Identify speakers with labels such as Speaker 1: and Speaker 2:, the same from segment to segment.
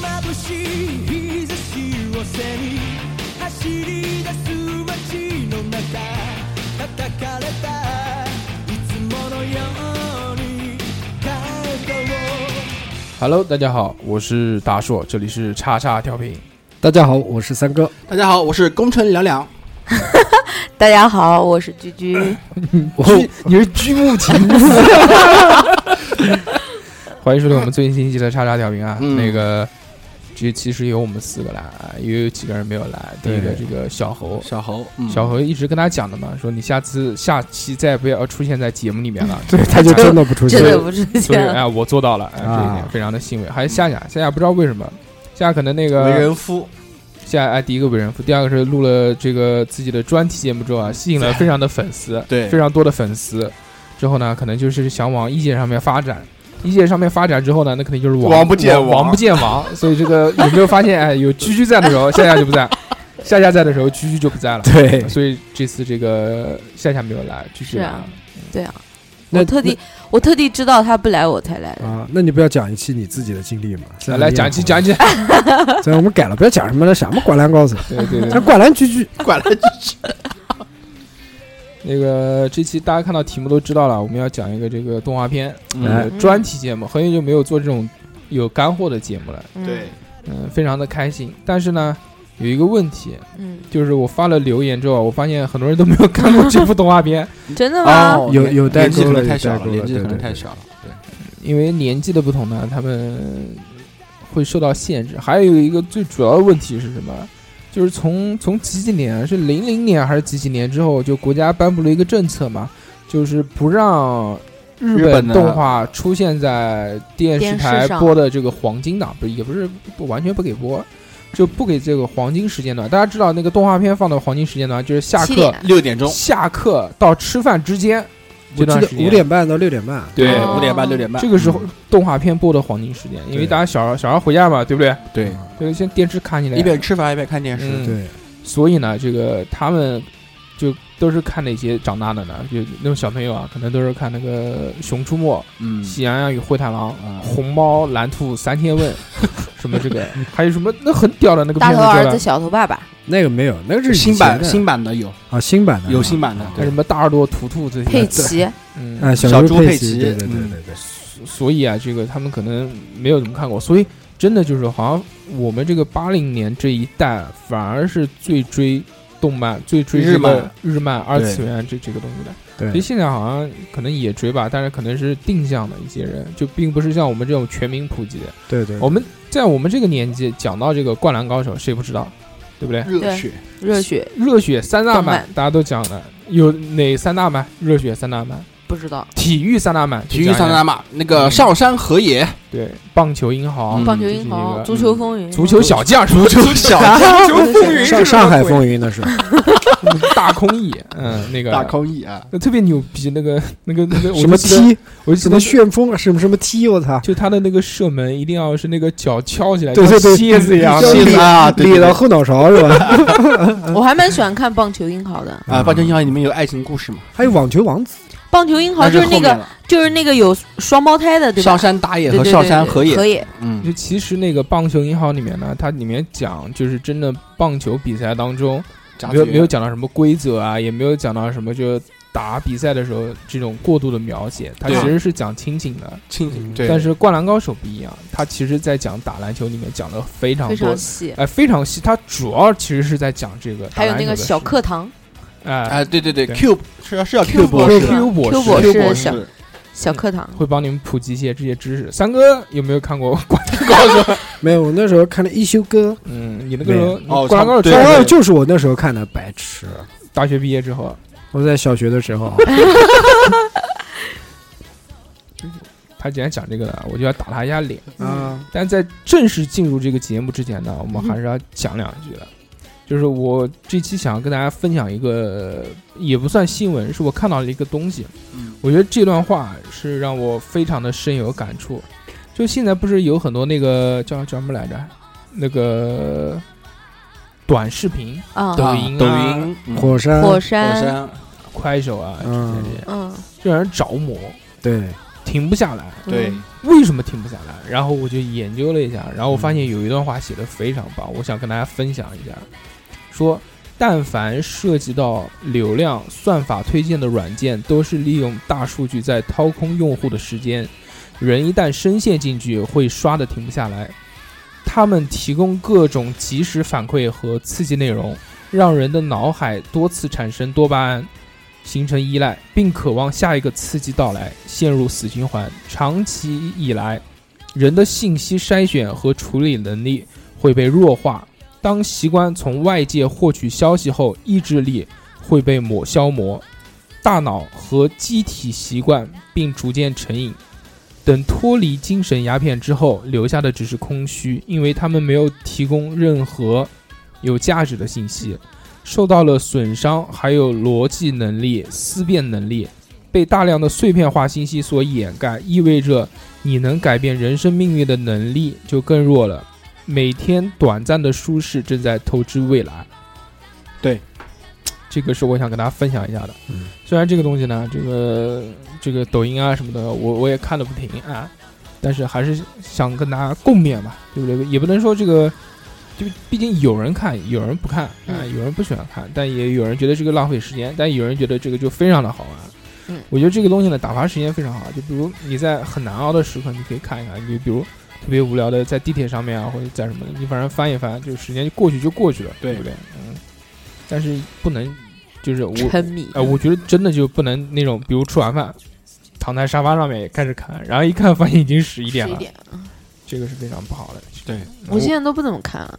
Speaker 1: 眩しい日差しを背に走り出す街の中叩かれたいつものように体を
Speaker 2: Hello，大家好，我是大硕，这里是叉叉调频。
Speaker 3: 大家好，我是三哥。
Speaker 4: 大家好，我是工程两两。
Speaker 5: 大家好，我是居居。
Speaker 3: 我你是居木琴，
Speaker 2: 欢迎收听我们最新一期的叉叉调频啊！
Speaker 4: 嗯
Speaker 2: 那个，这其实有我们四个来，啊，也有几个人没有来。第一个这个小猴，
Speaker 4: 小嗯猴，
Speaker 2: 小猴一直跟他讲的嘛，说你下次下期再不要出现在节目里 面了。
Speaker 3: 对，他就真的不出现
Speaker 5: 真的
Speaker 3: 了。
Speaker 5: 不出
Speaker 2: 所以
Speaker 5: 现了，
Speaker 2: 哎，我做到了，哎，这一
Speaker 3: 啊
Speaker 2: 点非常的欣慰。还有夏夏，夏夏不知道为什么，夏夏可能那个
Speaker 4: 为人夫，
Speaker 2: 夏哎，第一个为人夫，第二个是录了这个自己的专题节目之后啊，吸引了非常的粉丝，
Speaker 4: 嗯对
Speaker 2: 非常多的粉丝。之后呢，可能就是想往一姐上面发展，一姐上面发展之后呢，那肯定就是王
Speaker 4: 王不见
Speaker 2: 王，
Speaker 4: 王
Speaker 2: 不见王。所以这个有没有发现？哎，有居居在的时 候，夏夏就不在；夏夏在的时候，居居就不在了。
Speaker 3: 对，
Speaker 2: 所以这次这个夏夏没有来，居居
Speaker 5: 是
Speaker 2: 来
Speaker 5: 啊
Speaker 2: 了。
Speaker 5: 对啊，
Speaker 3: 那
Speaker 5: 我特地我特地知道他不来我才来的。
Speaker 3: 啊，那你不要讲一期你自己的经历
Speaker 4: 啊
Speaker 3: 嘛？
Speaker 2: 来来讲一期，讲一 期。
Speaker 3: 所以我们改了，不要讲什么了，什么灌篮高手，
Speaker 2: 对对
Speaker 3: 那
Speaker 2: 对，
Speaker 3: 灌篮居居，
Speaker 4: 管了
Speaker 2: 那个这期大家看到题目都知道了，我们要讲一个这个动画片。
Speaker 3: 哎
Speaker 4: 嗯
Speaker 2: 呃，专题节目，很久就没有做这种有干货的节目了，
Speaker 5: 嗯
Speaker 4: 对，，
Speaker 2: 嗯、非常的开心。但是呢，有一个问题，
Speaker 5: 嗯，
Speaker 2: 就是我发了留言之后，我发现很多人都没有看过这部动画片，
Speaker 5: 真的吗？
Speaker 4: 哦，
Speaker 3: 有有代
Speaker 4: 年纪
Speaker 3: 沟
Speaker 4: 可
Speaker 3: 了
Speaker 4: 能太小
Speaker 3: 有代
Speaker 4: 了，
Speaker 3: 沟了
Speaker 4: 年纪可能
Speaker 3: 对对
Speaker 4: 太
Speaker 3: 对
Speaker 4: 小了。对，
Speaker 2: 因为年纪的不同呢，他们会受到限制。还有一个最主要的问题是什么？就是从从几几年，啊是零零年还是几几年之后，就国家颁布了一个政策嘛，就是不让日
Speaker 4: 日本
Speaker 2: 本
Speaker 4: 的
Speaker 2: 动画出现在电视
Speaker 5: 电视
Speaker 2: 台
Speaker 5: 上
Speaker 2: 播的这个黄金档，不是也不是不完全不给播，就不给这个黄金时间段。大家知道那个动画片放到黄金时间段，就是下
Speaker 5: 七
Speaker 2: 课
Speaker 5: 点
Speaker 4: 六点钟，
Speaker 2: 下课到吃饭之间
Speaker 3: 我
Speaker 2: 这段
Speaker 3: 记
Speaker 2: 时
Speaker 3: 得
Speaker 2: 间
Speaker 3: 五。点半到六点半，
Speaker 4: 对，
Speaker 5: 哦
Speaker 4: 五点半六点半，
Speaker 2: 这个时候动画片播的黄金时间，因为
Speaker 3: 对
Speaker 2: 大家小孩小孩回家嘛，对不对？
Speaker 4: 对，
Speaker 2: 对，先电视看起来
Speaker 4: 一边吃饭一边看电视。
Speaker 2: 嗯，
Speaker 3: 对，
Speaker 2: 所以呢，这个他们就都是看那些长大的呢，就那种小朋友啊，可能都是看那个《熊出没》
Speaker 4: 嗯
Speaker 2: 《喜羊羊与灰太狼》
Speaker 4: 啊
Speaker 2: 红猫蓝兔三千问》什么这个，还有什么那很屌的那个片
Speaker 5: 大
Speaker 2: 子
Speaker 5: 头
Speaker 2: 叫
Speaker 5: 儿子
Speaker 2: 了，
Speaker 5: 小头爸爸，
Speaker 3: 那个没有，那个是以
Speaker 4: 新
Speaker 3: 前
Speaker 4: 版
Speaker 3: 的
Speaker 4: 新版的有
Speaker 3: 啊，新版的
Speaker 4: 有新版的，
Speaker 2: 还有
Speaker 4: 对
Speaker 2: 什么大耳朵图图这些
Speaker 5: 佩
Speaker 2: 对
Speaker 5: 奇，
Speaker 2: 嗯，
Speaker 3: 啊，
Speaker 4: 小
Speaker 3: 猪
Speaker 4: 猪
Speaker 3: 佩
Speaker 4: 佩
Speaker 3: 奇，
Speaker 4: 奇
Speaker 3: 对对对
Speaker 4: 嗯
Speaker 3: 对对，
Speaker 2: 所以啊，这个他们可能没有怎么看过，所以真的就是好像我们这个八零年这一代，反而是最追动漫、最追这个日漫、二次元这这个东西的。
Speaker 3: 对
Speaker 2: 其实现在好像可能也追吧，但是可能是定向的一些人，就并不是像我们这种全民普及的。
Speaker 3: 对对，
Speaker 2: 我们在我们这个年纪讲到这个《灌篮高手》，谁不知道，对不对？
Speaker 4: 热
Speaker 5: 对
Speaker 4: 血，
Speaker 5: 热血
Speaker 2: 热血三大
Speaker 5: 动
Speaker 2: 漫
Speaker 5: 漫
Speaker 2: 大家都讲的，有哪三大漫？热血三大漫，
Speaker 5: 不知道，
Speaker 2: 体育三大漫，
Speaker 4: 体育三
Speaker 2: 就讲一
Speaker 4: 大
Speaker 2: 下
Speaker 4: 嘛，那个上山河野，
Speaker 2: 对，棒球英豪，
Speaker 4: 嗯
Speaker 5: 棒球
Speaker 2: 这是
Speaker 5: 英
Speaker 2: 一
Speaker 5: 豪
Speaker 2: 个，
Speaker 5: 足球风云，
Speaker 2: 足球小将是
Speaker 4: 足
Speaker 2: 不 是？
Speaker 4: 球小
Speaker 2: 足球风云
Speaker 3: 上上海风云那是，
Speaker 2: 大空翼，嗯，那个
Speaker 4: 大空翼啊，
Speaker 2: 那特别牛逼，那个那个那个
Speaker 3: 什
Speaker 2: 我就
Speaker 3: 么，踢，
Speaker 2: 记
Speaker 3: 什
Speaker 2: 得我就
Speaker 3: 么
Speaker 2: 记得
Speaker 3: 旋风，啊什么什么踢，我操，
Speaker 2: 就他的那个射门一定要是那个脚翘起来，
Speaker 3: 对对对
Speaker 2: 像蝎子一样
Speaker 3: 像
Speaker 2: 的。
Speaker 4: 蝎子啊，对对
Speaker 3: 裂
Speaker 4: 对
Speaker 3: 到后脑勺是吧？
Speaker 5: 我还蛮喜欢看棒球英豪的。
Speaker 4: 啊，棒球英豪里面有爱情故事嘛？
Speaker 3: 还有网球王子，
Speaker 5: 棒球英豪就是那
Speaker 4: 后面
Speaker 5: 个
Speaker 4: 了
Speaker 5: 就是那个有双胞胎的，对吧
Speaker 4: 上？山打野
Speaker 5: 对
Speaker 4: 和
Speaker 5: 对
Speaker 4: 上
Speaker 5: 对，
Speaker 4: 山河野，
Speaker 5: 河野，
Speaker 4: 嗯
Speaker 2: 就其实那个棒球英豪里面呢，它里面讲就是真的棒球比赛当中，没有没有讲到什么规则啊，也没有讲到什么就打比赛的时候这种过度的描写，它
Speaker 4: 对
Speaker 2: 其实是讲亲情的。
Speaker 4: 亲，对，
Speaker 2: 但是《灌篮高手》不一样，他其实在讲打篮球里面讲的非常
Speaker 5: 非
Speaker 2: 多
Speaker 5: 常，细。
Speaker 2: 哎，非常细。他主要其实是在讲这个，
Speaker 5: 还有那个小
Speaker 2: 克，
Speaker 5: 课堂，
Speaker 2: 哎
Speaker 4: 啊，对对对
Speaker 2: 对
Speaker 4: ，Q 是要是要
Speaker 5: Q
Speaker 4: Q 博士
Speaker 2: Q 博
Speaker 5: Q
Speaker 2: 士
Speaker 5: 博
Speaker 4: ，Q
Speaker 5: 士
Speaker 4: 博
Speaker 5: 小
Speaker 4: 士，
Speaker 5: 小课堂。
Speaker 2: 会帮你们普及一些这些知识。三哥有没有看过《灌篮高手》？
Speaker 3: 没有，我那时候看了一休哥，
Speaker 2: 嗯，你那个时候
Speaker 3: 没
Speaker 4: 哦
Speaker 2: 《灌篮高手》
Speaker 4: 对
Speaker 3: 当
Speaker 2: 大
Speaker 3: 然
Speaker 2: 概
Speaker 4: 对
Speaker 3: 就是我那时候看的，白痴。
Speaker 2: 大学毕业之后，
Speaker 3: 我在小学的时候，
Speaker 2: 他既然讲这个了，我就要打他一下脸。
Speaker 5: 嗯
Speaker 3: 啊，
Speaker 2: 但在正式进入这个节目之前呢，我们还是要讲两句的。就是我这期想要跟大家分享一个，也不算新闻，是我看到了一个东西。
Speaker 4: 嗯
Speaker 2: 我觉得这段话是让我非常的深有感触。就现在不是有很多那个叫叫什么来着？那个短视频、
Speaker 5: 啊，
Speaker 2: 抖
Speaker 4: 啊
Speaker 2: 音啊
Speaker 4: 抖音、嗯
Speaker 3: 火山，
Speaker 5: 火
Speaker 4: 火
Speaker 5: 山，
Speaker 4: 山，
Speaker 2: 快手啊，
Speaker 3: 嗯
Speaker 2: 这些
Speaker 5: 嗯，
Speaker 2: 就让人着魔，
Speaker 3: 对，
Speaker 2: 停不下来。
Speaker 4: 对，
Speaker 5: 嗯
Speaker 2: 为什么停不下来？然后我就研究了一下，然后我发现有一段话写的非常棒，我想跟大家分享一下，说。但凡涉及到流量、算法推荐的软件，都是利用大数据在掏空用户的时间。人一旦深陷进去，会刷的停不下来。他们提供各种及时反馈和刺激内容，让人的脑海多次产生多巴胺，形成依赖，并渴望下一个刺激到来，陷入死循环。长期以来，人的信息筛选和处理能力会被弱化。当习惯从外界获取消息后，意志力会被抹消磨，大脑和机体习惯并逐渐成瘾。等脱离精神鸦片之后，留下的只是空虚，因为他们没有提供任何有价值的信息，受到了损伤，还有逻辑能力、思辨能力被大量的碎片化信息所掩盖，意味着你能改变人生命运的能力就更弱了。每天短暂的舒适正在透支未来。
Speaker 4: 对，
Speaker 2: 这个是我想跟大家分享一下的。
Speaker 3: 嗯
Speaker 2: 虽然这个东西呢，这个这个抖音啊什么的，我我也看的不停啊，但是还是想跟大家共勉吧，对不对？也不能说这个，就毕竟有人看，有人不看啊，
Speaker 5: 嗯
Speaker 2: 有人不喜欢看，但也有人觉得这个浪费时间，但有人觉得这个就非常的好玩。
Speaker 5: 嗯
Speaker 2: 我觉得这个东西呢，打发时间非常好。就比如你在很难熬的时刻，你可以看一看；你比如特别无聊的，在地铁上面啊，或者在什么的，你反正翻一翻，就时间就过去就过去了，
Speaker 4: 对
Speaker 2: 不对？嗯，但是不能就是我
Speaker 5: 沉迷
Speaker 2: 哎、。我觉得真的就不能那种，比如吃完饭，躺在沙发上面也开始看，然后一看发现已经十一点
Speaker 5: 一
Speaker 2: 了，嗯
Speaker 5: 点，啊
Speaker 2: 这个是非常不好的。
Speaker 4: 对，
Speaker 5: 我现在都不怎么看了，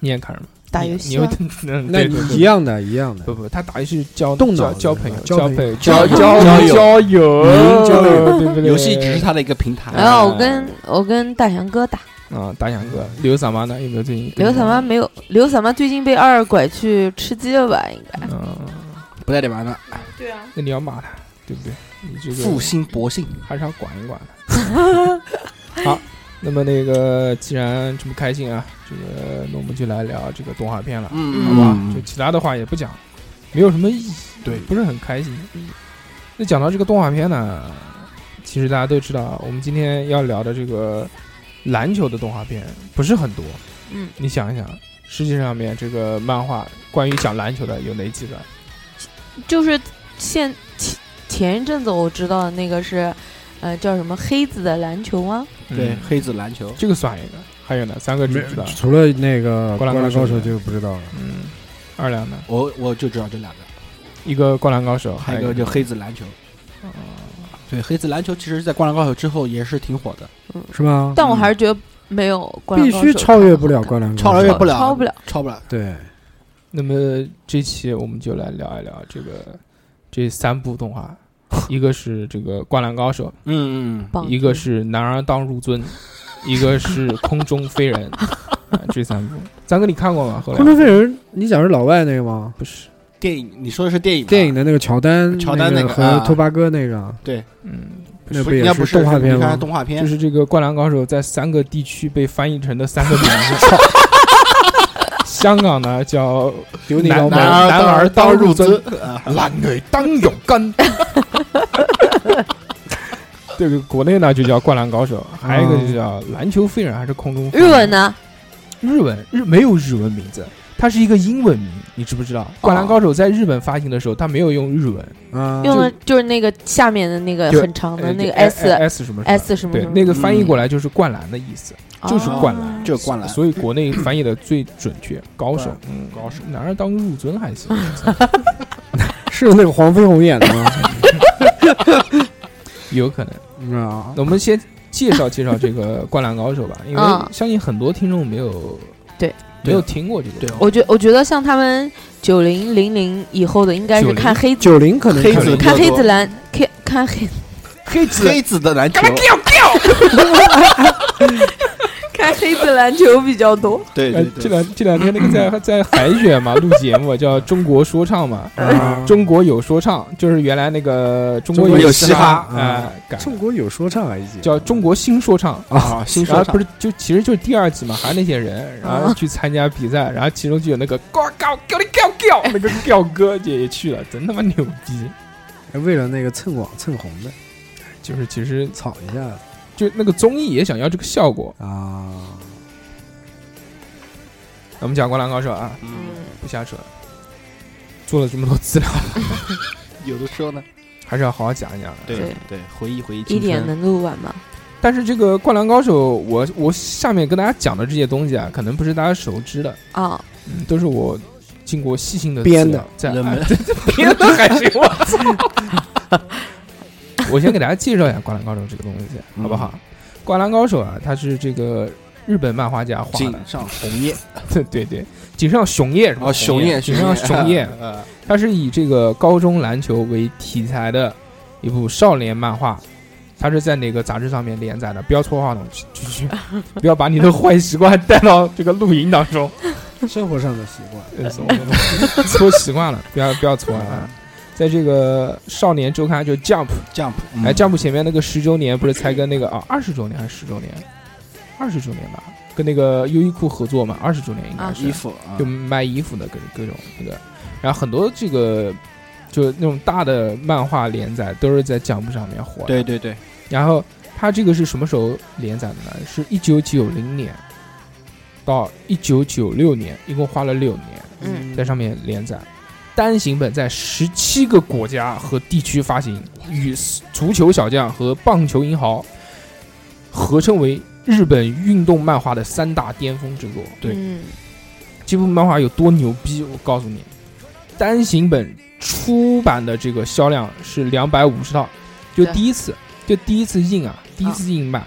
Speaker 2: 你也看什么？
Speaker 5: 打
Speaker 2: 你
Speaker 5: 游戏
Speaker 2: 你会
Speaker 5: 啊。
Speaker 2: 嗯
Speaker 3: 那
Speaker 2: 对
Speaker 3: 你
Speaker 2: 对对
Speaker 3: 一样的，一样的，
Speaker 2: 不不，他打游戏交
Speaker 3: 动
Speaker 2: 交
Speaker 3: 脑
Speaker 2: 交
Speaker 3: 子
Speaker 2: 朋友，
Speaker 3: 交朋
Speaker 2: 朋友
Speaker 3: 友
Speaker 2: 交
Speaker 4: 交友
Speaker 2: 交友
Speaker 3: 嗯交友
Speaker 2: 对不对？
Speaker 4: 游戏只是他的一个平台。
Speaker 5: 然后我跟我跟大翔哥打，
Speaker 2: 啊，打响哥，刘三妈呢？有没有最近？
Speaker 5: 嗯刘三妈，没有，刘三妈最近被二拐去吃鸡了吧？应该。
Speaker 2: 嗯，
Speaker 4: 不带点玩的，
Speaker 5: 对啊。
Speaker 2: 那你要骂他，对不对？你这个
Speaker 4: 复兴博信，
Speaker 2: 还是要管 一管的。好，那么那个既然这么开心啊，这个那我们就来聊这个动画片了，
Speaker 4: 嗯
Speaker 2: 好吧？就其他的话也不讲，没有什么意义，嗯
Speaker 4: 对
Speaker 2: 不是很开心。那讲到这个动画片呢，其实大家都知道，我们今天要聊的这个篮球的动画片不是很多。
Speaker 5: 嗯，
Speaker 2: 你想一想，世界上面这个漫画关于讲篮球的有哪几个？
Speaker 5: 嗯就是现前前一阵子我知道的那个是，呃，叫什么黑子的篮球吗？
Speaker 4: 对
Speaker 2: 嗯，
Speaker 4: 黑子篮球，
Speaker 2: 这个算一个。还有呢，三个知
Speaker 3: 没
Speaker 2: 不知道？
Speaker 3: 除了那个《
Speaker 2: 灌
Speaker 3: 灌
Speaker 2: 篮
Speaker 3: 篮
Speaker 2: 高
Speaker 3: 高
Speaker 2: 手
Speaker 3: 手》就不知道了。
Speaker 2: 嗯，二两呢？
Speaker 4: 我我就知道这两个，
Speaker 2: 一个灌篮高手，
Speaker 4: 还有一
Speaker 2: 一
Speaker 4: 个
Speaker 2: 个
Speaker 4: 就黑子篮球。
Speaker 2: 哦
Speaker 4: 对，黑子篮球其实，在《灌篮高手》之后也是挺火的，
Speaker 3: 是吗？
Speaker 5: 但我还是觉得没有灌篮
Speaker 3: 必
Speaker 5: 高手
Speaker 3: 须超越不了
Speaker 5: 看得好
Speaker 3: 灌篮高手，
Speaker 4: 超越不了，
Speaker 5: 超不了，
Speaker 4: 超不了。
Speaker 3: 对，
Speaker 2: 那么这期我们就来聊一聊这个这三部动 画，一个是这个《灌篮高手
Speaker 4: 嗯嗯》，
Speaker 5: 棒，
Speaker 2: 一个是《男儿当入樽》，一个是《空中飞人》 啊，这三部。三哥，你看过吗？后
Speaker 3: 《
Speaker 2: 来
Speaker 3: 空中飞人》，你讲是老外那个吗？
Speaker 2: 不是，
Speaker 4: 嗯，电影，你说的是电影吧？
Speaker 3: 电影的那个乔丹，
Speaker 4: 乔丹
Speaker 3: 那
Speaker 4: 那个
Speaker 3: 和
Speaker 4: 啊
Speaker 3: 托巴哥那个，
Speaker 2: 嗯，
Speaker 3: 那
Speaker 4: 不
Speaker 3: 也
Speaker 4: 要不是
Speaker 3: 动画片
Speaker 4: 你看
Speaker 3: 吗
Speaker 4: 看？动画
Speaker 2: 就
Speaker 4: 片，
Speaker 2: 是这个《灌篮高手》在三个地区被翻译成的三个名字。 香港呢叫
Speaker 3: 有你
Speaker 2: 男
Speaker 3: 老
Speaker 2: 男
Speaker 3: 板，
Speaker 2: 男儿当入樽，
Speaker 4: 啊
Speaker 2: 男儿当勇敢。 这个国内呢就叫《灌篮高手》，还有一个就叫《篮球飞人》，还是空中飞
Speaker 5: 日
Speaker 2: 人
Speaker 5: 文？呢？
Speaker 2: 日文日没有日文名字，它是一个英文名，你知不知道？《
Speaker 5: 哦
Speaker 2: 灌篮高手》在日本发行的时候，它没有用日文，
Speaker 3: 啊，
Speaker 5: 用的就是那个下面的那个
Speaker 2: 就
Speaker 5: 很长的
Speaker 2: 嗯呃
Speaker 5: 那个
Speaker 2: 就 S S
Speaker 5: S
Speaker 2: 什么什么
Speaker 5: S 什么
Speaker 2: 对
Speaker 5: 什，么，
Speaker 2: 那个翻译过来就是灌篮的意思，就是
Speaker 5: 哦
Speaker 2: 嗯灌篮
Speaker 4: 就 是灌篮
Speaker 2: 所以国内翻译的最准确。高手
Speaker 4: 灌，
Speaker 2: 嗯，
Speaker 4: 高手，
Speaker 2: 男儿当入樽还 行。
Speaker 3: 是那个黄飞鸿演的吗？
Speaker 2: 有可能。
Speaker 4: 嗯啊
Speaker 2: 那， 我们先介绍介绍这个《灌篮高 手》吧，因为
Speaker 5: 嗯
Speaker 2: 相信很多听众没有
Speaker 5: 对
Speaker 2: 没有听过这个。
Speaker 4: 对
Speaker 5: 我觉我觉得像他们九零零零以后的，应该是
Speaker 2: 90
Speaker 5: 看黑子
Speaker 3: 九零可能
Speaker 4: 黑
Speaker 3: 看
Speaker 4: 子
Speaker 3: 了
Speaker 4: 比较
Speaker 5: 看黑
Speaker 4: 多
Speaker 5: 子篮，看看黑
Speaker 4: 黑子黑子的篮 球，
Speaker 5: 看黑子篮球比较多。
Speaker 4: 对
Speaker 2: 呃，这两这两天那个 在在海选嘛录节目叫《中国说唱》嘛，
Speaker 4: 啊
Speaker 2: 中国有说唱，就是原来那个中国
Speaker 4: 中国有
Speaker 2: 嘻
Speaker 4: 嘻哈嗯
Speaker 2: 啊，改
Speaker 3: 中国有说唱啊，已经
Speaker 2: 叫《中国新说唱》。
Speaker 4: 啊，新
Speaker 2: 然
Speaker 4: 说
Speaker 2: 后
Speaker 4: 唱
Speaker 2: 不是，就其实就是第二季嘛，还有那些人，然
Speaker 5: 嗯
Speaker 2: 后去参加比赛，然后其中就有那个高高高的高高那个 高哥也也去了，真他妈牛逼！
Speaker 3: 为了那个蹭网蹭红的，
Speaker 2: 就是其实
Speaker 3: 炒一下
Speaker 2: 就那个综艺也想要这个效果。
Speaker 3: 啊。
Speaker 2: 我们讲《灌篮高手》啊，
Speaker 4: 嗯，
Speaker 2: 不瞎扯，做了这么多资料，
Speaker 4: 有的时候呢，
Speaker 2: 还是要好好讲一讲的。
Speaker 5: 对
Speaker 4: 对，回忆回忆
Speaker 5: 一
Speaker 4: 青
Speaker 5: 点
Speaker 4: 春，
Speaker 5: 能录完吗？
Speaker 2: 但是这个《灌篮高手》，我我下面跟大家讲的这些东西啊，可能不是大家熟知的，
Speaker 5: 啊，
Speaker 2: 嗯都是我经过细心的
Speaker 3: 编
Speaker 2: 的
Speaker 3: 的，
Speaker 2: 在啊
Speaker 4: 冷门
Speaker 2: 编的还行，我操！ 我先给大家介绍一下《灌篮高手》这个东西，好不好？灌篮高手》啊，它是这个日本漫画家画的，
Speaker 4: 井上红叶
Speaker 2: 对 对对，井上雄彦是吧？
Speaker 4: 哦，熊叶
Speaker 2: 井上雄彦，
Speaker 4: 呃，
Speaker 2: 它是以这个高中篮球为题材的一部少年漫画，它是在哪个杂志上面连载的？不要戳话筒，去去 去，不要把你的坏习惯带到这个录音当 中，
Speaker 3: 生活上的习惯，
Speaker 2: 呃什么什么戳习惯了，不要不要戳啊！在这个少年周刊就 Jump，
Speaker 4: Jump，
Speaker 2: 哎
Speaker 4: 嗯
Speaker 2: ，Jump 前面那个十周年不是才跟那个啊二十周年还是十周年？二十周年吧，跟那个优衣库合作嘛，二十周年应该
Speaker 5: 啊
Speaker 2: 是
Speaker 4: 衣服啊
Speaker 2: 就，卖衣服的各各种那个，然后很多这个就那种大的漫画连载都是在讲部上面火的。
Speaker 4: 对对对，
Speaker 2: 然后它这个是什么时候连载的呢？是一九九零年到一九九六年，一共花了六年
Speaker 5: 嗯，
Speaker 2: 在上面连载。单行本在十七个国家和地区发行，与足球小将和棒球英豪合称为日本运动漫画的三大巅峰之作。对
Speaker 5: 嗯
Speaker 2: 这部漫画有多牛逼，我告诉你，单行本出版的这个销量是两百五十套，就
Speaker 5: 对
Speaker 2: 第一次，就第一次印啊，第一次印版，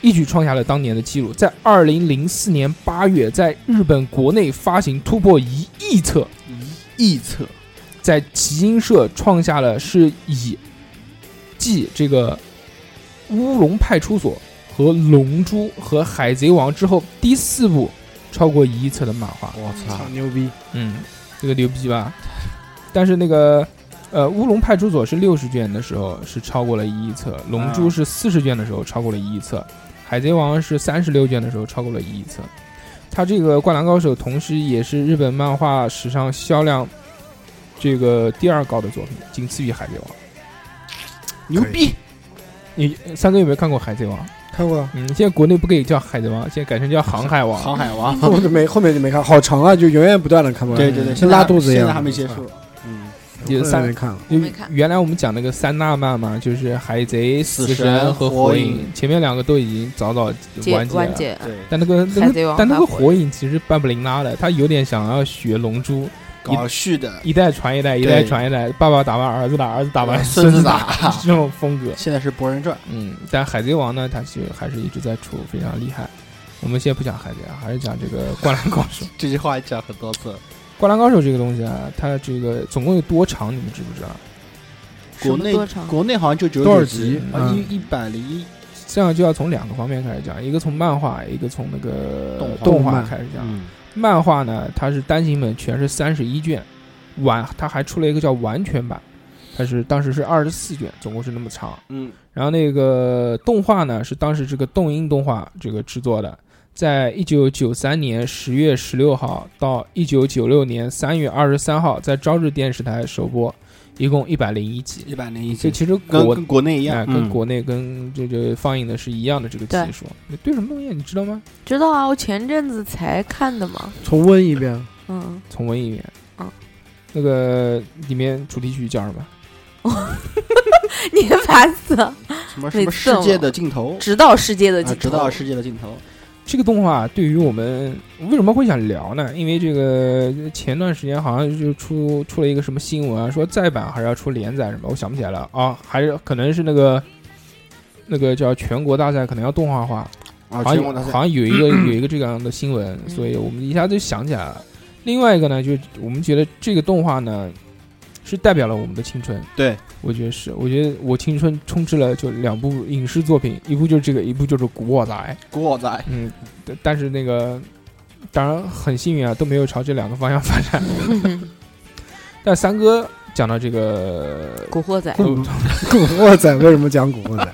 Speaker 2: 一举创下了当年的记录，在二零零四年八月，在日本国内发行突破一亿册，
Speaker 4: 臆测
Speaker 2: 在集英社创下了是以继这个《乌龙派出所》和《龙珠》和《海贼王》之后第四部超过一亿册的漫画。
Speaker 4: 我操
Speaker 3: 操，牛逼！
Speaker 2: 嗯，这个牛逼吧？但是那个呃，《乌龙派出所》是六十卷的时候是超过了一亿册，《龙珠》
Speaker 4: 啊
Speaker 2: 是四十卷的时候超过了一亿册，海贼王》是三十六卷的时候超过了一亿册。它这个《灌篮高手》同时也是日本漫画史上销量这个第二高的作品，仅次于《海贼王》。
Speaker 4: 牛逼，
Speaker 2: 你三哥有没有看过《海贼王》？
Speaker 3: 看过啊，
Speaker 2: 嗯，现在国内不给叫《海贼王》，现在改成叫《航海王》。
Speaker 4: 航海王，
Speaker 3: 我就没后面就没看，好长啊，就源源不断的看完。
Speaker 4: 对对对，
Speaker 2: 嗯
Speaker 4: 现在
Speaker 3: 拉肚子一样
Speaker 4: 现在还没结束，嗯，
Speaker 2: 有
Speaker 3: 后
Speaker 2: 三
Speaker 3: 面没看了，
Speaker 2: 因
Speaker 5: 没
Speaker 2: 为
Speaker 5: 看
Speaker 2: 原来我们讲那个三大漫嘛，就是海贼、
Speaker 4: 死
Speaker 2: 神
Speaker 4: 神
Speaker 2: 和
Speaker 4: 火
Speaker 2: 影，
Speaker 4: 影
Speaker 2: 前面两个都已经早早
Speaker 5: 结
Speaker 2: 完结
Speaker 5: 完
Speaker 2: 了。
Speaker 5: 结，
Speaker 4: 对，
Speaker 2: 但那个那
Speaker 5: 海贼
Speaker 2: 个
Speaker 5: 王
Speaker 2: 但那个
Speaker 5: 和火
Speaker 2: 火影其实半不灵拉的，他有点想要学龙珠，
Speaker 4: 搞续的，
Speaker 2: 一代传一代，一代传一代，爸爸打完儿子打，儿子打完
Speaker 4: 孙
Speaker 2: 子
Speaker 4: 子
Speaker 2: 打，
Speaker 4: 打，
Speaker 2: 这种风格。
Speaker 4: 现在是《博人传
Speaker 2: 嗯，但海贼王呢，它其实还是一直在出，非常厉害。我们先不讲海贼啊，还是讲这个灌篮高手。》
Speaker 4: 这句话讲很多次，
Speaker 2: 灌篮高手这个东西啊，它这个总共有多长，你们知不知道？
Speaker 5: 什
Speaker 4: 国
Speaker 5: 么
Speaker 4: 内
Speaker 5: 多长？
Speaker 4: 国内好像就九十
Speaker 3: 多少
Speaker 4: 集
Speaker 3: 集
Speaker 4: 啊，
Speaker 2: 嗯
Speaker 4: 一一百零一，
Speaker 2: 这样就要从两个方面开始讲，一个从漫画，一个从那个
Speaker 4: 动画
Speaker 2: 动
Speaker 3: 动
Speaker 2: 画
Speaker 3: 漫
Speaker 2: 开始讲。
Speaker 4: 嗯，
Speaker 2: 漫画呢，它是单行本全是三十一卷，完它还出了一个叫完全版，它是当时是二十四卷，总共是那么长。
Speaker 4: 嗯，
Speaker 2: 然后那个动画呢，是当时这个动音动画这个制作的，在一九九三年十月十六号到一九九六年三月二十三号，在朝日电视台首播，一共一百零一集。
Speaker 4: 一百零一
Speaker 2: 这
Speaker 4: 集，
Speaker 2: 其实
Speaker 4: 跟
Speaker 2: 国
Speaker 4: 跟国内一
Speaker 2: 哎，
Speaker 4: 样，
Speaker 2: 跟
Speaker 4: 嗯
Speaker 2: 国内跟这个放映的是一样的这个技术。你对什么东西你知道吗？
Speaker 5: 知道啊，我前阵子才看的嘛。
Speaker 3: 重温一遍。
Speaker 5: 嗯，
Speaker 2: 重温一遍。
Speaker 5: 嗯，
Speaker 2: 那个里面主题曲叫什么？
Speaker 5: 你烦死了！
Speaker 4: 什么什
Speaker 5: 每
Speaker 4: 么
Speaker 5: 次
Speaker 4: 世
Speaker 5: 我
Speaker 4: 界的尽头，
Speaker 5: 直到世界的
Speaker 4: 啊
Speaker 5: 尽头，
Speaker 4: 直到世界的尽头，
Speaker 2: 这个动画啊对于我们为什么会想聊呢？因为这个前段时间好像就出出了一个什么新闻啊，说再版还是要出连载什么，我想不起来了啊，还是可能是那个那个叫全国大赛可能要动画化，
Speaker 3: 啊，
Speaker 2: 好
Speaker 3: 全
Speaker 2: 像
Speaker 3: 国大赛
Speaker 2: 好像有一 个有一个这样的新闻，
Speaker 5: 嗯
Speaker 2: 所以我们一下就想起来了。另外一个呢，就是我们觉得这个动画呢，是代表了我们的青春。
Speaker 3: 对，
Speaker 2: 我觉得是，我觉得我青春充斥了就两部影视作品，一部就是这个，一部就是《古惑仔》。
Speaker 3: 国仔，
Speaker 2: 嗯，但但是那个当然很幸运啊，都没有朝这两个方向发 展。但三哥讲到这个，
Speaker 5: 古惑仔，
Speaker 2: 嗯
Speaker 3: 古 惑仔为什么讲古惑仔？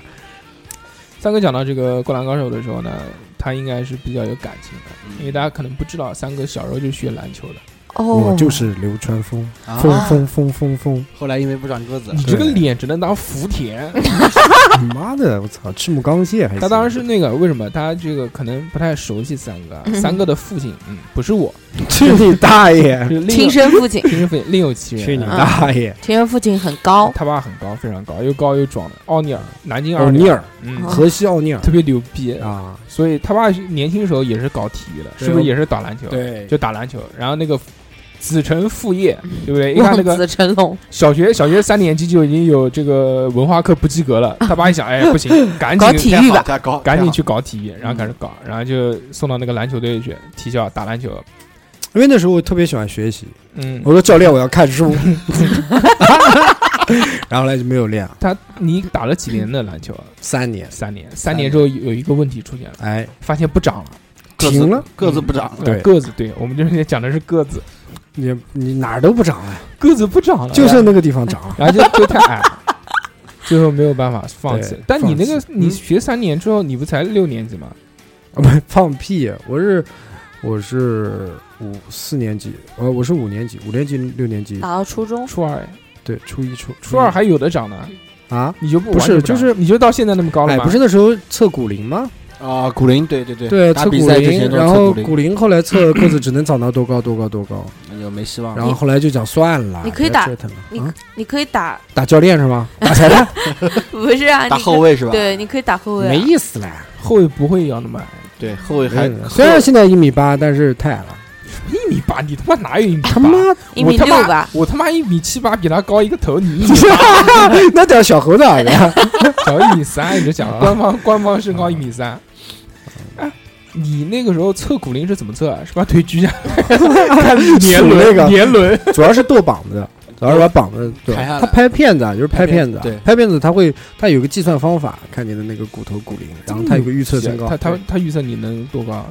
Speaker 2: 三哥讲到这个《灌篮高手》的时候呢，他应该是比较有感情的，因为大家可能不知道，三哥小时候就学篮球的。
Speaker 5: 哦，
Speaker 3: 我就是流川枫，
Speaker 4: 啊
Speaker 3: 风风风风 风，
Speaker 4: 后来因为不长个子
Speaker 5: 嗯
Speaker 2: 你，这个脸只能当福 田。
Speaker 3: 妈的，我操，赤木刚宪还
Speaker 2: 他当然是
Speaker 3: 行
Speaker 2: 那个为什么？他这个可能不太熟悉三哥啊，三哥的父亲，嗯，不是我，
Speaker 3: 去你 大爷，
Speaker 2: 是另有
Speaker 5: 哎亲生父亲，
Speaker 2: 亲生父亲另有其人。
Speaker 3: 去你
Speaker 2: 嗯
Speaker 3: 大爷！
Speaker 5: 亲生父亲很高，
Speaker 2: 他爸很高，非常高，又高又壮的奥尼尔，南京
Speaker 3: 奥
Speaker 2: 奥
Speaker 3: 尼，尔，
Speaker 2: 嗯，
Speaker 5: 哦嗯
Speaker 3: 河西奥尼尔
Speaker 2: 特别牛逼。
Speaker 3: 啊，
Speaker 2: 所以他爸年轻时候也是搞体育的，
Speaker 3: 对
Speaker 2: 是不是也是打篮球？，
Speaker 4: 对，
Speaker 2: 就打篮球。然后那个子承父业，对不对？哎一看那
Speaker 5: 望
Speaker 2: 个
Speaker 5: 嗯子成龙，
Speaker 2: 小学小学三年级就已经有这个文化课不及格了，他爸一想，哎， 不行，赶
Speaker 5: 搞
Speaker 2: 紧
Speaker 5: 体育吧，
Speaker 4: 加高，
Speaker 2: 赶紧
Speaker 4: 挺好
Speaker 2: 去搞体育，然后开始
Speaker 3: 嗯
Speaker 2: 搞，然后就送到那个篮球队去踢校打篮球。
Speaker 3: 因为那时候我特别喜欢学习，
Speaker 2: 嗯，
Speaker 3: 我说教练我要看书， 然后后来就没有练
Speaker 2: 他你打了几年的篮球啊？
Speaker 3: 嗯三年，
Speaker 2: 三年，三年之后有一个问题出现了，
Speaker 3: 哎，
Speaker 2: 发现不长了，
Speaker 4: 个子
Speaker 3: 停了，
Speaker 4: 个子不长，
Speaker 3: 对
Speaker 2: 个子，对我们这天讲的是个子，
Speaker 3: 你你哪儿都不长了，
Speaker 2: 个子不长了，
Speaker 3: 就剩那个地方 长了。啊
Speaker 2: 然后就就太矮 了，最后没有办法放弃
Speaker 3: 对。
Speaker 2: 但你那个
Speaker 3: 放弃嗯
Speaker 2: 你学三年之后，你不才六年级吗？
Speaker 3: 啊，不是放屁！我是我是五四年级，呃，我是五年级，五年级六年级，
Speaker 5: 打到初
Speaker 3: 嗯
Speaker 5: 中，
Speaker 2: 初二，
Speaker 3: 对，初一初
Speaker 2: 初二
Speaker 3: 一
Speaker 2: 还有的长呢，
Speaker 3: 啊？
Speaker 2: 你就不
Speaker 3: 嗯不是
Speaker 2: 完全长
Speaker 3: 就是
Speaker 2: 你就到现在那么高了
Speaker 3: 哎，
Speaker 2: 吗？
Speaker 3: 不是那时候测骨龄吗？
Speaker 4: 啊，古林，对对对
Speaker 3: 对，
Speaker 4: 打
Speaker 3: 测
Speaker 4: 比
Speaker 3: 骨
Speaker 4: 赛之
Speaker 3: 龄，
Speaker 4: 前都
Speaker 3: 然
Speaker 4: 是
Speaker 3: 后
Speaker 4: 测古
Speaker 3: 骨
Speaker 4: 林，
Speaker 3: 龄后来测个子只能长到多高多高多高，
Speaker 4: 那就没希望
Speaker 3: 然
Speaker 4: 了。
Speaker 3: 后后来就讲算了，
Speaker 5: 你可以
Speaker 3: 别
Speaker 5: 打
Speaker 3: 折腾了，
Speaker 5: 你
Speaker 3: 啊
Speaker 5: 你可以打，
Speaker 3: 打教练是吗？打裁判
Speaker 5: 不是啊，
Speaker 4: 打
Speaker 5: 你
Speaker 4: 后
Speaker 5: 可
Speaker 4: 卫是吧？
Speaker 5: 对，你可以打后卫啊，
Speaker 3: 没意思了。
Speaker 2: 后卫不会一样的嘛？
Speaker 4: 对，后卫还
Speaker 3: 嗯虽然现在一米八，但是太 矮了，
Speaker 2: 一米八，你他妈哪有一米八？
Speaker 3: 他妈
Speaker 5: 一米
Speaker 2: 我他妈
Speaker 5: 六吧，
Speaker 2: 我他妈一米七八，比他高一个头，你一米
Speaker 3: 那叫小猴子矮 呀！
Speaker 2: 小一米三，你就 讲了，官方官方身高一米三。
Speaker 3: 嗯
Speaker 2: 哎，你那个时候测骨龄是怎么测啊？是把腿举起 来，看年轮
Speaker 3: 数那个
Speaker 2: 年轮，
Speaker 3: 主要是剁膀子，主要是把膀子剁。
Speaker 4: 抬下来
Speaker 3: 他拍片子啊，就是拍片子啊
Speaker 4: 拍片子，
Speaker 3: 拍片子他会他有个计算方法，看你的那个骨头骨龄，然啊后他有个预测身高。
Speaker 2: 他他他预测你能多高？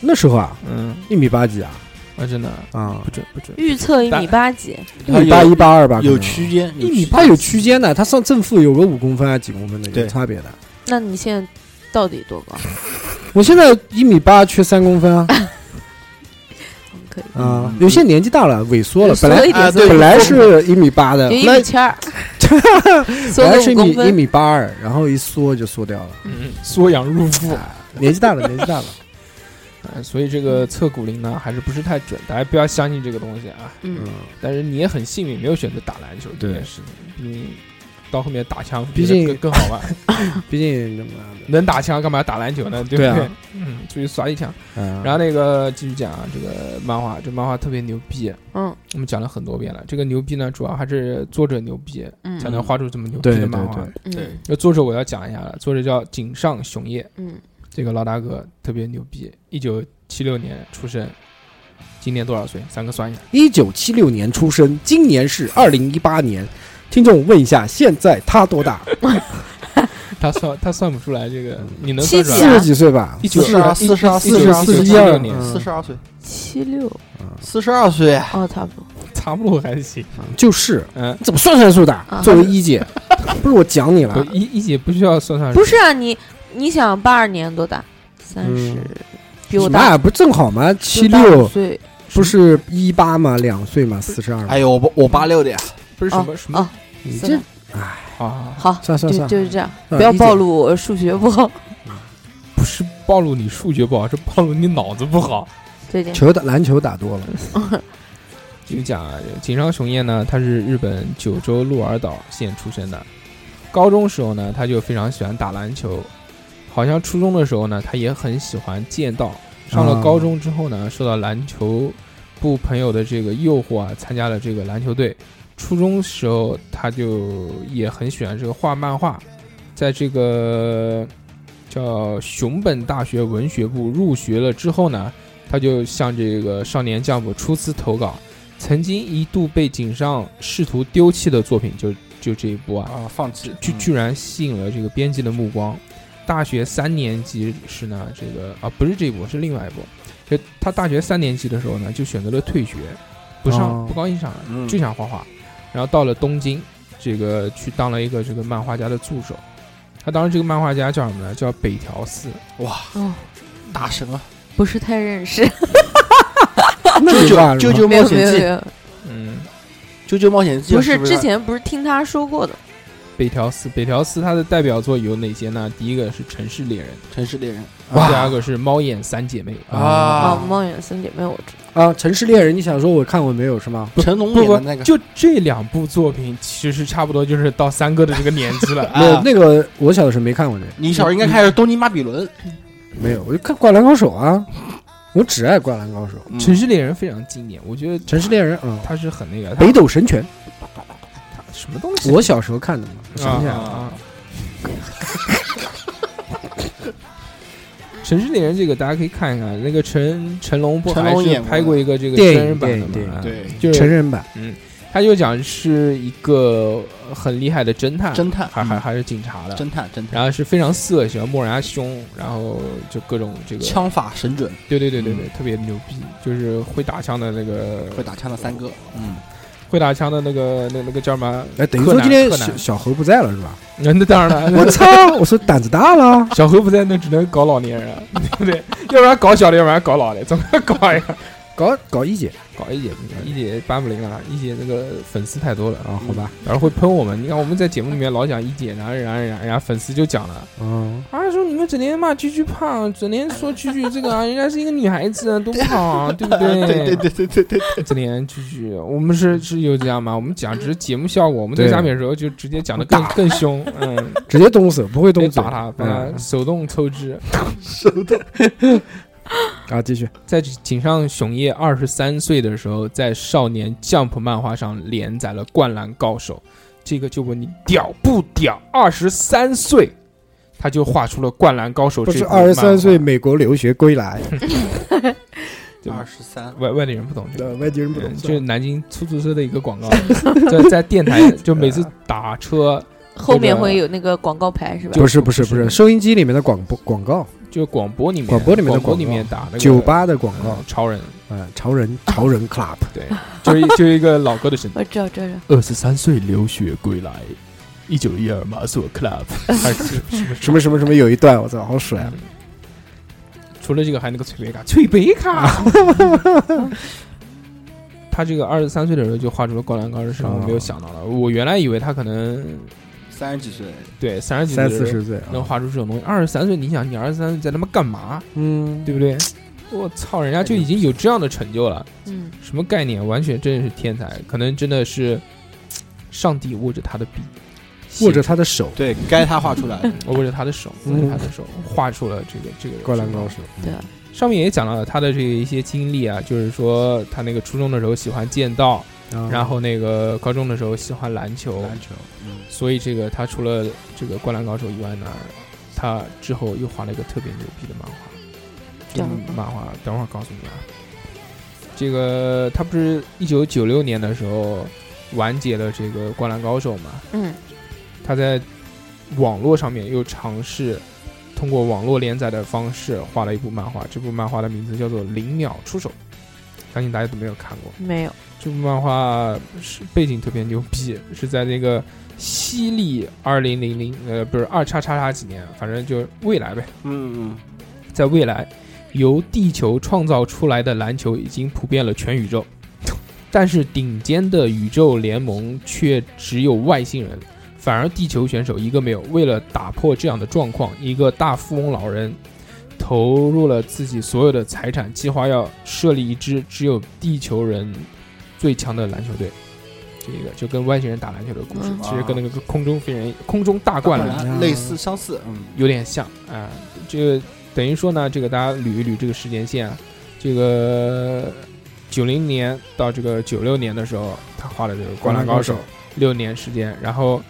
Speaker 3: 那时候啊，
Speaker 2: 嗯，
Speaker 3: 一米八几啊
Speaker 2: 啊，真的
Speaker 3: 啊
Speaker 2: 不，准不准。
Speaker 5: 预测一米
Speaker 2: 打
Speaker 5: 八几，
Speaker 3: 一
Speaker 4: 它
Speaker 3: 米八一八二吧，
Speaker 4: 有有
Speaker 3: 可能
Speaker 4: 区。间，
Speaker 2: 一米
Speaker 3: 他有区间的，他上正负有个五公分啊，几公分的有
Speaker 4: 对
Speaker 3: 差别的。
Speaker 5: 那你现在到底多高？
Speaker 3: 我现在一米八缺三公分 啊
Speaker 5: 嗯可以，
Speaker 3: 啊
Speaker 4: 嗯！
Speaker 3: 有些年纪大了萎缩了，
Speaker 5: 缩
Speaker 3: 本来
Speaker 5: 一点
Speaker 4: 啊
Speaker 5: 缩一
Speaker 4: 对
Speaker 3: 本
Speaker 5: 点，
Speaker 3: 来是一米八的，
Speaker 5: 有一
Speaker 3: 后来
Speaker 5: 米 七二，缩
Speaker 3: 本来
Speaker 5: 了
Speaker 3: 是
Speaker 5: 五
Speaker 3: 一
Speaker 5: 公
Speaker 3: 米一
Speaker 5: 分，
Speaker 3: 米八二，然后一缩就缩掉了。
Speaker 2: 嗯，缩阳入腹。
Speaker 3: 年纪大了，年纪大了，
Speaker 2: 呃所以这个测骨龄呢，还是不是太准，大家不要相信这个东西啊。
Speaker 5: 嗯
Speaker 3: 嗯，
Speaker 2: 但是你也很幸运，没有选择打篮球这
Speaker 3: 对
Speaker 2: 件事情，毕竟到后面打枪，
Speaker 3: 毕竟
Speaker 2: 更更好玩。
Speaker 3: 嗯毕竟那么
Speaker 2: 能打枪干嘛打篮球呢？对不
Speaker 3: 对啊
Speaker 2: 对？嗯，出去耍一枪。
Speaker 3: 嗯
Speaker 2: 然后那个继续讲啊，这个漫画，这漫画特别牛逼，
Speaker 5: 嗯
Speaker 2: 我们讲了很多遍了。这个牛逼呢，主要还是作者牛逼，
Speaker 5: 嗯
Speaker 2: 才能画出这么牛逼
Speaker 3: 对
Speaker 2: 的
Speaker 3: 对
Speaker 2: 漫画
Speaker 3: 对。
Speaker 5: 嗯
Speaker 2: 那作者我要讲一下了，作者叫井上雄彦，
Speaker 5: 嗯，
Speaker 2: 这个老大哥特别牛逼，一九七六年出生，今年多少岁？三哥算一下，
Speaker 3: 一九七六年出生，今年是二零一八年。听众问一下，现在他多大？
Speaker 2: 他 算他算不出来这个，
Speaker 3: 嗯
Speaker 2: 你能
Speaker 5: 七
Speaker 2: 算
Speaker 5: 几
Speaker 2: 出
Speaker 3: 四
Speaker 2: 来吗？
Speaker 3: 十几岁吧？
Speaker 2: 一九
Speaker 4: 四十二四十二
Speaker 2: 一九
Speaker 3: 四十
Speaker 2: 七
Speaker 3: 一
Speaker 2: 六
Speaker 3: 二
Speaker 2: 年，
Speaker 3: 嗯
Speaker 4: 四十二岁，
Speaker 5: 七六
Speaker 4: 四十二岁啊，
Speaker 5: 哦，差不多，
Speaker 2: 差不多还行。
Speaker 3: 就是，
Speaker 2: 嗯，
Speaker 3: 你怎么算算数的
Speaker 5: 啊？
Speaker 3: 作为一姐，不是我讲你
Speaker 2: 不
Speaker 3: 了，
Speaker 2: 一一姐不需要算算，
Speaker 5: 不是啊，你你想八二年多大？三十，比我
Speaker 3: 什么
Speaker 5: 大
Speaker 3: 啊？不正好吗？嗯七
Speaker 5: 比我大五
Speaker 3: 六
Speaker 5: 岁
Speaker 3: 不是一八吗？两岁吗？四十二。
Speaker 4: 哎呦，我八我八六的呀，
Speaker 2: 不是什么
Speaker 5: 哦
Speaker 2: 什么
Speaker 5: 哦，
Speaker 3: 你
Speaker 5: 算
Speaker 3: 这
Speaker 5: 了
Speaker 2: 啊，
Speaker 5: 好，
Speaker 3: 算算
Speaker 5: 就
Speaker 3: 算，
Speaker 5: 就是这样，
Speaker 3: 嗯
Speaker 5: 不要
Speaker 3: 一姐
Speaker 5: 暴露我数学不好
Speaker 2: 不是暴露你数学不好，是暴露你脑子不好。
Speaker 5: 这件事。
Speaker 3: 球打篮球打多了，
Speaker 2: 就讲啊，这个井上雄彦呢，他是日本九州鹿儿岛县出生的。高中时候呢，他就非常喜欢打篮球，好像初中的时候呢，他也很喜欢剑道。上了
Speaker 3: 啊
Speaker 2: 高中之后呢，受到篮球部朋友的这个诱惑啊，参加了这个篮球队。初中时候他就也很喜欢这个画漫画，在这个叫熊本大学文学部入学了之后呢，他就向这个少年将母初次投稿，曾经一度被井上试图丢弃的作品，就就这一部啊，
Speaker 4: 啊，放弃
Speaker 2: 居居然吸引了这个编辑的目光。大学三年级时呢，这个啊不是这一部，是另外一部。就他大学三年级的时候呢，就选择了退学，不上、
Speaker 3: 哦
Speaker 2: 不高兴上了，
Speaker 4: 嗯
Speaker 2: 就想画画。然后到了东京，这个去当了一个这个漫画家的助手。他当时这个漫画家叫什么呢？叫北条司。
Speaker 4: 哇，
Speaker 5: 哦，
Speaker 4: 大神啊！
Speaker 5: 不是太认识，
Speaker 3: 那
Speaker 4: 啾
Speaker 3: 就
Speaker 4: 啾
Speaker 3: 烂
Speaker 4: 啾
Speaker 3: 了。
Speaker 4: 啾
Speaker 5: 没
Speaker 4: 冒
Speaker 5: 有没
Speaker 4: 险
Speaker 5: 有没
Speaker 4: 记，
Speaker 5: 有，
Speaker 2: 嗯，
Speaker 4: 啾啾冒险记啊
Speaker 5: 不
Speaker 4: 是
Speaker 5: 是
Speaker 4: 是
Speaker 5: 之前不是听他说过的，
Speaker 2: 北条司，北条司他的代表作有哪些呢？第一个是《城市猎人
Speaker 4: 城市猎人》，
Speaker 2: 第二个是《猫眼三姐妹》
Speaker 5: 啊，
Speaker 4: 啊，
Speaker 5: 猫眼三姐妹我知道，
Speaker 3: 啊，《城市猎人》，你想说我看过没有是吗？
Speaker 4: 成龙
Speaker 2: 不
Speaker 4: 演
Speaker 2: 不
Speaker 4: 的那，个，
Speaker 2: 嗯就这两部作品，其实差不多就是到三哥的这个年纪 了。
Speaker 4: 啊
Speaker 3: 没呃有，那个我小的时候没看过这个，
Speaker 4: 你小时候应该看的是《东京巴比伦》
Speaker 3: 没有，我就看《灌篮高手》啊，我只爱《灌篮高手》
Speaker 4: 嗯，
Speaker 2: 城市猎人非常经典，我觉得
Speaker 3: 《城市猎人》啊，
Speaker 2: 他是很那个，
Speaker 3: 《北
Speaker 2: 他
Speaker 3: 斗神拳
Speaker 2: 什么东》，西？
Speaker 3: 我小时候看的嘛，我想
Speaker 2: 啊
Speaker 3: 不起
Speaker 2: 啊
Speaker 3: 来 了。
Speaker 2: 啊！城市猎人这个大家可以看一看，那个成成龙不
Speaker 4: 成
Speaker 2: 还
Speaker 4: 龙
Speaker 2: 是
Speaker 4: 演过
Speaker 2: 拍过一个这个
Speaker 3: 电
Speaker 2: 真
Speaker 3: 影
Speaker 2: 人版的
Speaker 3: 电影
Speaker 2: 嘛？啊
Speaker 4: 电影对
Speaker 2: 就
Speaker 3: 成
Speaker 2: 是
Speaker 3: 人版
Speaker 2: 嗯，他就讲是一个很厉害的侦探，
Speaker 4: 侦探，嗯
Speaker 2: 还还还是警察的，
Speaker 4: 侦探侦探，
Speaker 2: 然后是非常色情，莫然凶，然后就各种这个
Speaker 4: 枪法神准，
Speaker 2: 对对对对
Speaker 3: 嗯
Speaker 2: 对，特别牛逼，就是会打枪的那个，
Speaker 4: 会打枪的三哥，嗯，
Speaker 2: 会打枪的那个那那个叫什么？
Speaker 3: 哎，等于
Speaker 2: 柯
Speaker 3: 说
Speaker 2: 南
Speaker 3: 今天
Speaker 2: 柯南
Speaker 3: 小小猴不在了是吧？
Speaker 2: 那那当然
Speaker 3: 我
Speaker 2: 了，
Speaker 3: 操！我说胆子大了，
Speaker 2: 小何不在，那只能搞老年人了，对不对？要不然搞小的，要不然搞老的，怎么搞呀？
Speaker 3: 搞搞一姐
Speaker 2: 搞一姐不行，一姐搬不灵了，一姐那个粉丝太多了
Speaker 3: 啊，好吧，
Speaker 2: 然后会喷我们。你看我们在节目里面老讲一姐，然后然后然后然后粉丝就讲了，
Speaker 3: 嗯，
Speaker 2: 啊说你们整天骂居居胖，整天说居居这个啊，人家是一个女孩子，多不好啊，对不对？
Speaker 4: 对对对对，
Speaker 2: 这连继续，我们是是有这样吗？我们讲只是节目效果，我们在
Speaker 3: 对
Speaker 2: 下面的时候就直接讲的更更凶，嗯，
Speaker 3: 直接动手，不会动
Speaker 2: 得
Speaker 3: 嘴
Speaker 2: 打他，把他
Speaker 3: 嗯
Speaker 2: 手动抽脂。
Speaker 3: 啊，继续
Speaker 2: 在井上雄彦二十三岁的时候，在少年 Jump 漫画上连载了《灌篮高手》，这个就问你屌不屌？二十三岁，他就画出了《灌篮高手》
Speaker 3: 不
Speaker 2: 这
Speaker 3: 是
Speaker 2: 部
Speaker 3: 二十
Speaker 2: 漫画
Speaker 3: 三岁美国留学归来，
Speaker 2: 对
Speaker 4: 二十三，
Speaker 2: 外外地人不懂这个。
Speaker 3: 呃外地人不
Speaker 2: 嗯
Speaker 3: 懂
Speaker 2: 这是
Speaker 3: 事。
Speaker 2: 南京出租车的一个 广告，在在电台就每次打车
Speaker 5: 后面
Speaker 2: 个
Speaker 5: 会有那个广告牌是吧？
Speaker 3: 不是不是
Speaker 2: 不
Speaker 3: 不
Speaker 2: 是
Speaker 3: 是，收音机里面的广播广告，
Speaker 2: 就广播里面，
Speaker 3: 广播里面的
Speaker 2: 广播里
Speaker 3: 广告
Speaker 2: 面打那个
Speaker 3: 酒吧的广告
Speaker 2: 嗯，超人，
Speaker 3: 嗯，潮人潮人 club，
Speaker 2: 对，就是一 就是一个老哥的声音。
Speaker 5: 我知道，知道，知道
Speaker 2: 二十三岁留学归来，一九一二马索 club 还是什么
Speaker 3: 什么什么什么有一段，我操，好
Speaker 2: 鬼
Speaker 3: 水
Speaker 2: 啊？
Speaker 3: 啊！
Speaker 2: 除了这个，还有那个崔贝卡，崔贝嗯卡。 他这个二十三岁的时候就画出了《灌篮高手》，是
Speaker 3: 哦
Speaker 2: 我没有想到的。我原来以为他可能
Speaker 4: 三十几岁，
Speaker 2: 对三十几岁
Speaker 3: 三
Speaker 2: 的时
Speaker 3: 四
Speaker 2: 候
Speaker 3: 十岁
Speaker 2: 能
Speaker 3: 啊，
Speaker 2: 画出这种东西。二十三岁，你想，你二十三岁在他妈干嘛？
Speaker 3: 嗯，
Speaker 2: 对不对？我操，人家就已经有这样的成就了。
Speaker 5: 嗯，
Speaker 2: 什么概念？完全真的是天才，可能真的是上帝握着他的笔，
Speaker 3: 握着他的手，
Speaker 4: 对该他画出来的，
Speaker 2: 握着他的手，握
Speaker 3: 嗯
Speaker 2: 着他的手，画出了这个这个
Speaker 3: 灌篮高。手，
Speaker 5: 对，
Speaker 2: 上面也讲到了他的这个一些经历啊，就是说他那个初中的时候喜欢剑道，
Speaker 3: 啊
Speaker 2: 然后那个高中的时候喜欢篮球，
Speaker 4: 篮球， 嗯，
Speaker 2: 所以这个他除了这个灌篮高手以外呢，他之后又画了一个特别牛逼的漫画，这
Speaker 5: 叫
Speaker 2: 个
Speaker 5: 什么
Speaker 2: 漫画等会儿告诉你啊。这个他不是一九九六年的时候完结了这个《灌篮高手》嘛？
Speaker 5: 嗯，
Speaker 2: 他在网络上面又尝试通过网络连载的方式画了一部漫画，这部漫画的名字叫做《零秒出手》，相信大家都没有看过。
Speaker 5: 没有，
Speaker 2: 这部漫画是背景特别牛逼，是在那个西历二零零零呃不是二叉叉叉几年，反正就是未来呗，
Speaker 4: 嗯嗯，
Speaker 2: 在未来由地球创造出来的篮球已经普遍了全宇宙， 但是顶尖的宇宙联盟却只有外星人，反而地球选手一个没有。为了打破这样的状况，一个大富翁老人投入了自己所有的财产，计划要设立一支只有地球人最强的篮球队。这个就跟外星人打篮球的故事，
Speaker 5: 嗯
Speaker 2: 其实跟那个空中飞人、空中大灌篮
Speaker 4: 篮类似相似，嗯，
Speaker 2: 有点像啊、这个等于说呢，这个大家捋一捋这个时间线啊，这个九零年到这个九六年的时候，他画的这个《灌篮高手》，六年时间，然后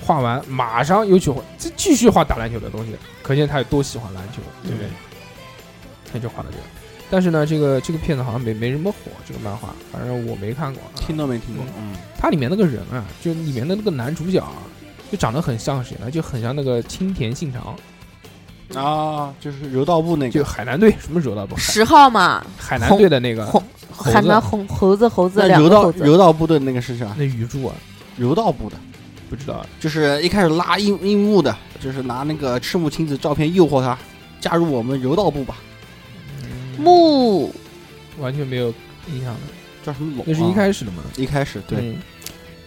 Speaker 2: 画完马上又去画，这继续画打篮球的东西，可见他有多喜欢篮球，对不对？他就画了这个，但是呢，这个这个片子好像没没什么火，这个漫画，反正我没看过啊。
Speaker 4: 听都没听过。嗯，
Speaker 2: 它里面那个人啊，就里面的那个男主角啊，就长得很像谁呢？就很像那个青田信长，
Speaker 4: 啊，就是柔道部那
Speaker 2: 就
Speaker 4: 个，
Speaker 2: 海南队什么柔道部，海
Speaker 5: 十号嘛，
Speaker 2: 海南队的那个
Speaker 5: 红
Speaker 2: 猴
Speaker 5: 海南
Speaker 2: 子，
Speaker 5: 红猴子猴子
Speaker 4: 那
Speaker 5: 两
Speaker 4: 柔
Speaker 5: 个
Speaker 4: 道
Speaker 5: 猴子，
Speaker 4: 柔道部的那个是啥？
Speaker 2: 那鱼柱啊，
Speaker 4: 柔道部的，
Speaker 2: 不知道啊
Speaker 4: 就是一开始拉樱樱木的，就是拿那个赤木晴子照片诱惑他，加入我们柔道部吧，
Speaker 5: 木
Speaker 2: 完全没有印象了，
Speaker 4: 叫什么龙啊？
Speaker 2: 那是一开始的嘛。
Speaker 4: 一开始对，
Speaker 2: 嗯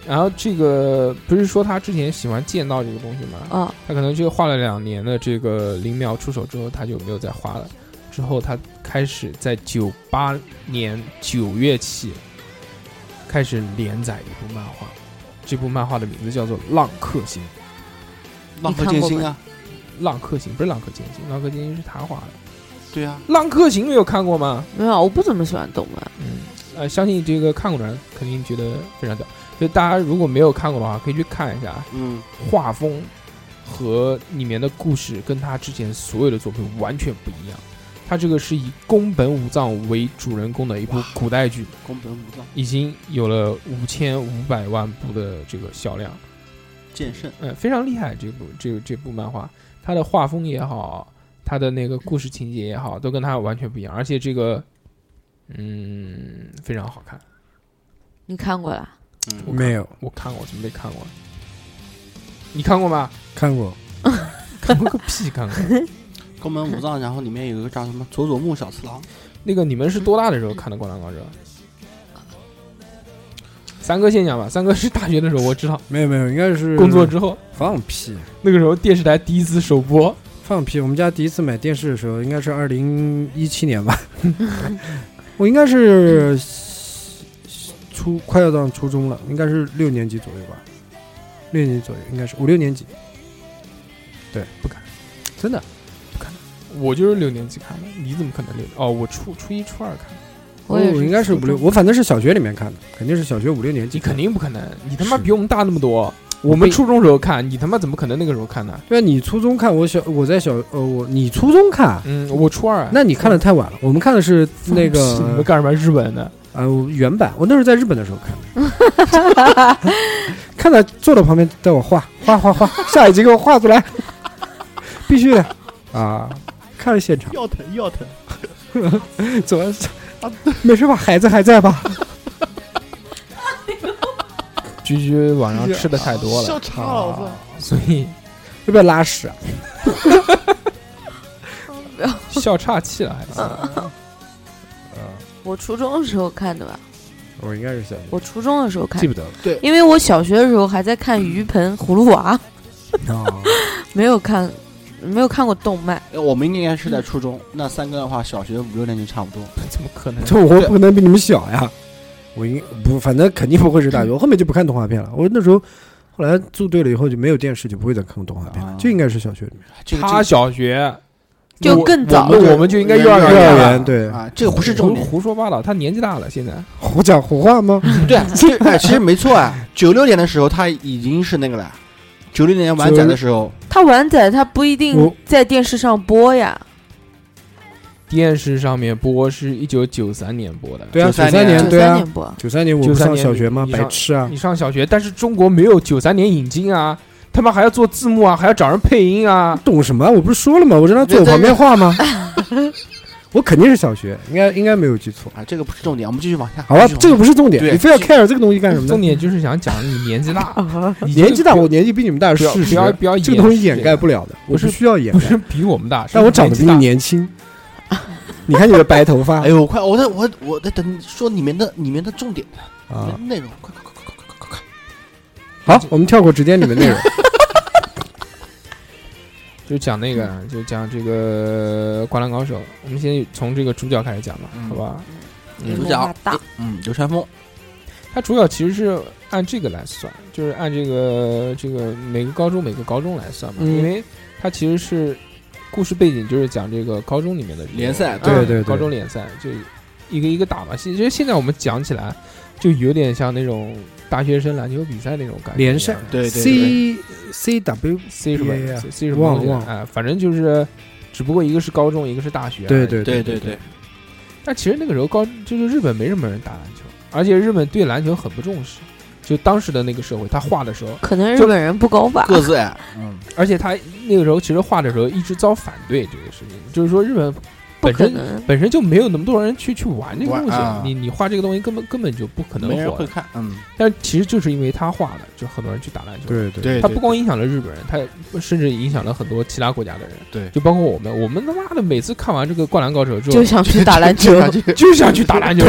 Speaker 2: 然后这个不是说他之前喜欢剑道这个东西吗？
Speaker 5: 啊，
Speaker 2: 他可能就画了两年的这个零秒出手之后，他就没有再画了。之后他开始在九八年九月起开始连载一部漫画，这部漫画的名字叫做《浪客行》。
Speaker 4: 浪客剑心啊，
Speaker 2: 浪客行不是浪客剑心，浪客剑心是他画的。
Speaker 4: 对啊，
Speaker 2: 浪客行没有看过吗？
Speaker 5: 没有，我不怎么喜欢动漫，
Speaker 2: 嗯，呃，相信这个看过的人肯定觉得非常屌。所以大家如果没有看过的话，可以去看一下。
Speaker 4: 嗯，
Speaker 2: 画风和里面的故事跟他之前所有的作品完全不一样。他这个是以宫本武藏为主人公的一部古代剧，
Speaker 4: 宫本武藏
Speaker 2: 已经有了五千五百万部的这个销量，
Speaker 4: 剑圣，
Speaker 2: 嗯，非常厉害。这部这这部漫画，它的画风也好，它的那个故事情节也好，都跟它完全不一样，而且这个，嗯，非常好看。
Speaker 5: 你看过啦？
Speaker 2: 我看
Speaker 4: 嗯，
Speaker 3: 没有
Speaker 2: 我看过，怎么没看过？你看过吗？
Speaker 3: 看过，
Speaker 2: 看过个屁，看过。
Speaker 4: 宫本武藏，然后里面有一个叫什么佐佐木小次郎，
Speaker 2: 那个你们是多大的时候看的《灌篮高手》？三哥先讲吧，三哥是大学的时候，我知道
Speaker 3: 没有没有，应该是
Speaker 2: 工作之后，
Speaker 3: 放屁
Speaker 2: 那个时候电视台第一次首播，
Speaker 3: 放屁！我们家第一次买电视的时候，应该是二零一七年 吧，我应该是初快要到初中了，应该是六年级左右吧，六年级左右应该是五六年级，对，哦
Speaker 2: 不敢，
Speaker 3: 真的
Speaker 2: 我就是六年级看的，你怎么可能六？哦，我初初一初二看的，
Speaker 5: 我也是
Speaker 3: 应该是
Speaker 5: 初
Speaker 3: 五六，
Speaker 5: 中
Speaker 3: 我反正是小学里面看的，肯定是小学五六年级
Speaker 2: 你
Speaker 3: 看
Speaker 2: 肯
Speaker 3: 的。
Speaker 2: 定不可能，你他妈
Speaker 3: 是
Speaker 2: 比我们大那么多。我们初中时候看，你他妈怎么可能那个时候看呢？
Speaker 3: 对啊，你初中看我小，我在小呃，我你初中看，
Speaker 2: 嗯，我初二啊，
Speaker 3: 那你看的太晚了。我们看的是那
Speaker 2: 放屁你
Speaker 3: 个
Speaker 2: 们干什么？日本的，
Speaker 3: 呃原版，我那时候在日本的时候看的， 看到坐到旁边带我画画画画，下一集给我画出来， 必须的啊！看了现场，
Speaker 4: 要疼要疼，
Speaker 3: 走啊， 没事吧？孩子还在吧？
Speaker 2: 居居晚上吃的太多了，
Speaker 4: 啊岔了，我操！
Speaker 2: 所以
Speaker 3: 要不要拉屎啊？
Speaker 2: 笑岔气了，还是
Speaker 4: 嗯
Speaker 5: 我初中的时候看的吧，
Speaker 3: 我应该是小学，
Speaker 5: 我初中的时候看
Speaker 3: 记，不得了
Speaker 5: 因为我小学的时候还在看《鱼盆葫芦娃》，
Speaker 3: 啊。
Speaker 5: 没有看，没有看过动漫。
Speaker 4: 哎我们应该是在初中，那三哥的话，小学五六年级差不多。
Speaker 2: 怎么可能？
Speaker 3: 这我不可能比你们小呀，嗯我应不，反正肯定不会是大学。我后面就不看动画片了。我那时候后来住对了以后就没有电视，就不会再看动画片了，
Speaker 4: 啊
Speaker 3: 就应该是小学里面。
Speaker 4: 这个
Speaker 2: 他小学
Speaker 5: 就
Speaker 2: 我
Speaker 5: 更早
Speaker 2: 我们我们就应该幼儿
Speaker 3: 幼
Speaker 2: 园
Speaker 3: 儿
Speaker 2: 了
Speaker 3: 园对
Speaker 4: 啊，这个不是重点。
Speaker 2: 胡胡说八道。他年纪大了，现在
Speaker 3: 胡讲胡话吗？
Speaker 2: 哦
Speaker 4: 对，其实哎，其实没错啊。九六年的时候，他已经是那个了。九六年晚载的时候，
Speaker 5: 他晚载，他不一定
Speaker 3: 我
Speaker 5: 在电视上播呀。
Speaker 2: 电视上面播是一九九三年播的。
Speaker 3: 对啊，九
Speaker 4: 93
Speaker 3: 三
Speaker 4: 年
Speaker 5: 九
Speaker 3: 对
Speaker 5: 三
Speaker 3: 啊，
Speaker 5: 年播，
Speaker 3: 九三年我不上小学吗？
Speaker 2: 93年
Speaker 3: 白痴啊！
Speaker 2: 你上小学，但是中国没有九三年引进啊，他们还要做字幕啊，还要找人配音啊。
Speaker 3: 懂什么啊？我不是说了吗？我让他坐我旁边 画吗？我肯定是小学，应该应该没有记错。
Speaker 4: 啊，这个不是重点，我们继续往下。
Speaker 3: 好吧，
Speaker 4: 继续往
Speaker 3: 这个不是重点，
Speaker 4: 对
Speaker 3: 你非要 care 这个东西干什么呢？
Speaker 2: 重点就是想讲你年纪大，
Speaker 5: 哦
Speaker 2: 你
Speaker 3: 年纪大，
Speaker 2: 不
Speaker 3: 我年纪比你们大
Speaker 2: 不
Speaker 3: 是
Speaker 2: 要
Speaker 3: 事
Speaker 2: 不
Speaker 3: 实，
Speaker 2: 要不要
Speaker 3: 这个东西
Speaker 2: 掩
Speaker 3: 掩
Speaker 2: 饰
Speaker 3: 盖不了的，
Speaker 2: 不
Speaker 3: 我不
Speaker 2: 是
Speaker 3: 需要掩
Speaker 2: 不
Speaker 3: 盖
Speaker 2: 是。比我们大，是
Speaker 3: 但我长得比你
Speaker 2: 纪大。
Speaker 3: 年轻。你看你的白头发
Speaker 4: 哎呦，快！我在我我在等你说里面的里面的重点
Speaker 3: 啊！
Speaker 4: 内容，快快快快快快快快！
Speaker 3: 好，我们跳过直接你 们内容。
Speaker 2: 就讲那个，就讲这个《灌篮高手》，我们先从这个主角开始讲吧，
Speaker 4: 嗯
Speaker 2: 好吧？
Speaker 5: 嗯
Speaker 4: 主
Speaker 5: 那
Speaker 4: 角
Speaker 5: 大，
Speaker 4: 嗯，流川枫，
Speaker 2: 它主要其实是按这个来算，就是按这个这个每个高中每个高中来算嘛，
Speaker 3: 嗯
Speaker 2: 因为它其实是故事背景就是讲这个高中里面的这个
Speaker 4: 联赛
Speaker 2: 对
Speaker 3: 对对对
Speaker 2: 高中联赛就一个一个打嘛。其实现在我们讲起来，就有点像那种大学生篮球比赛那种感觉，
Speaker 3: 联赛
Speaker 4: 对对对，
Speaker 3: C C W
Speaker 2: C 什么
Speaker 3: Yeah,
Speaker 2: C- C 什么
Speaker 3: 忘了
Speaker 2: 东西
Speaker 3: 忘了
Speaker 2: 哎，反正就是，只不过一个是高中，一个是大学。
Speaker 3: 对。对对
Speaker 4: 对对对，
Speaker 2: 但其实那个时候高就是日本没什么人打篮球，而且日本对篮球很不重视。就当时的那个社会，他画的时候，
Speaker 5: 可能
Speaker 2: 就
Speaker 5: 日本人不高吧。
Speaker 4: 个子矮，嗯，
Speaker 2: 而且他那个时候其实画的时候一直遭反对这个事情，就是说日本
Speaker 5: 不
Speaker 2: 本
Speaker 5: 可
Speaker 2: 身
Speaker 5: 能，
Speaker 2: 本身就没有那么多人去去玩这个东西，
Speaker 4: 玩啊
Speaker 2: 你你画这个东西根本根本就不可能
Speaker 4: 没人
Speaker 2: 火
Speaker 4: 会。看，嗯，
Speaker 2: 但其实就是因为他画了，就很多人去打篮球。
Speaker 3: 对对
Speaker 4: 对，
Speaker 2: 他
Speaker 4: 对
Speaker 2: 不光影响了日本人，他甚至影响了很多其他国家的人。
Speaker 4: 对
Speaker 2: 就包括我们，我们他妈的每次看完这个《灌篮高手》之
Speaker 5: 就
Speaker 2: 后，
Speaker 5: 想去打篮球。
Speaker 4: 就感觉
Speaker 2: 就想去打篮球，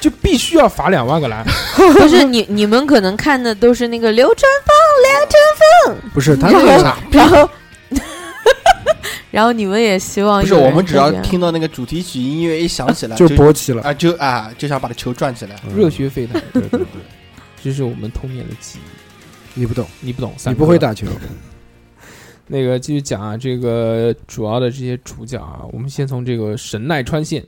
Speaker 2: 就必须要罚两万个篮。
Speaker 5: 不是你你们可能看的都是那个流川
Speaker 4: 嗯
Speaker 3: 不是他
Speaker 5: 然
Speaker 3: 那
Speaker 5: 后
Speaker 3: 个啥，
Speaker 5: 然 后，然后你们也希望
Speaker 4: 不是
Speaker 5: 有人
Speaker 4: 我们只要
Speaker 5: 这样
Speaker 4: 听到那个主题曲音乐一响起来，
Speaker 3: 就
Speaker 4: 就
Speaker 3: 勃起了，
Speaker 4: 啊就啊就想把这球转起来，
Speaker 3: 嗯
Speaker 2: 哎热血沸腾，
Speaker 3: 对对对，
Speaker 2: 这是我们童年的记忆。
Speaker 3: 你不懂，
Speaker 2: 你不懂， 三
Speaker 3: 你
Speaker 2: 哥
Speaker 3: 不会打球，
Speaker 2: 那个继续讲啊，这个主要的这些主角啊，我们先从这个神奈川县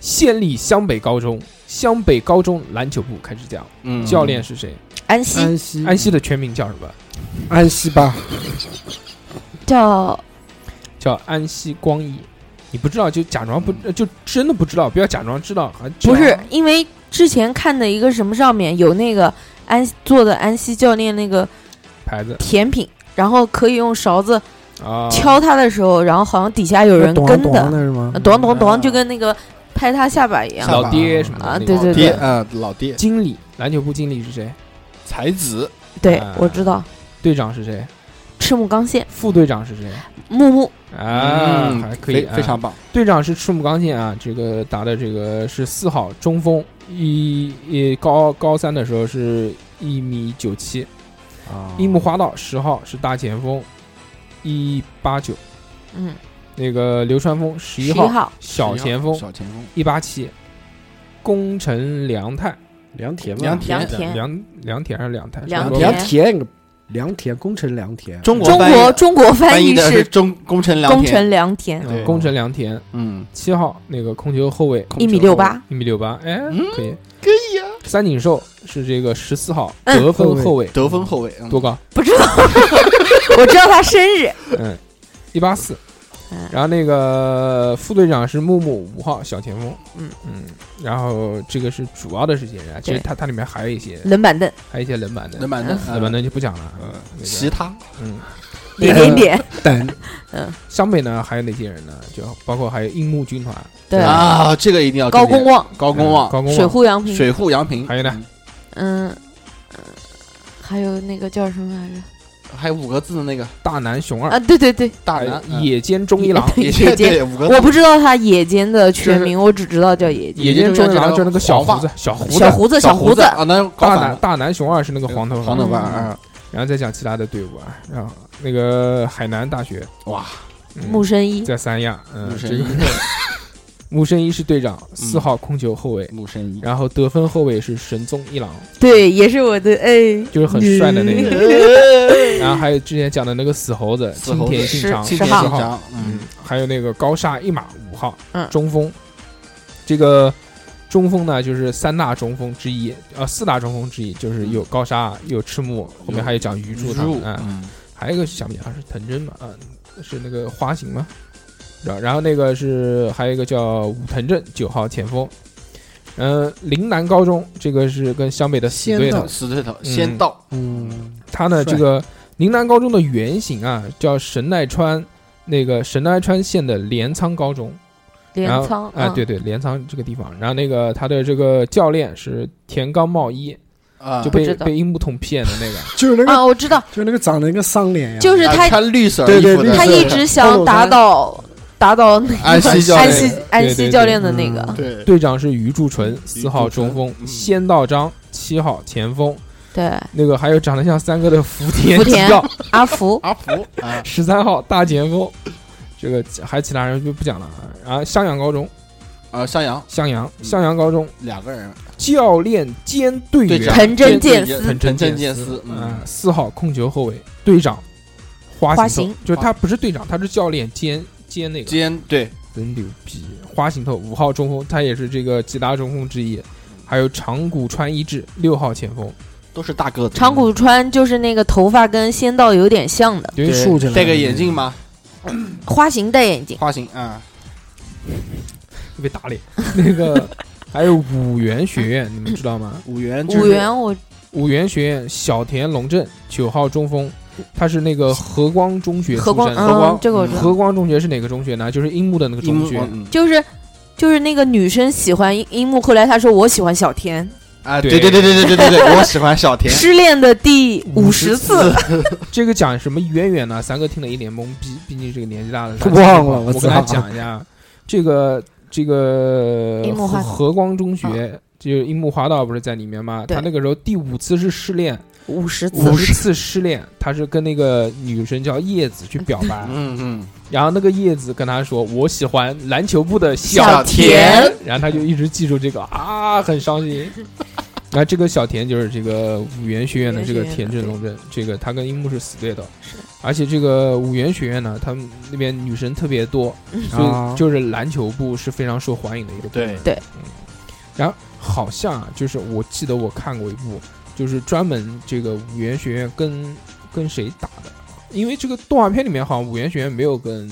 Speaker 2: 县立湘北高中湘北高中篮球部开始讲。
Speaker 4: 嗯
Speaker 2: 教练是谁？
Speaker 5: 安西
Speaker 3: 安西
Speaker 2: 安西的全名叫什么？
Speaker 3: 安西吧，
Speaker 5: 叫
Speaker 2: 叫安西光一。你不知道就假装不，呃就真的不知道，不要假装知道，啊还知道
Speaker 5: 不是因为之前看的一个什么上面有那个安做的安西教练那个
Speaker 2: 牌子
Speaker 5: 甜品，然后可以用勺子
Speaker 2: 啊。
Speaker 5: 敲它的时候，然后好像底下有人
Speaker 3: 懂
Speaker 5: 跟
Speaker 3: 呃懂
Speaker 5: 的，呃
Speaker 3: 那是吗？
Speaker 5: 咚咚
Speaker 4: 啊
Speaker 5: 咚，就跟那个拍他下巴一样
Speaker 4: 下。
Speaker 2: 老爹什么的
Speaker 5: 啊
Speaker 2: 那个
Speaker 5: 对对
Speaker 4: 爹
Speaker 5: 对
Speaker 4: 啊老爹
Speaker 2: 嗯经理篮球部经理是谁？
Speaker 4: 才子，
Speaker 5: 对
Speaker 4: 嗯
Speaker 2: 啊，
Speaker 5: 我知道，
Speaker 2: 队长是谁？
Speaker 5: 赤木刚宪、
Speaker 2: 副队长是谁？
Speaker 5: 木木，
Speaker 2: 啊，
Speaker 4: 嗯
Speaker 2: 还可以，
Speaker 4: 非非
Speaker 2: 啊
Speaker 4: 常棒，
Speaker 2: 队长是赤木刚宪啊，这个打的这个是四号中锋，一一高高三的时候是一米九七，
Speaker 3: 啊
Speaker 2: 樱木花道十号是大前锋，一八九，
Speaker 5: 嗯，
Speaker 2: 那个流川枫十
Speaker 5: 十
Speaker 2: 一
Speaker 5: 一
Speaker 2: 号
Speaker 5: 号，
Speaker 2: 小前锋
Speaker 4: 小前锋，
Speaker 2: 一八七，宫城良太
Speaker 3: 良田
Speaker 4: 良
Speaker 5: 良
Speaker 4: 田
Speaker 5: 田，
Speaker 2: 良良田还是良太？
Speaker 5: 良
Speaker 2: 田
Speaker 5: 田
Speaker 3: 良田，良田，工程良田，
Speaker 4: 中国
Speaker 5: 中
Speaker 4: 翻译
Speaker 5: 国中国
Speaker 4: 翻
Speaker 5: 翻
Speaker 4: 译
Speaker 5: 译
Speaker 4: 的是
Speaker 5: 是
Speaker 4: 中宫城良
Speaker 5: 宫
Speaker 4: 田，
Speaker 5: 城良田，
Speaker 4: 对
Speaker 2: 宫城良田
Speaker 4: 嗯，
Speaker 2: 七号那个控球后卫
Speaker 5: 一米六八，嗯
Speaker 2: 一米六八，哎，可以。
Speaker 4: 可以啊，
Speaker 2: 三井寿是这个十四号
Speaker 5: 嗯
Speaker 2: 得分后卫，
Speaker 4: 得分后卫，嗯
Speaker 2: 多高？
Speaker 5: 不知道， 我知道他生日，
Speaker 2: 嗯，一八四
Speaker 5: 嗯。
Speaker 2: 然后那个副队长是木木五号小前锋，
Speaker 5: 嗯
Speaker 2: 嗯，然后这个是主要的这些人啊，其实
Speaker 5: 对
Speaker 2: 它它里面还有一些
Speaker 5: 冷板凳，
Speaker 2: 还有一些冷板的，
Speaker 4: 能板凳，
Speaker 2: 冷板
Speaker 4: 凳，
Speaker 2: 凳就不讲了，嗯，那个
Speaker 4: 呃其他
Speaker 2: 嗯，
Speaker 5: 点点点，
Speaker 3: 等
Speaker 2: 湘北呢还有哪些人呢？就包括还有樱木军团，
Speaker 5: 对，
Speaker 4: 啊，这个一定要
Speaker 5: 高
Speaker 4: 重点
Speaker 5: 公望、
Speaker 4: 高公
Speaker 2: 嗯
Speaker 4: 望、
Speaker 2: 高公
Speaker 5: 水
Speaker 2: 望，
Speaker 5: 户洋平，
Speaker 4: 水户洋平，
Speaker 2: 还有呢
Speaker 4: 嗯，
Speaker 5: 嗯，呃还有那个叫什么来着？
Speaker 4: 还有五个字的那个
Speaker 2: 大南雄二
Speaker 5: 啊，，对对对，
Speaker 4: 大
Speaker 2: 还有
Speaker 4: 南嗯
Speaker 2: 野间忠一郎，
Speaker 4: 也
Speaker 5: 野间
Speaker 4: 是对五个字
Speaker 5: 我不知道他野间的全名，我只知道叫野间。
Speaker 2: 野间忠一郎
Speaker 4: 野间忠一郎
Speaker 2: 就是那个小胡子，小胡子
Speaker 5: 小，胡子，小
Speaker 4: 胡
Speaker 5: 胡子，
Speaker 4: 啊，那
Speaker 2: 大
Speaker 4: 高反
Speaker 2: 南
Speaker 4: 了
Speaker 2: 大南雄二是那个黄头发
Speaker 4: 黄头发
Speaker 5: 嗯
Speaker 4: 啊，
Speaker 2: 然后再讲其他的队伍啊，然后那个海南大学，
Speaker 4: 哇，
Speaker 2: 嗯
Speaker 5: 木生一，
Speaker 2: 在三亚，嗯，
Speaker 4: 木
Speaker 2: 这
Speaker 4: 神嗯
Speaker 2: 个
Speaker 4: 医，
Speaker 2: 木生一是队长，四号控球后卫，
Speaker 4: 木神医，
Speaker 2: 然后得分后卫是神宗一郎，
Speaker 5: 对，也是我的哎，
Speaker 2: 就是很帅的那个，
Speaker 4: 哎
Speaker 2: 然后还有之前讲的那个死猴子
Speaker 4: 死
Speaker 2: 青
Speaker 4: 猴子
Speaker 2: 田信长，
Speaker 4: 青
Speaker 5: 十
Speaker 4: 田
Speaker 5: 号
Speaker 4: 信
Speaker 2: 号，
Speaker 4: 长，
Speaker 2: 嗯
Speaker 4: 嗯，，
Speaker 2: 还有那个高沙一马五号，
Speaker 5: 嗯
Speaker 2: 中锋，这个中锋呢就是三大中锋之一，呃，四大中锋之一，就是有高沙，有赤木，后面还有讲鱼
Speaker 4: 鱼
Speaker 2: 柱他
Speaker 4: 柱
Speaker 2: 们，嗯，
Speaker 4: 嗯
Speaker 2: 还有一个想不起来是藤真嘛，啊，是那个花形嘛，然然后那个是还有一个叫武藤正九号前锋，嗯、陵南高中这个是跟湘北的死对
Speaker 3: 仙
Speaker 2: 头
Speaker 3: 道，
Speaker 4: 死对头，
Speaker 2: 嗯
Speaker 4: 先到
Speaker 3: 嗯，
Speaker 2: 他呢
Speaker 4: 帅
Speaker 2: 这个陵南高中的原型啊叫神奈川那个神奈川县的镰仓高中，
Speaker 5: 镰
Speaker 2: 然后
Speaker 5: 仓
Speaker 2: 啊、
Speaker 5: 嗯
Speaker 2: 对对镰仓这个地方，然后那个他的这个教练是田冈茂一，
Speaker 4: 啊，
Speaker 2: 就
Speaker 5: 不
Speaker 2: 被
Speaker 5: 知道
Speaker 2: 被樱木桶骗的那个，
Speaker 3: 就是那个
Speaker 5: 啊，我知道，
Speaker 3: 就是那个长得跟丧脸一样，
Speaker 5: 就是
Speaker 4: 啊
Speaker 5: 他，
Speaker 4: 穿绿色
Speaker 3: 对
Speaker 4: 衣
Speaker 3: 对
Speaker 4: 服
Speaker 3: 绿
Speaker 4: 的，
Speaker 3: 色
Speaker 5: 他
Speaker 3: 的
Speaker 5: 一直想打倒打倒那个
Speaker 4: 安西教
Speaker 5: 安
Speaker 4: 练
Speaker 5: 西安西教练的那个
Speaker 2: 嗯，
Speaker 4: 对
Speaker 2: 队长是于柱纯四号
Speaker 4: 柱纯
Speaker 2: 中锋，
Speaker 4: 嗯
Speaker 2: 仙道章七号前锋。
Speaker 5: 对，
Speaker 2: 那个还有长得像三哥的福田
Speaker 5: 福
Speaker 2: 纪
Speaker 5: 田
Speaker 2: 耀，
Speaker 5: 阿福，
Speaker 4: 阿福啊，
Speaker 2: 十三号大前锋，这个还有其他人就不讲了啊。然后襄阳高中，
Speaker 4: 啊，襄阳
Speaker 2: 襄阳
Speaker 4: 嗯
Speaker 2: 襄阳高中
Speaker 4: 两个人，
Speaker 2: 教练兼队
Speaker 4: 队
Speaker 2: 员
Speaker 4: 长
Speaker 5: 藤真健司
Speaker 4: 藤
Speaker 2: 藤
Speaker 4: 真
Speaker 2: 健
Speaker 4: 健司，嗯
Speaker 2: 啊，，四号控球后卫，队长花
Speaker 5: 花
Speaker 2: 形
Speaker 5: 形啊
Speaker 2: 就是他不是队长，他是教练兼兼那个
Speaker 4: 兼对
Speaker 2: 真牛逼！花形透五号中锋，他也是这个几大中锋之一，还有长谷川一志六号前锋，
Speaker 4: 都是大个子，
Speaker 5: 长谷川就是那个头发跟仙道有点像的，
Speaker 2: 因
Speaker 4: 对
Speaker 2: 为
Speaker 3: 竖起来
Speaker 4: 戴个眼镜吗？
Speaker 5: 花形戴眼镜，
Speaker 4: 花型啊，
Speaker 2: 特别打脸。那个还有五原学院，你们知道吗？
Speaker 4: 五元就是
Speaker 5: 五元我
Speaker 2: 五原学院小田龙正九号中锋，他是那个和光中学
Speaker 5: 和
Speaker 2: 出
Speaker 5: 光
Speaker 2: 身，和
Speaker 5: 嗯
Speaker 2: 光
Speaker 5: 这个我知道，
Speaker 2: 和光中学是哪个中学呢？就是樱木的那个
Speaker 4: 樱
Speaker 2: 中
Speaker 4: 木
Speaker 2: 学。
Speaker 4: 嗯
Speaker 5: 就是就是那个女生喜欢樱樱木，后来她说我喜欢小田，
Speaker 4: 啊，
Speaker 2: 对
Speaker 4: 对对对对对对对，我喜欢小田，
Speaker 5: 失恋的第五十
Speaker 2: 50
Speaker 5: 次，
Speaker 2: 这个讲什么渊源呢？三哥听了一脸懵逼，毕竟这个年纪大了，他
Speaker 3: 忘了
Speaker 2: 记不好
Speaker 3: 我
Speaker 2: 我跟他
Speaker 3: 操
Speaker 2: 讲一下，这个这个
Speaker 5: 樱木花啊
Speaker 2: 和和光中学，就是樱木花道不是在里面吗？
Speaker 5: 对
Speaker 2: 他那个时候第五次是失恋，
Speaker 5: 五十次
Speaker 2: 五，十次失恋，他是跟那个女生叫叶子去表白，
Speaker 4: 嗯嗯，
Speaker 2: 然后那个叶子跟他说：“我喜欢篮球部的
Speaker 5: 小
Speaker 2: 田。
Speaker 5: 田
Speaker 2: 然后他就一直记住这个啊，很伤心。然后这个小田就是这个五原学院的这个田震龙正，这个他跟樱木是死对头。
Speaker 5: 是，
Speaker 2: 而且这个五原学院呢，他们那边女生特别多，所
Speaker 3: 啊
Speaker 2: 以就是篮球部是非常受欢迎的一个部门。
Speaker 5: 对
Speaker 4: 对
Speaker 2: 嗯。然后好像啊，就是我记得我看过一部，就是专门这个五原学院跟跟谁打的，因为这个动画片里面好像五原学院没有跟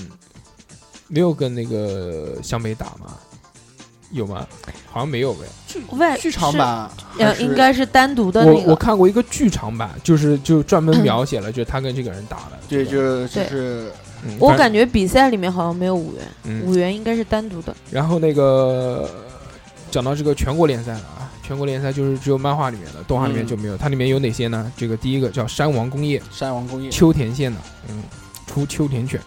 Speaker 2: 没有跟那个湘北打嘛，有吗？好像没有呗。
Speaker 5: 外
Speaker 4: 剧场版
Speaker 5: 呃
Speaker 4: 还是
Speaker 5: 应该是单独的
Speaker 2: 我
Speaker 5: 那
Speaker 2: 我
Speaker 5: 个，
Speaker 2: 看过一个剧场版，就是就专门描写了，就是他跟这个人打的。
Speaker 4: 对，
Speaker 2: 这个
Speaker 4: 就就
Speaker 5: 对
Speaker 4: 是
Speaker 2: 嗯
Speaker 5: 我
Speaker 2: 反
Speaker 5: 感觉比赛里面好像没有五元，
Speaker 2: 嗯
Speaker 5: 五元应该是单独的，
Speaker 2: 然后那个讲到这个全国联赛了啊，全国联赛就是只有漫画里面的，动画里面就没有。它里面有哪些呢？这个第一个叫山王工业，
Speaker 4: 山王工业，
Speaker 2: 秋田县的，嗯，出秋田犬，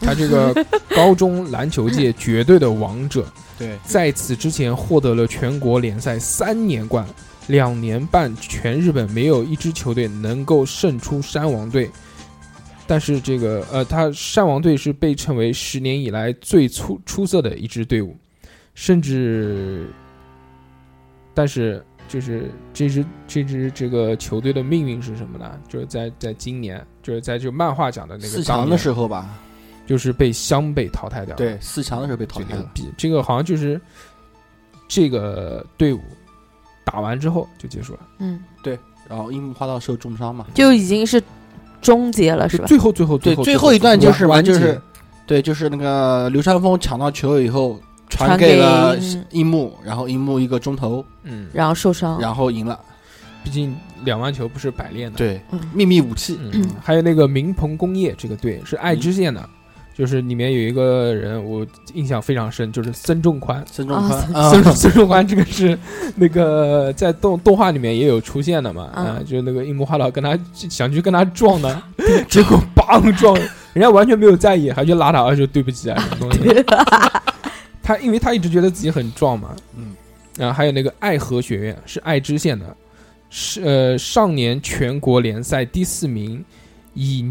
Speaker 2: 他这个高中篮球界绝对的王者，
Speaker 4: 对，
Speaker 2: 在此之前获得了全国联赛三连冠，两年半全日本没有一支球队能够胜出山王队。但是这个呃，他山王队是被称为十年以来最出出色的一支队伍，甚至，但是就是这支这支这个球队的命运是什么呢？就是在在今年，就是在这漫画讲的那个
Speaker 4: 四
Speaker 2: 当
Speaker 4: 强
Speaker 2: 年
Speaker 4: 的时候吧，
Speaker 2: 就是被湘北淘汰掉了。
Speaker 4: 对，四强的时候被淘
Speaker 2: 这
Speaker 4: 汰
Speaker 2: 牛
Speaker 4: 了，
Speaker 2: 逼！这个好像就是这个队伍打完之后就结束了，
Speaker 5: 嗯，
Speaker 4: 然后樱木花道受重伤嘛，
Speaker 5: 就已经是终结了是吧？
Speaker 2: 最后最后
Speaker 4: 对，
Speaker 2: 后
Speaker 4: 最
Speaker 2: 最
Speaker 4: 后一段就是嘛，
Speaker 3: 完
Speaker 4: 就
Speaker 3: 结
Speaker 4: 是对，就是那个流川枫抢到球以后传
Speaker 5: 传给
Speaker 4: 了
Speaker 5: 嗯
Speaker 4: 樱木，然后樱木一个中投，
Speaker 2: 嗯，
Speaker 5: 然后受伤，
Speaker 4: 然后赢了，
Speaker 2: 毕竟两万球不是百练的。，
Speaker 4: 对，
Speaker 5: 嗯
Speaker 4: 秘密武器，
Speaker 2: 嗯，还有那个明鹏工业这个队是爱知县
Speaker 4: 嗯
Speaker 2: 的，就是里面有一个人我印象非常深，就是孙仲宽。
Speaker 4: 孙中宽
Speaker 5: 啊
Speaker 4: 啊
Speaker 2: 孙 孙仲宽这个是那个在动动画里面也有出现的嘛，
Speaker 5: 嗯
Speaker 2: 啊，就那个樱木花道跟他想去跟他撞 呢，结果梆撞，人家完全没有在意，还去拉他，而且对不起啊什么东西。 他因为他一直觉得自己很壮嘛，
Speaker 4: 嗯，
Speaker 2: 然后还有那个爱河学院是爱知县的，是呃上年全国联赛第四名，以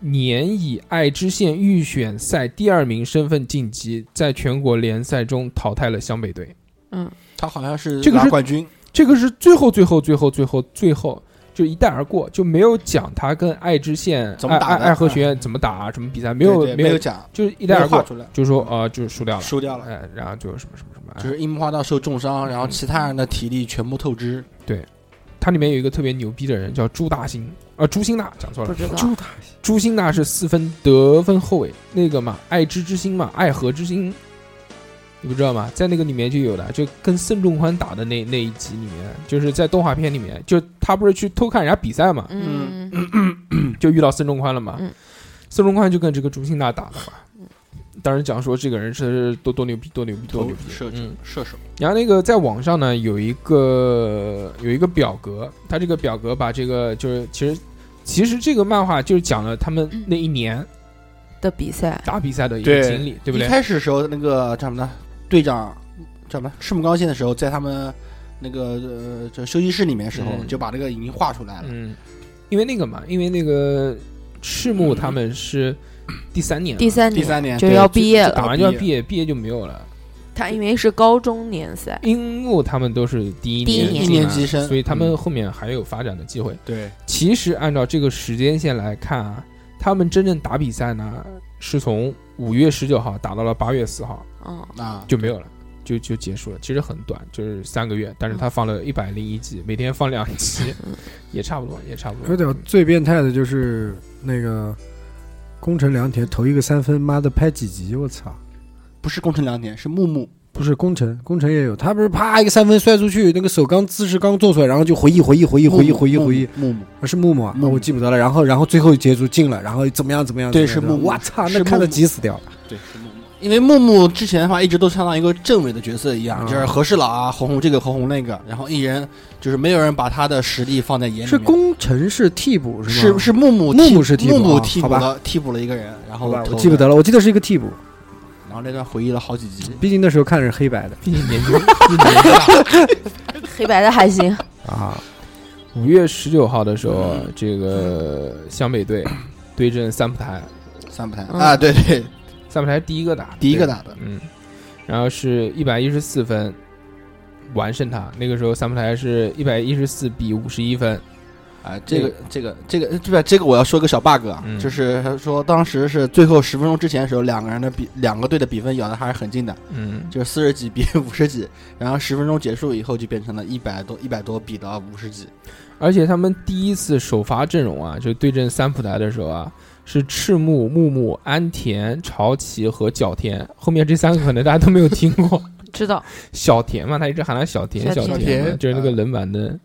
Speaker 2: 年以爱知县预选赛第二名身份晋级，在全国联赛中淘汰了湘北队。
Speaker 5: 嗯，
Speaker 4: 他好像是
Speaker 2: 这个
Speaker 4: 拿
Speaker 2: 是
Speaker 4: 冠军，
Speaker 2: 这个是最后最后最后最后最后就一带而过，就没有讲他跟爱知县
Speaker 4: 怎么打的
Speaker 2: 爱爱爱河学院怎么打，什么比赛没
Speaker 4: 没
Speaker 2: 有
Speaker 4: 没有
Speaker 2: 有，
Speaker 4: 讲，
Speaker 2: 就是一
Speaker 4: 一
Speaker 2: 带而
Speaker 4: 画
Speaker 2: 过，
Speaker 4: 出来，
Speaker 2: 就说呃就输掉了，
Speaker 4: 输掉了。
Speaker 2: 哎，然后就什么什么什么，哎
Speaker 4: 就是樱木花道受重伤，然后其他人的体力全部透支。
Speaker 2: 它里面有一个特别牛逼的人叫朱大兴，啊朱星大讲错
Speaker 5: 不
Speaker 2: 了，
Speaker 5: 知道，
Speaker 3: 就他
Speaker 2: 朱星大是四分得分后卫，那个嘛爱知之星嘛爱河之星。你不知道吗？在那个里面就有的，就跟孙仲宽打的那那一集里面，就是在动画片里面，就他不是去偷看人家比赛嘛，
Speaker 5: 嗯，
Speaker 2: 就遇到孙仲宽了嘛。
Speaker 5: 嗯
Speaker 2: 孙仲宽就跟这个朱星大打了嘛。当时讲说这个人是多多牛逼，多牛逼，多牛逼。
Speaker 4: 射
Speaker 2: 嗯，
Speaker 4: 射手，
Speaker 2: 然后那个在网上呢有一个有一个表格，他这个表格把这个就是其实其实这个漫画就是讲了他们那一年
Speaker 5: 的比赛，
Speaker 2: 打比赛的一个
Speaker 4: 对
Speaker 2: 经历，对不
Speaker 4: 一
Speaker 2: 对？
Speaker 4: 开始的时候，那个叫什么呢？队长叫什么？赤木刚宪的时候，在他们那个呃这休息室里面的时候，
Speaker 2: 嗯
Speaker 4: 就把这个已经画出来了。
Speaker 2: 嗯，因为那个嘛，因为那个赤木他们是第三年了，
Speaker 5: 第三
Speaker 4: 第
Speaker 5: 年
Speaker 4: 三年哦
Speaker 5: 就
Speaker 4: 对
Speaker 5: 要毕业
Speaker 2: 打
Speaker 5: 了，
Speaker 2: 完就要毕业，毕业就没有了。
Speaker 5: 他因为是高中联赛，
Speaker 2: 樱木他们都是第一
Speaker 5: 第一
Speaker 2: 年
Speaker 5: 年
Speaker 2: 进
Speaker 4: 一年
Speaker 2: 来
Speaker 4: 级生
Speaker 2: 所以他们
Speaker 4: 嗯
Speaker 2: 后面还有发展的机会。
Speaker 4: 对，
Speaker 2: 其实按照这个时间线来看啊，他们真正打比赛呢，是从五月十九号打到了八月四号，
Speaker 5: 嗯，
Speaker 4: 啊，
Speaker 2: 就没有了，就就结束了。其实很短，就是三个月，但是他放了一百零一集，每天放两集，也差不多，也差不多。
Speaker 3: 有点最变态的就是那个宫城良田投一个三分，妈的拍几集？我操！
Speaker 4: 不是宫城良田，是木木。
Speaker 3: 不是宫城，宫城也有，他不是啪一个三分摔出去，那个手刚姿势刚做出来，然后就回忆回忆回忆回忆回忆回忆，
Speaker 4: 木木，
Speaker 3: 啊是木木啊，
Speaker 4: 木木
Speaker 3: 我记不得了。然后然后最后结束进了，然后怎么样怎么样？
Speaker 4: 对
Speaker 3: 怎么样
Speaker 4: 是木木
Speaker 3: 我操，
Speaker 4: 是
Speaker 3: 那看
Speaker 4: 木
Speaker 3: 得
Speaker 4: 木
Speaker 3: 急死掉了。
Speaker 4: 对，是木木。因为木木之前的话，一直都相当于一个政委的角色一样，
Speaker 3: 啊
Speaker 4: 就是和事佬啊，红红这个，红红那个，然后一人就是没有人把他的实力放在眼里面。
Speaker 3: 是宫城是替补是
Speaker 4: 是
Speaker 3: 吗？
Speaker 4: 是木木
Speaker 3: 木
Speaker 4: 替
Speaker 3: 木是替补
Speaker 4: 木木
Speaker 3: 啊
Speaker 4: 替
Speaker 3: 好
Speaker 4: 补
Speaker 3: 吧
Speaker 4: 了替补了一个人，然后
Speaker 3: 好吧，
Speaker 4: 投
Speaker 3: 我记不
Speaker 4: 的
Speaker 3: 得，了，我记得是一个替补，
Speaker 4: 然后那段回忆了好几集。
Speaker 3: 毕竟那时候看的是黑白的
Speaker 2: 毕竟年纪毕竟年纪大。
Speaker 5: 黑白的还行，
Speaker 3: 啊。
Speaker 2: 五月十九号的时候，这个湘北队对阵三浦台，
Speaker 4: 三不太
Speaker 5: 嗯
Speaker 4: 啊，对对，
Speaker 2: 三浦台第一个打，
Speaker 4: 第一个打的
Speaker 2: 对，嗯，然后是一百一十四分完胜他。那个时候三浦台是一百一十四比五十一分，
Speaker 4: 啊，这个这个这个这边这个我要说个小 bug 啊，
Speaker 2: 嗯
Speaker 4: 就是他说当时是最后十分钟之前的时候，两个人的比两个队的比分咬的还是很近的，
Speaker 2: 嗯，
Speaker 4: 就是四十几比五十几，然后十分钟结束以后就变成了一百多一百多比到五十几，
Speaker 2: 而且他们第一次首发阵容啊，就对阵三浦台的时候啊，是赤木、木木、安田、朝崎和小田。后面这三个可能大家都没有听过，
Speaker 5: 知道
Speaker 2: 小田嘛，他一直喊他小田，
Speaker 5: 小
Speaker 2: 田嘛，
Speaker 4: 田啊小田
Speaker 2: 就是那个冷板凳。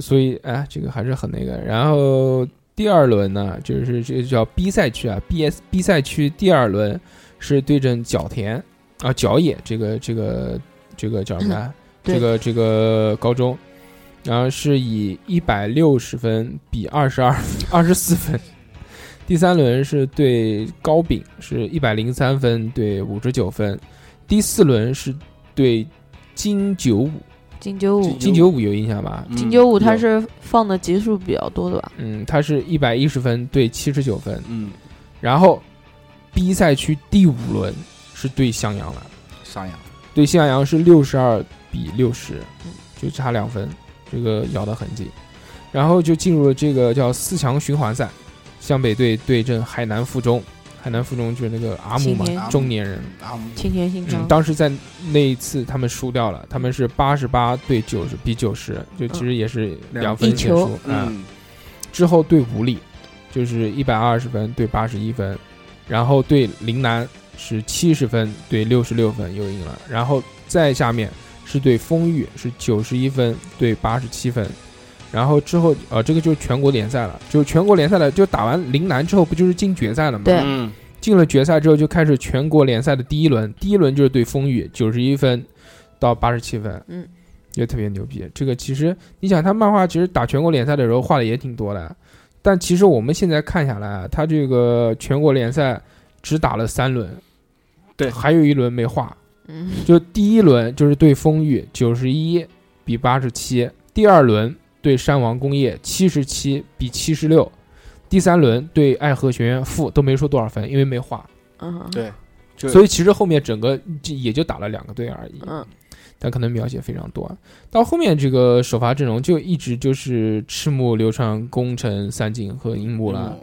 Speaker 2: 所以哎，这个还是很那个。然后第二轮呢，就是这叫 B 赛区啊，B S B 赛区第二轮是对阵角田啊角野这个这个这个叫什么来？
Speaker 5: 嗯对
Speaker 2: 这个这个高中，然后是以一百六十分比二十二 二十四分。第三轮是对高饼，是一百零三分对五十九分。第四轮是对金九五，
Speaker 5: 金九五，
Speaker 2: 金九五有印象吧？
Speaker 5: 金九五他
Speaker 4: 嗯有
Speaker 5: 是放的集数比较多的吧？
Speaker 2: 嗯，他是一百一十分对七十九分。
Speaker 4: 嗯
Speaker 2: 然后 B 赛区第五轮是对襄阳了，
Speaker 4: 上扬，
Speaker 2: 对襄阳是六十二比六十，就差两分，这个咬得很紧。然后就进入了这个叫四强循环赛，湘北队对阵海南附中，海南附中就是那个阿姆嘛
Speaker 5: 青年，
Speaker 2: 中年人。
Speaker 4: 啊，
Speaker 5: 青田新
Speaker 2: 嗯，
Speaker 5: 章，
Speaker 2: 当时在那一次他们输掉了，他们是八十八对九十比九十，就其实也是两分
Speaker 5: 嗯一
Speaker 2: 悬
Speaker 5: 球
Speaker 2: 殊。嗯，
Speaker 4: 嗯，
Speaker 2: 之后对武里就是一百二十分对八十一分，然后对陵南是七十分对六十六分又赢了，然后再下面是对丰裕是九十一分对八十七分。然后之后，呃，这个就是全国联赛了，就是全国联赛了，就打完陵南之后，不就是进决赛了吗？
Speaker 5: 对
Speaker 4: 嗯
Speaker 2: 进了决赛之后，就开始全国联赛的第一轮，第一轮就是对丰裕，九十一分到八十七分，
Speaker 5: 嗯，
Speaker 2: 也特别牛逼。这个其实你想，他漫画其实打全国联赛的时候画的也挺多的，但其实我们现在看下来啊，他这个全国联赛只打了三轮，
Speaker 4: 对
Speaker 2: 还有一轮没画，
Speaker 5: 嗯，
Speaker 2: 就第一轮就是对丰裕九十一比八十七，第二轮对山王工业七十七比七十六，第三轮对爱河学院负都没说多少分，因为没画。
Speaker 5: 嗯，
Speaker 4: 对，就
Speaker 2: 所以其实后面整个就也就打了两个队而已，
Speaker 5: 嗯，
Speaker 2: 但可能描写非常多。到后面这个首发阵容就一直就是赤木、流川、宫城、三井和樱木了，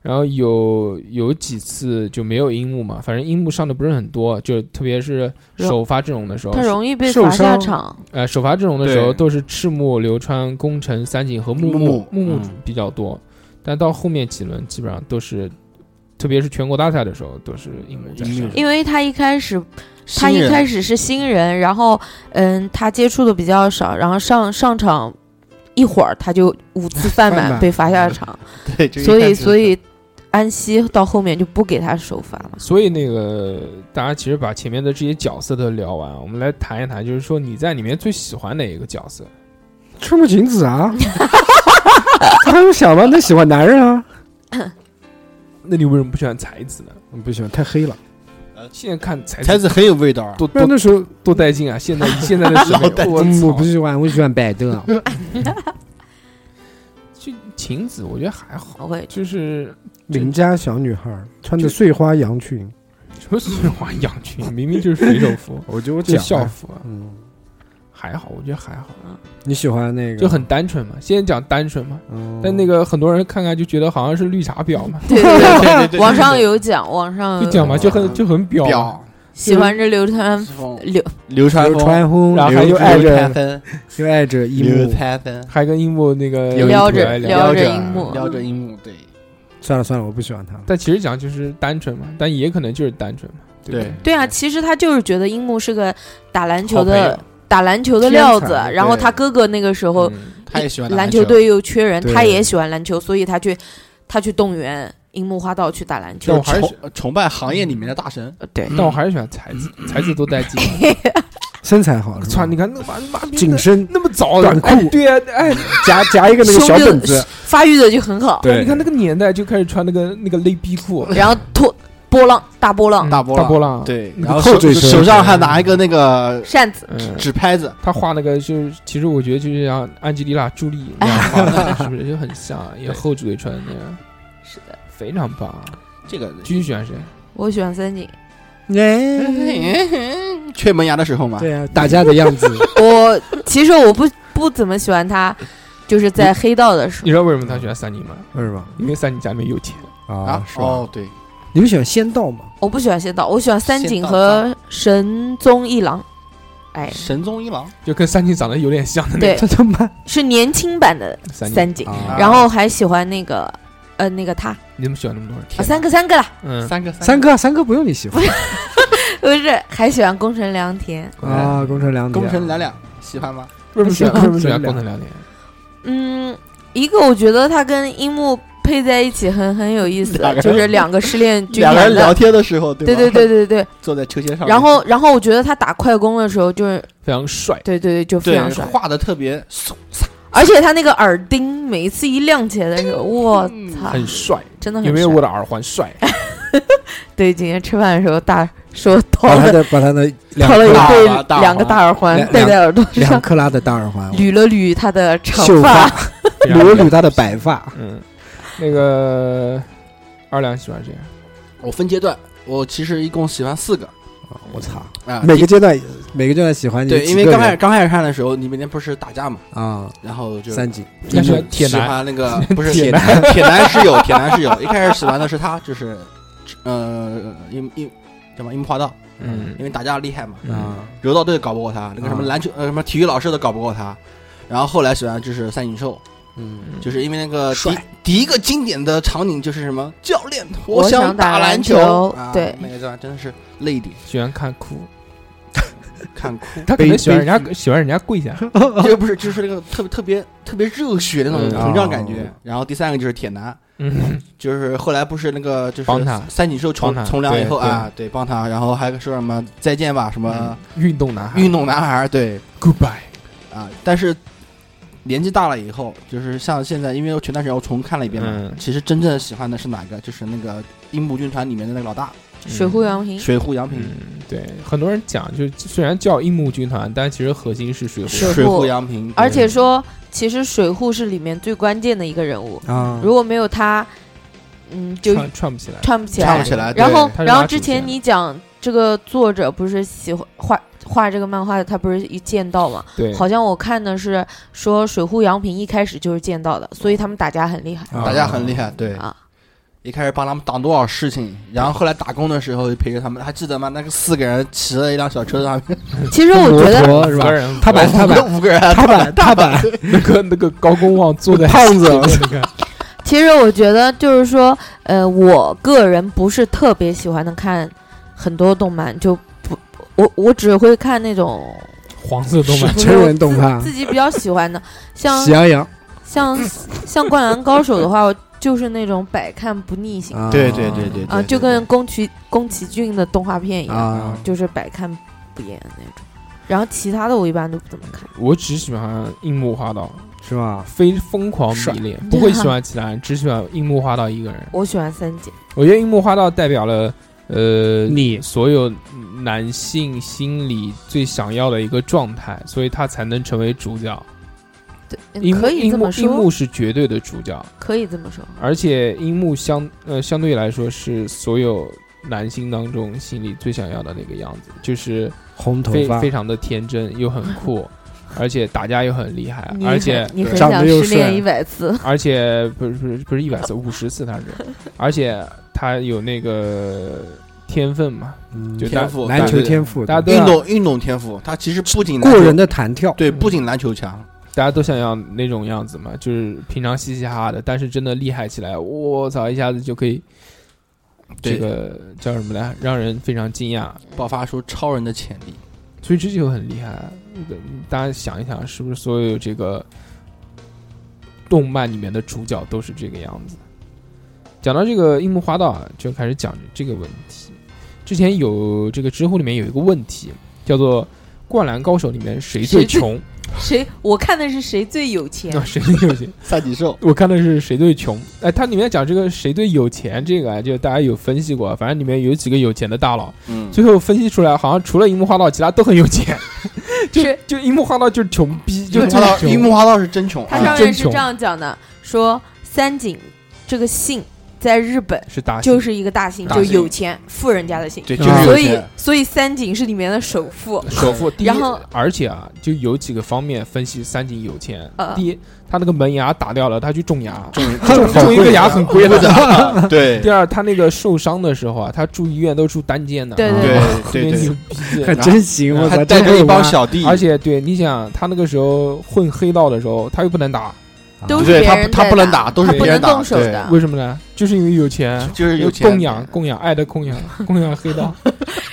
Speaker 2: 然后有有几次就没有樱木嘛，反正樱木上的不是很多，就特别是首发阵容的时候
Speaker 5: 他，容易被
Speaker 3: 受
Speaker 5: 罚下
Speaker 3: 伤
Speaker 5: 场，
Speaker 2: 呃，首发阵容的时候
Speaker 4: 对
Speaker 2: 都是赤木、流川、宫城、三井和木木
Speaker 4: 木
Speaker 2: 木
Speaker 4: 木
Speaker 2: 木
Speaker 4: 嗯
Speaker 2: 比较多，但到后面几轮基本上都是，特别是全国大赛的时候都是樱木在
Speaker 4: 樱木
Speaker 2: 上。
Speaker 5: 因为他一开始他
Speaker 4: 新
Speaker 5: 一
Speaker 4: 人
Speaker 5: 开始是新人，然后嗯，他接触的比较少，然后上上场一会儿他就五次犯
Speaker 3: 犯
Speaker 5: 满
Speaker 3: 满
Speaker 5: 被罚下场，
Speaker 4: 对，就一
Speaker 5: 所
Speaker 4: 开
Speaker 5: 以
Speaker 4: 始
Speaker 5: 所以安西到后面就不给他首发了。
Speaker 2: 所以那个大家其实把前面的这些角色都聊完，我们来谈一谈，就是说你在里面最喜欢哪一个角色？
Speaker 3: 赤木晴子啊，他们想吧，他喜欢男人啊，
Speaker 2: 那你为什么不喜欢才子呢？
Speaker 3: 嗯不喜欢太黑了。呃
Speaker 2: 现在看才
Speaker 4: 才子很有味 道啊，
Speaker 2: 多
Speaker 3: 那
Speaker 2: 多
Speaker 3: 那时候
Speaker 2: 多带劲啊！ 现在以现在的审
Speaker 4: 老带
Speaker 2: 美，我
Speaker 3: 嗯我
Speaker 2: 操
Speaker 3: 不！喜欢，我喜欢白的啊。
Speaker 2: 就晴子，我觉得还好，
Speaker 5: 我也
Speaker 2: 就是
Speaker 3: 邻家小女孩穿着碎花洋裙，
Speaker 2: 什么碎花洋裙，明明就是水手
Speaker 3: ，
Speaker 2: 服
Speaker 3: 我就我
Speaker 2: 就
Speaker 3: 讲
Speaker 2: 校
Speaker 3: 啊，
Speaker 2: 服啊，
Speaker 3: 嗯，
Speaker 2: 还好，我觉得还好，
Speaker 3: 你喜欢那个
Speaker 2: 就很单纯嘛。现在讲单纯嘛，
Speaker 3: 嗯
Speaker 2: 但那个很多人看看就觉得好像是绿茶婊嘛，
Speaker 5: 对对对，
Speaker 4: 对对对，
Speaker 5: 网上有讲，网上
Speaker 2: 就讲嘛，就很
Speaker 4: 嗯
Speaker 2: 就很婊嘛。
Speaker 4: 表
Speaker 5: 喜欢这流川
Speaker 4: 风
Speaker 5: 流
Speaker 4: 流川
Speaker 3: 流
Speaker 4: 枫，
Speaker 3: 川枫，
Speaker 2: 然后
Speaker 3: 然
Speaker 2: 还有
Speaker 4: 流
Speaker 2: 爱
Speaker 4: 流
Speaker 2: 人
Speaker 4: 川枫，
Speaker 3: 又爱着一
Speaker 4: 流
Speaker 3: 木。
Speaker 4: 川枫，
Speaker 2: 还跟樱木那个
Speaker 3: 有一
Speaker 5: 撩
Speaker 2: 腿啊
Speaker 5: 着
Speaker 2: 来
Speaker 5: 撩
Speaker 2: 聊
Speaker 5: 着
Speaker 3: 着
Speaker 5: 樱木，
Speaker 4: 撩着樱木，对
Speaker 3: 算了算了，我不喜欢他了。
Speaker 2: 但其实讲就是单纯嘛，但也可能就是单纯嘛，对不对？
Speaker 5: 对啊，其实他就是觉得樱木是个打篮球
Speaker 4: 好朋
Speaker 5: 的
Speaker 4: 友
Speaker 5: 打篮球的料子
Speaker 3: 天才，
Speaker 5: 然后
Speaker 4: 对
Speaker 5: 他哥哥那个时候
Speaker 2: 嗯
Speaker 4: 他也喜欢打
Speaker 5: 篮
Speaker 4: 篮
Speaker 5: 球队又缺人，
Speaker 3: 对
Speaker 5: 他也喜欢篮球，所以他去他去动员樱木花道去打篮球
Speaker 2: 但我。还是
Speaker 4: 崇崇拜行业里面的大神，
Speaker 5: 呃对，
Speaker 2: 但我还是喜欢才子，
Speaker 5: 嗯
Speaker 2: 才子多带劲。
Speaker 3: 身材好，是吧
Speaker 2: 操，你看那妈妈逼
Speaker 3: 紧
Speaker 2: 的
Speaker 3: 身
Speaker 2: 那么早
Speaker 3: 短裤
Speaker 2: 哎对啊，哎，
Speaker 3: 夹夹一个那个小
Speaker 5: 胸就
Speaker 3: 本子，
Speaker 5: 发育的就很好，
Speaker 3: 对，
Speaker 2: 你看那个年代就开始穿那个那个勒逼裤，
Speaker 5: 然后拖波浪大波浪
Speaker 2: 嗯
Speaker 4: 大波
Speaker 2: 大
Speaker 4: 浪
Speaker 2: 波浪，，
Speaker 4: 对，
Speaker 2: 那个
Speaker 4: 然后
Speaker 3: 后
Speaker 4: 手
Speaker 3: 缀是
Speaker 4: 手上还拿一个那个
Speaker 5: 扇子，
Speaker 2: 嗯，
Speaker 4: 纸拍子，
Speaker 2: 他画那个就是，其实我觉得就是像安吉丽娜·朱莉那 样画的，是不是就很像，也厚嘴唇那样，
Speaker 5: 是的，
Speaker 2: 非常棒。
Speaker 4: 这个
Speaker 2: 继续喜欢谁？
Speaker 5: 我喜欢三井，
Speaker 3: 哎，
Speaker 4: 缺门牙的时候嘛，
Speaker 3: 对啊，打架的样子，
Speaker 5: 我其实我不不怎么喜欢他，就是在黑道的时
Speaker 2: 你
Speaker 5: 候，
Speaker 2: 知道为什么他喜欢三井吗？
Speaker 3: 为什么
Speaker 2: 因为三井家里面有钱。
Speaker 3: 啊
Speaker 4: 啊？，
Speaker 3: 是吧？
Speaker 4: 哦，对，
Speaker 3: 你们喜欢仙道吗？
Speaker 5: 我不喜欢仙道，我喜欢三井
Speaker 4: 仙道
Speaker 5: 和神宗一郎，哎，
Speaker 4: 神宗一郎，
Speaker 2: 就跟三井长得有点像的那
Speaker 5: 对
Speaker 2: 个
Speaker 3: 这他妈
Speaker 5: 是年轻版的
Speaker 2: 三井。
Speaker 5: 三井，
Speaker 3: 啊
Speaker 5: 然后还喜欢那个呃那个他啊
Speaker 2: 你怎么喜欢那么多人？
Speaker 4: 天哪
Speaker 5: 三个三个啦，
Speaker 2: 嗯，
Speaker 4: 三个
Speaker 3: 三哥，三哥不用你喜欢
Speaker 5: 不是还喜欢宫城良田，
Speaker 3: 啊，工程良田，
Speaker 4: 宫城两两喜欢吗？
Speaker 2: 为什么喜欢
Speaker 3: 不
Speaker 2: 为
Speaker 3: 是
Speaker 2: 什么喜欢
Speaker 3: 不是
Speaker 2: 工藤良田？
Speaker 5: 嗯，一个我觉得他跟樱木配在一起很很有意思
Speaker 4: 两个，人
Speaker 5: 就是两个失恋 军
Speaker 4: 两个
Speaker 5: 团
Speaker 4: 人聊
Speaker 5: 的，
Speaker 4: 天的时候，对
Speaker 5: 对
Speaker 4: 对
Speaker 5: 对，对对 对，
Speaker 4: 坐在秋千上，
Speaker 5: 然后然后我觉得他打快攻的时候就是
Speaker 2: 非常帅，
Speaker 5: 对对对就非
Speaker 4: 对
Speaker 5: 常帅，
Speaker 4: 画的特别
Speaker 5: 而且他那个耳钉每一次一亮起来的 时候，我操，
Speaker 2: 很帅。
Speaker 5: 真的很
Speaker 2: 有没有
Speaker 5: 帅
Speaker 2: 我的耳环帅？
Speaker 5: 对，今天吃饭的时候大说掏
Speaker 3: 把他
Speaker 5: 了
Speaker 3: 的把他的 两
Speaker 5: 掏了一
Speaker 4: 大
Speaker 5: 对
Speaker 4: 耳大耳
Speaker 5: 两个
Speaker 4: 环
Speaker 5: 大耳环
Speaker 3: 两
Speaker 5: 戴在耳朵
Speaker 3: 两
Speaker 5: 上，
Speaker 3: 克拉的大耳环，
Speaker 5: 捋了捋他的长
Speaker 3: 秀
Speaker 5: 发
Speaker 3: 发， 捋了捋他的白发，
Speaker 2: 嗯，那个二两喜欢谁？啊
Speaker 4: 我分阶段，我其实一共喜欢四个
Speaker 3: 我操！
Speaker 4: 啊。
Speaker 3: 每个阶段每个阶段喜欢你
Speaker 4: 对，
Speaker 3: 几
Speaker 4: 因
Speaker 3: 个
Speaker 4: 为刚开始
Speaker 3: 人
Speaker 4: 刚开始看的时候，你每天不是打架嘛，
Speaker 3: 啊，
Speaker 4: 然后就
Speaker 3: 三井
Speaker 2: 那是铁
Speaker 4: 喜
Speaker 2: 男，
Speaker 4: 欢那个不是
Speaker 2: 铁
Speaker 4: 男，铁男室 友，铁男室友。一开始喜欢的是他，就是呃樱樱什么樱木花道，
Speaker 2: 嗯
Speaker 4: 因为打架厉害嘛，
Speaker 2: 嗯，
Speaker 3: 啊，
Speaker 4: 柔道队搞不过他，那个什么
Speaker 3: 啊
Speaker 4: 篮球呃什么体育老师都搞不过他。然后后来喜欢就是三井寿，
Speaker 3: 嗯，
Speaker 4: 就是因为那个第
Speaker 3: 帅
Speaker 4: 第一个经典的场景就是什么教练，
Speaker 5: 我想
Speaker 4: 想
Speaker 5: 打篮
Speaker 4: 篮
Speaker 5: 球
Speaker 4: 啊
Speaker 5: 对
Speaker 4: 那个段真的是泪点
Speaker 2: 喜欢看哭，
Speaker 4: 看 哭。
Speaker 2: 他可能
Speaker 3: 悲
Speaker 2: 喜欢
Speaker 3: 悲
Speaker 2: 人家喜欢人家跪下，
Speaker 4: 这个不是，就是那个特别特别特别热血那种
Speaker 2: 嗯
Speaker 4: 膨胀感觉。
Speaker 3: 哦
Speaker 4: 然后第三个就是铁男，
Speaker 2: 嗯，
Speaker 4: 就是后来不是那个就是
Speaker 2: 帮他
Speaker 4: 三井寿从
Speaker 2: 帮他
Speaker 4: 从良以后
Speaker 2: 对
Speaker 4: 啊，对，帮他，然后还说什么再见吧，什么
Speaker 2: 运动男孩，
Speaker 4: 运动男孩儿，对
Speaker 2: goodbye，
Speaker 4: 啊。但是年纪大了以后，就是像现在，因为我前段时间我重看了一遍嘛
Speaker 2: 嗯，
Speaker 4: 其实真正喜欢的是哪个？就是那个樱木军团里面的那个老大
Speaker 5: 水户洋平，
Speaker 4: 水户洋平，
Speaker 2: 嗯，对，很多人讲，就是虽然叫樱木军团，但其实核心是水户。
Speaker 5: 是水户
Speaker 4: 水户洋平，
Speaker 5: 而且说其实水户是里面最关键的一个人物，
Speaker 3: 啊，
Speaker 5: 如果没有他，嗯，就
Speaker 2: 串串不起来。
Speaker 5: 串不起
Speaker 4: 唱
Speaker 5: 来。
Speaker 4: 起来，
Speaker 5: 然后
Speaker 2: 啊对，他是
Speaker 5: 然后
Speaker 2: 拉
Speaker 5: 之
Speaker 2: 主
Speaker 5: 前
Speaker 2: 线
Speaker 5: 你讲这个作者不是喜欢画画这个漫画，他不是一剑道嘛？
Speaker 2: 对，
Speaker 5: 好像我看的是说水户洋平一开始就是剑道的，所以他们打架很厉害
Speaker 4: 对
Speaker 3: 啊
Speaker 4: 打架很厉害，对。
Speaker 5: 啊。
Speaker 4: 一开始帮他们挡多少事情，然后后来打工的时候陪着他们，还记得吗？那个四个人骑了一辆小车上面，
Speaker 3: 嗯
Speaker 5: 其实我
Speaker 3: 摩
Speaker 5: 觉得，
Speaker 3: 托是
Speaker 2: 五
Speaker 3: 吧
Speaker 2: 个？人，
Speaker 3: 他 把他把
Speaker 4: 五个人，
Speaker 3: 踏 板踏板
Speaker 2: 那个那个高公望坐 在
Speaker 3: 胖子
Speaker 2: 那个
Speaker 5: 其实我觉得就是说，呃，我个人不是特别喜欢的看很多动漫，就不，我我只会看 那种
Speaker 2: 黄色动漫，
Speaker 5: 不是
Speaker 3: 成
Speaker 5: 我
Speaker 3: 人动画
Speaker 5: 自，己比较喜欢的， 像
Speaker 3: 喜羊羊
Speaker 5: 像像灌篮高手的话，我就是那种百看不腻型
Speaker 3: 啊，
Speaker 4: 对对对对
Speaker 5: 啊，就跟宫崎宫崎骏的动画片一样，
Speaker 3: 啊，
Speaker 5: 就是百看不厌那种。然后其他的我一般都不怎么看。
Speaker 2: 我只喜欢樱木花道，
Speaker 3: 是吧？
Speaker 2: 非疯狂迷恋，不会喜欢其他人，只喜欢樱木花道一个人。
Speaker 5: 我喜欢三姐，
Speaker 2: 我觉得樱木花道代表了呃
Speaker 3: 你
Speaker 2: 所有男性心里最想要的一个状态，所以他才能成为主角。呃
Speaker 5: 对，
Speaker 2: 樱
Speaker 5: 嗯
Speaker 2: 木
Speaker 5: 可以这
Speaker 2: 樱木
Speaker 5: 么
Speaker 2: 樱
Speaker 5: 说
Speaker 2: 木，是绝对的主角，
Speaker 5: 可以这么说。
Speaker 2: 而且樱木相呃相对来说是所有男性当中心里最想要的那个样子，就是
Speaker 3: 红头
Speaker 2: 非
Speaker 3: 发
Speaker 2: 非，常的天真又很酷，而且打架又很厉害，
Speaker 5: 你
Speaker 2: 啊而
Speaker 5: 很
Speaker 2: 且
Speaker 5: 你很
Speaker 3: 长得
Speaker 5: 想
Speaker 3: 又
Speaker 5: 失恋
Speaker 3: 帅
Speaker 5: 一百次，
Speaker 2: 而且不是不是不是一百次五十次他是，而且他有那个天分嘛，
Speaker 3: 嗯
Speaker 2: 就
Speaker 4: 天赋，
Speaker 3: 篮球
Speaker 4: 对
Speaker 3: 天赋，
Speaker 2: 大家都
Speaker 4: 运
Speaker 2: 要
Speaker 4: 动运动天赋，他其实不仅
Speaker 3: 过
Speaker 4: 篮球
Speaker 3: 人的弹跳，
Speaker 4: 对，不仅篮球强，
Speaker 2: 大家都想要那种样子嘛，就是平常嘻嘻哈哈的，但是真的厉害起来，我操，一下子就可以这
Speaker 4: 对
Speaker 2: 个叫什么来，让人非常惊讶。
Speaker 4: 爆发出超人的潜力。
Speaker 2: 所以这就很厉害。大家想一想，是不是所有这个动漫里面的主角都是这个样子？讲到这个樱木花道啊，就开始讲这个问题。之前有这个知乎里面有一个问题，叫做《灌篮高手》里面谁最
Speaker 5: 谁最
Speaker 2: 穷？
Speaker 5: 谁？我看的是谁最有钱
Speaker 2: 那、？谁最有钱？
Speaker 4: 赛季兽，
Speaker 2: 我看的是谁最穷。哎，它里面讲这个谁最有钱，这个啊，就大家有分析过，啊反正里面有几个有钱的大佬，
Speaker 4: 嗯，
Speaker 2: 最后分析出来，好像除了樱木花道，其他都很有 钱。就是就樱木花道就是穷逼，
Speaker 4: 樱
Speaker 2: 就
Speaker 4: 木
Speaker 2: 是
Speaker 4: 花道，
Speaker 2: 穷
Speaker 4: 樱木花道是真穷，
Speaker 5: 他
Speaker 4: 啊
Speaker 5: 上
Speaker 2: 真
Speaker 5: 面是
Speaker 2: 穷
Speaker 5: 这样讲的，说三井这个姓在日本
Speaker 2: 是大型
Speaker 5: 就是一个大姓，
Speaker 4: 大
Speaker 5: 就
Speaker 4: 姓
Speaker 5: 有钱富人家的姓，
Speaker 4: 对，
Speaker 3: 嗯
Speaker 4: 就是啊有
Speaker 5: 所以
Speaker 4: 钱
Speaker 5: 所以三井是里面的首富。
Speaker 2: 首富。第一
Speaker 5: 然后，
Speaker 2: 而且啊，就有几个方面分析三井有钱。
Speaker 5: 呃
Speaker 2: 第一，他那个门牙打掉了，他去种牙，
Speaker 4: 种
Speaker 2: 种种一个牙很贵的。
Speaker 4: 的， 对
Speaker 2: 第二，他那个受伤的时候啊，他住医院都住单间的，
Speaker 5: 对
Speaker 2: 啊
Speaker 4: 对
Speaker 2: 特别
Speaker 4: 对
Speaker 2: 牛
Speaker 4: 对，
Speaker 3: 还
Speaker 2: 逼。
Speaker 3: 真行，我操，
Speaker 4: 还带
Speaker 3: 真
Speaker 4: 着
Speaker 3: 会
Speaker 4: 一帮
Speaker 3: 玩，
Speaker 4: 小弟，
Speaker 2: 而且，对，你想他那个时候混黑道的时候，他又不能打，
Speaker 3: 啊
Speaker 5: 都是
Speaker 4: 对
Speaker 5: 别
Speaker 4: 他
Speaker 5: 人
Speaker 4: 他
Speaker 5: 在
Speaker 4: 不能
Speaker 5: 打
Speaker 4: 打，都是
Speaker 5: 他不
Speaker 4: 别人
Speaker 5: 能
Speaker 4: 打
Speaker 5: 动手
Speaker 4: 对
Speaker 5: 的。
Speaker 2: 为什么呢？就是因为啊有钱，
Speaker 4: 就是有钱
Speaker 2: 供养供养爱的供养供养黑 道，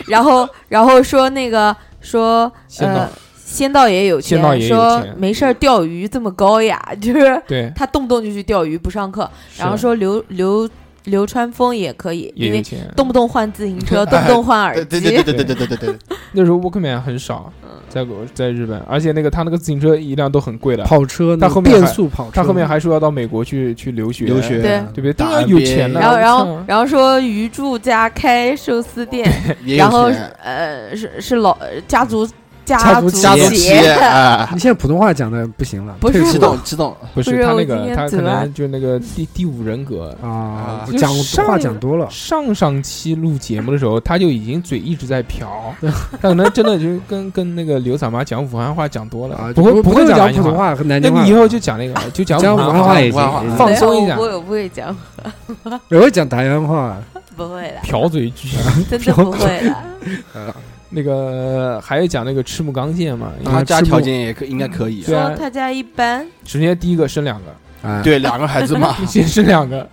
Speaker 5: 然后然后说那个说
Speaker 2: 仙道
Speaker 5: 呃，仙道也有钱
Speaker 2: 仙道，也有
Speaker 5: 说
Speaker 2: 钱
Speaker 5: 没事儿钓鱼这么高雅， 就是
Speaker 2: 对，
Speaker 5: 他动不动就去钓鱼不上课，
Speaker 2: 是
Speaker 5: 然后说流流流川枫也可以，因
Speaker 2: 也有
Speaker 5: 为
Speaker 2: 钱。
Speaker 5: 动不动换自行车，动不动换耳
Speaker 4: 对
Speaker 5: 机，
Speaker 4: 对对对对对对对 对，
Speaker 2: 那时候 Walkman 很少，
Speaker 5: 嗯
Speaker 2: 在国在日本，而且那个他那个自行车一辆都很贵的，
Speaker 3: 跑车，
Speaker 2: 他
Speaker 3: 那
Speaker 2: 后面
Speaker 3: 变
Speaker 2: 还
Speaker 3: 速跑车，
Speaker 2: 他后面还说要到美国去去留学，
Speaker 4: 留学啊
Speaker 5: 对
Speaker 2: 对不对？
Speaker 4: 打
Speaker 2: 当然有
Speaker 4: NBA
Speaker 2: 钱了。
Speaker 5: 然后，然
Speaker 2: 我
Speaker 5: 后
Speaker 2: 操，
Speaker 5: 然后说鱼住家开寿司店，
Speaker 4: 也
Speaker 5: 然后
Speaker 4: 有钱，
Speaker 5: 呃，是是老家族
Speaker 3: 家族
Speaker 5: 族
Speaker 4: 啊家族
Speaker 3: 企
Speaker 4: 企
Speaker 5: 企
Speaker 4: 业， 哎，
Speaker 3: 你现在普通话讲的不行了，
Speaker 5: 不是
Speaker 3: 退
Speaker 4: 激
Speaker 3: 步
Speaker 4: 动激动，
Speaker 2: 不是
Speaker 5: 不是
Speaker 2: 他那
Speaker 5: 我今
Speaker 2: 个，
Speaker 5: 天
Speaker 2: 他
Speaker 5: 紫
Speaker 2: 可能
Speaker 5: 薇
Speaker 2: 就那个第第五人格。
Speaker 3: 啊
Speaker 4: 啊，
Speaker 3: 讲
Speaker 2: 上
Speaker 3: 话
Speaker 2: 一
Speaker 3: 讲多了，
Speaker 2: 上上期录节目的时候，他就已经嘴一直在 瓢，他可能真的就跟跟那个刘三妈讲武汉话讲多
Speaker 3: 啊
Speaker 2: 了，，
Speaker 3: 就
Speaker 2: 会不
Speaker 3: 不会
Speaker 2: 讲
Speaker 3: 普通
Speaker 2: 南京话，
Speaker 3: 话和南
Speaker 2: 那
Speaker 3: 京话
Speaker 2: 你以，后就讲那个， 就讲
Speaker 3: 讲
Speaker 2: 武
Speaker 3: 武汉
Speaker 2: 汉
Speaker 3: 话
Speaker 4: 话
Speaker 3: 也
Speaker 4: 武汉话
Speaker 3: 行，
Speaker 4: 嗯
Speaker 3: 放
Speaker 5: 没有
Speaker 2: 松一下
Speaker 5: 我我不会讲，
Speaker 3: 我会讲台湾话，
Speaker 5: 不会 的，
Speaker 2: 瓢嘴剧。
Speaker 5: 真的不会的。
Speaker 2: 那个还有讲那个赤木刚宪嘛，因为
Speaker 3: 啊
Speaker 4: 他家
Speaker 2: 赤木
Speaker 4: 条件也可应该可以
Speaker 2: 对，啊
Speaker 5: 说他家一般，
Speaker 2: 首先第一个生两个，
Speaker 3: 啊，
Speaker 4: 对，两个孩 子嘛，
Speaker 2: 先生两个。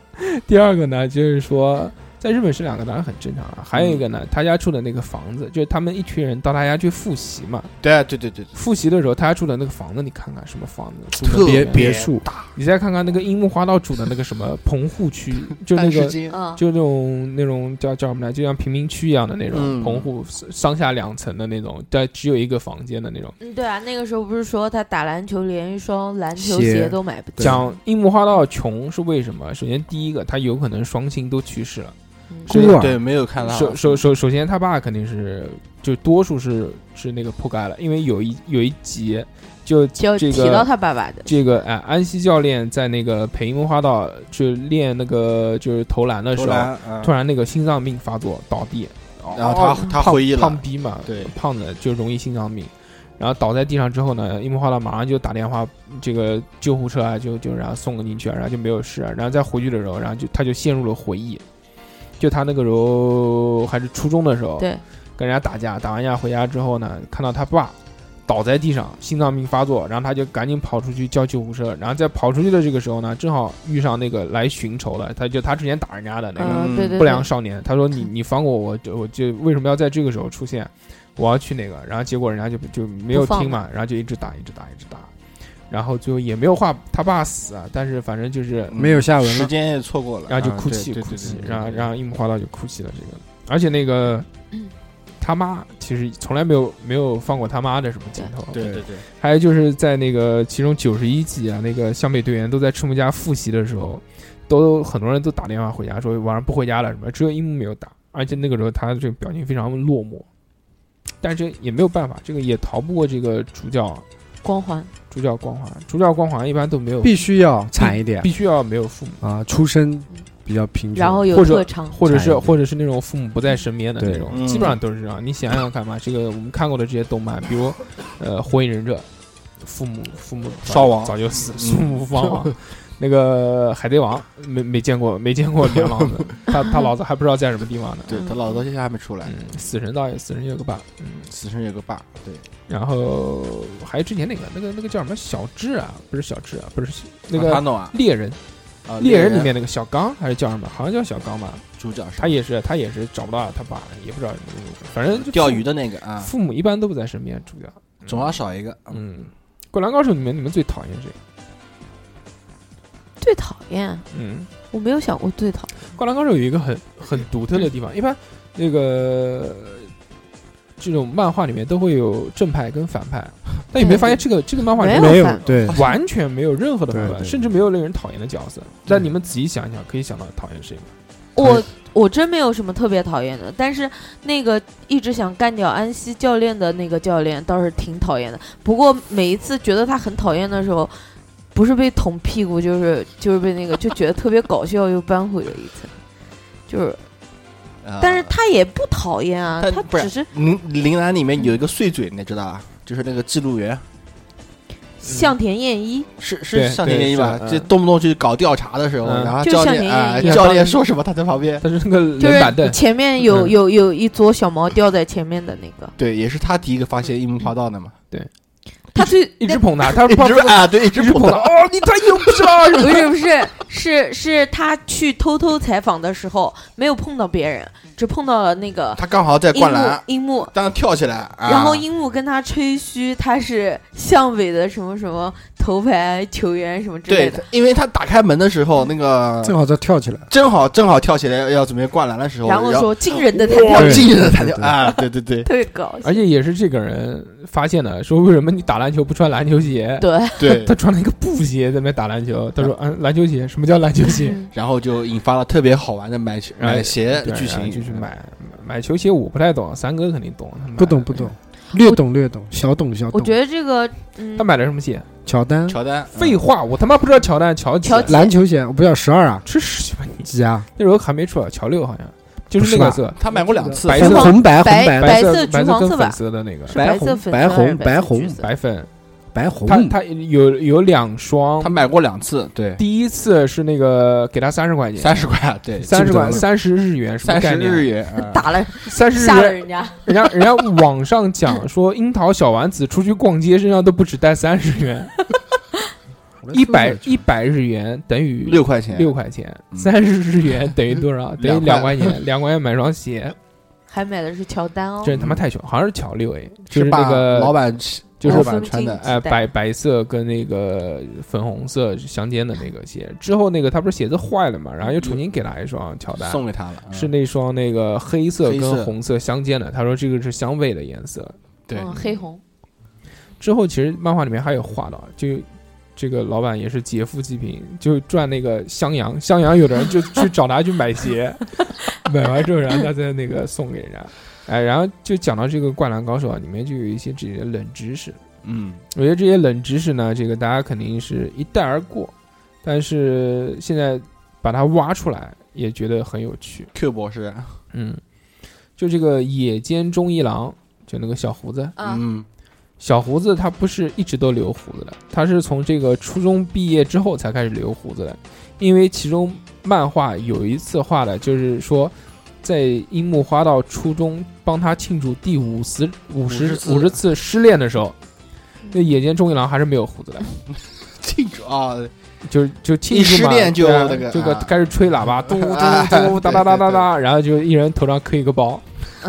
Speaker 2: 第二个呢，就是说在日本生两个当然很正常了。还有一个呢，他家住的那个房子，就是他们一群人到他家去复习嘛。
Speaker 4: 对对对对，
Speaker 2: 复习的时候，他家住的那个房子，你看看什么房子？
Speaker 4: 特
Speaker 2: 别
Speaker 4: 别
Speaker 3: 别墅，
Speaker 2: 你再看看那个樱木花道住的那个什么棚户 区，就那
Speaker 4: 但是
Speaker 2: 个
Speaker 4: 金
Speaker 5: 嗯，
Speaker 2: 就那种那种叫叫什么来，就像贫民区一样的那种
Speaker 4: 嗯
Speaker 2: 棚户，上下两层的那种，但只有一个房间的那种。
Speaker 5: 嗯对啊，那个时候不是说他打篮球连一双篮球
Speaker 3: 鞋
Speaker 5: 鞋都买不起，嗯
Speaker 2: 讲樱木花道穷是为什么？首先第一个，他有可能双亲都去世了。
Speaker 5: 嗯
Speaker 3: 孤
Speaker 2: 是
Speaker 3: 儿
Speaker 4: 对，没有看到
Speaker 2: 首首首首先，他爸肯定是就多数是是那个破盖了，因为有一有一集就
Speaker 5: 就
Speaker 2: 这
Speaker 5: 提到
Speaker 2: 个
Speaker 5: 他爸爸的，
Speaker 2: 这个哎安西教练在那个陪樱木花道就练那个就是投篮的时
Speaker 4: 投
Speaker 2: 候，
Speaker 4: 篮，哦嗯
Speaker 2: 突然那个心脏病发作倒地，
Speaker 4: 然后他他
Speaker 2: 胖
Speaker 4: 回忆了嗯
Speaker 2: 胖，逼嘛，
Speaker 4: 对
Speaker 2: 胖子就容易心脏病。然后倒在地上之后呢，樱木花道马上就打电话，这个救护车啊，就就然后送了进去，啊然后就没有事。然后再回去的时候，然后就他就陷入了回忆，就他那个时候还是初中的时候，
Speaker 5: 对，
Speaker 2: 跟人家打架，打完架回家之后呢，看到他爸倒在地上，心脏病发作，然后他就赶紧跑出去叫救护车。然后在跑出去的这个时候呢，正好遇上那个来寻仇的，他就他之前打人家的那个，
Speaker 5: 嗯，
Speaker 4: 嗯
Speaker 5: 对对，
Speaker 2: 不良
Speaker 5: 对
Speaker 2: 少年，他说你你放过我，我就我就为什么要在这个时候出现？我要去那个，然后结果人家就就没有
Speaker 5: 不放
Speaker 2: 听嘛，然后就一直打，一直打，一直打，然后最后也没有话他爸死啊，但是反正就是，
Speaker 4: 嗯
Speaker 3: 没有下文
Speaker 4: 时
Speaker 3: 了，
Speaker 4: 间也错过了，
Speaker 2: 然后就
Speaker 4: 啊
Speaker 2: 哭
Speaker 4: 对
Speaker 2: 泣
Speaker 4: 对
Speaker 2: 哭
Speaker 4: 对
Speaker 2: 泣
Speaker 4: 对，对
Speaker 2: 然后
Speaker 4: 对
Speaker 2: 然后樱木花道就哭泣了这个，而且那个他妈其实从来没有没有放过他妈的什么镜头，
Speaker 4: 对对对，
Speaker 2: 还有就是在那个其中九十一集啊，那个湘北队员都在赤木家复习的时候，都很多人都打电话回家说晚上不回家了什么，只有樱木没有打，而且那个时候他这个表情非常落寞，但是也没有办法，这个也逃不过这个主角
Speaker 5: 光环，
Speaker 2: 主角光环，主角光环一般都没有
Speaker 3: 必须要惨一点
Speaker 2: 必须要没有父母，
Speaker 3: 啊，出身比较贫穷，
Speaker 5: 然后有
Speaker 2: 或者
Speaker 5: 特长，
Speaker 2: 或者
Speaker 3: 惨一
Speaker 2: 是
Speaker 3: 点
Speaker 2: 或者是那种父母不在身边的那
Speaker 3: 对
Speaker 2: 种，
Speaker 4: 嗯
Speaker 2: 基本上都是这样。你想想看嘛，这个我们看过的这些动漫，比如呃《火影忍者》，父母父母早
Speaker 4: 烧嗯亡
Speaker 2: 早就死，父母亡 亡。那个海贼王没没见过没见过连王 的，他他老子还不知道在什么地方呢。
Speaker 4: 对他老多现在还没出来，
Speaker 2: 嗯，死神倒也死神有个 bug，嗯，
Speaker 4: 死神有个 bug，对，
Speaker 2: 然后还有之前那个那个那个叫什么小智啊，不是小智啊，不是那
Speaker 4: 他
Speaker 2: 个
Speaker 4: 弄啊，
Speaker 2: 猎人
Speaker 4: 啊
Speaker 2: 猎人里面那个小刚还是叫什么，好像叫小刚吧，
Speaker 4: 主角是
Speaker 2: 他也是他也是找不到他爸，也不知道什么，反正就
Speaker 4: 钓鱼的那个啊，
Speaker 2: 父母一般都不在身边，主要
Speaker 4: 总要少一个，
Speaker 2: 嗯，灌篮高手里面你们最讨厌谁？
Speaker 5: 最讨厌，
Speaker 2: 嗯，
Speaker 5: 我没有想过最讨
Speaker 2: 灌篮高手有一个很很独特的地方，一般那个这种漫画里面都会有正派跟反派， 但有没有发现这个这个漫画里
Speaker 5: 没
Speaker 2: 面
Speaker 5: 有
Speaker 3: 没有
Speaker 5: 反
Speaker 3: 对
Speaker 2: 完全没有任何的反
Speaker 3: 对
Speaker 2: 派，
Speaker 3: 对
Speaker 2: 甚至没有令人讨厌的角色？但你们仔细想一想，可以想到讨厌谁吗？
Speaker 5: 我我真没有什么特别讨厌的，但是那个一直想干掉安西教练的那个教练倒是挺讨厌的。不过每一次觉得他很讨厌的时候，不是被捅屁股，就是就是被那个，就觉得特别搞笑，又扳回了一次。就是，
Speaker 4: 啊
Speaker 5: 但是他也不讨厌啊，
Speaker 4: 但
Speaker 5: 他
Speaker 4: 不是
Speaker 5: 只是
Speaker 4: 铃铃兰里面有一个碎嘴，你知道吧？就是那个记录员，
Speaker 5: 向田彦一，
Speaker 4: 是
Speaker 2: 对
Speaker 4: 是向田研一吧
Speaker 2: 对？是
Speaker 4: 就
Speaker 2: 嗯
Speaker 4: 动不动去搞调查的时候，
Speaker 2: 嗯
Speaker 4: 然后
Speaker 5: 就是
Speaker 4: 教
Speaker 5: 向
Speaker 4: 练
Speaker 5: 田
Speaker 4: 啊
Speaker 5: 研一，
Speaker 4: 教练说什么他在旁边，
Speaker 2: 他是那个
Speaker 5: 就
Speaker 2: 冷板
Speaker 5: 是
Speaker 2: 凳，
Speaker 5: 前面有
Speaker 2: 嗯
Speaker 5: 有有一撮小毛掉在前面的那个，
Speaker 4: 对，也是他第一个发现樱木花道的嘛，
Speaker 5: 他最
Speaker 2: 一直捧他，他
Speaker 4: 一
Speaker 2: 是
Speaker 4: 直
Speaker 2: 捧
Speaker 4: 啊，对，一直
Speaker 2: 一直
Speaker 4: 捧
Speaker 2: 捧他，
Speaker 4: 他，
Speaker 2: 哦，你太牛逼了！
Speaker 5: 不是不是，是是他去偷偷采访的时候，没有碰到别人，只碰到了那个
Speaker 4: 他刚好在
Speaker 5: 樱
Speaker 4: 灌
Speaker 5: 木
Speaker 4: 篮，
Speaker 5: 樱木。
Speaker 4: 当时跳起来，啊
Speaker 5: 然后樱木跟他吹嘘他是巷尾的什么什么头牌球员什么之类
Speaker 4: 对
Speaker 5: 的，，
Speaker 4: 因为他打开门的时候，那个
Speaker 3: 正好在跳起来，
Speaker 4: 正好正好跳起来要准备灌篮的时候，
Speaker 5: 然后说惊人的弹
Speaker 4: 哇
Speaker 5: 跳
Speaker 3: 对
Speaker 5: 力，
Speaker 4: 惊人的弹跳
Speaker 3: 对对
Speaker 4: 啊，对对对
Speaker 5: 特别搞笑
Speaker 2: 而。且也是这个人发现的，说为什么你打篮球不穿篮球鞋？
Speaker 5: 对，
Speaker 4: 对
Speaker 2: 他，穿了一个布鞋在那边打篮球，他说：“嗯，篮球鞋，什么叫篮球鞋
Speaker 5: 嗯
Speaker 4: 然后就引发了特别好玩的买鞋
Speaker 2: 哎
Speaker 4: 买？”鞋
Speaker 2: 对
Speaker 4: 剧
Speaker 2: 然后
Speaker 4: 情，嗯
Speaker 2: 就去买买球鞋，我不太懂，三哥肯定懂，他买
Speaker 3: 不懂不懂，略懂略懂，小懂小
Speaker 5: 我
Speaker 3: 懂。
Speaker 5: 觉得这个嗯
Speaker 2: 他，买的什么鞋？
Speaker 3: 乔丹
Speaker 4: 乔丹，嗯
Speaker 2: 废话，我他妈不知道乔丹乔几
Speaker 5: 乔几
Speaker 3: 篮球鞋，我不要十二啊，
Speaker 2: 吃屎吧你！
Speaker 3: 几啊？
Speaker 2: 那时候还没出来，乔六好像就是
Speaker 3: 不是
Speaker 2: 那个
Speaker 3: 吧
Speaker 2: 色，
Speaker 4: 他买过两次，
Speaker 2: 白
Speaker 3: 红
Speaker 2: 色
Speaker 3: 红白红
Speaker 5: 白
Speaker 3: 白
Speaker 2: 白
Speaker 5: 色橘
Speaker 2: 白色
Speaker 5: 黄
Speaker 2: 跟
Speaker 5: 色
Speaker 2: 粉
Speaker 5: 吧
Speaker 2: 色的那个
Speaker 5: 是
Speaker 3: 白
Speaker 5: 白色
Speaker 3: 红
Speaker 5: 粉
Speaker 3: 白
Speaker 5: 色还是
Speaker 3: 红白
Speaker 5: 色橘
Speaker 3: 红
Speaker 5: 色
Speaker 2: 白粉，
Speaker 3: 白红，
Speaker 2: 他他有有两双
Speaker 4: 他，买过两次，对，
Speaker 2: 第一次是那个给他三十块钱，
Speaker 4: 三十块，对，
Speaker 2: 三十
Speaker 3: 记不得
Speaker 2: 块
Speaker 3: 了
Speaker 2: 三十日元，什么
Speaker 4: 三
Speaker 2: 概
Speaker 4: 十
Speaker 2: 念啊
Speaker 4: 日元，嗯
Speaker 5: 打了
Speaker 2: 三十日
Speaker 5: 吓了
Speaker 2: 元，
Speaker 5: 人家，
Speaker 2: 人家人家网上讲说，樱桃小丸子出去逛街身上都不止带三十元，一百一百日元等于
Speaker 4: 六块钱，
Speaker 2: 六块钱，
Speaker 4: 嗯
Speaker 2: 三十日元等于多 少？等于
Speaker 4: 两
Speaker 2: 两
Speaker 4: 块
Speaker 2: 块钱，两块钱买双鞋，
Speaker 5: 还买的是乔丹哦，
Speaker 2: 真他妈太穷，好像是巧六哎，就是是
Speaker 4: 把
Speaker 2: 那个
Speaker 4: 老板
Speaker 2: 就是
Speaker 5: 哦
Speaker 4: 老板穿的，
Speaker 2: 哎，
Speaker 5: 嗯
Speaker 2: 白白色跟那个粉红色相间的那个鞋，之后那个他不是鞋子坏了嘛，然后又重新给他一双乔丹，
Speaker 4: 送给他了，嗯
Speaker 2: 是那双那个黑色
Speaker 4: 黑色
Speaker 2: 跟红色相间的，他说这个是香味的颜色。
Speaker 4: 对
Speaker 5: 嗯，黑红，
Speaker 2: 之后其实漫画里面还有画到，就这个老板也是劫富济贫，就赚那个襄阳，襄阳有的人就去找他去买鞋， 买完之后然后他再那个送给人家。哎，然后就讲到这个《灌篮高手》啊，里面就有一些这些冷知识。
Speaker 4: 嗯，
Speaker 2: 我觉得这些冷知识呢，这个大家肯定是一带而过，但是现在把它挖出来，也觉得很有趣。
Speaker 4: Q 博士，
Speaker 2: 嗯，就这个野间忠一郎，就那个小胡子，
Speaker 5: 嗯，
Speaker 4: 嗯，
Speaker 2: 小胡子他不是一直都留胡子的，他是从这个初中毕业之后才开始留胡子的，因为其中漫画有一次画的就是说，在樱木花道初中帮他庆祝第五十五十
Speaker 4: 50次
Speaker 2: 五十次失恋的时候，那野间忠一郎还是没有胡 子的，
Speaker 4: 庆祝啊，
Speaker 2: 哦就就庆祝
Speaker 4: 一失
Speaker 2: 嘛
Speaker 4: 恋就
Speaker 2: 对啊
Speaker 4: 那个
Speaker 2: 就个
Speaker 4: 啊
Speaker 2: 开始吹喇 叭，咚咚
Speaker 4: 啊
Speaker 2: 咚，哒哒哒哒
Speaker 4: 对对
Speaker 2: 哒，然后就一人头上磕一个包，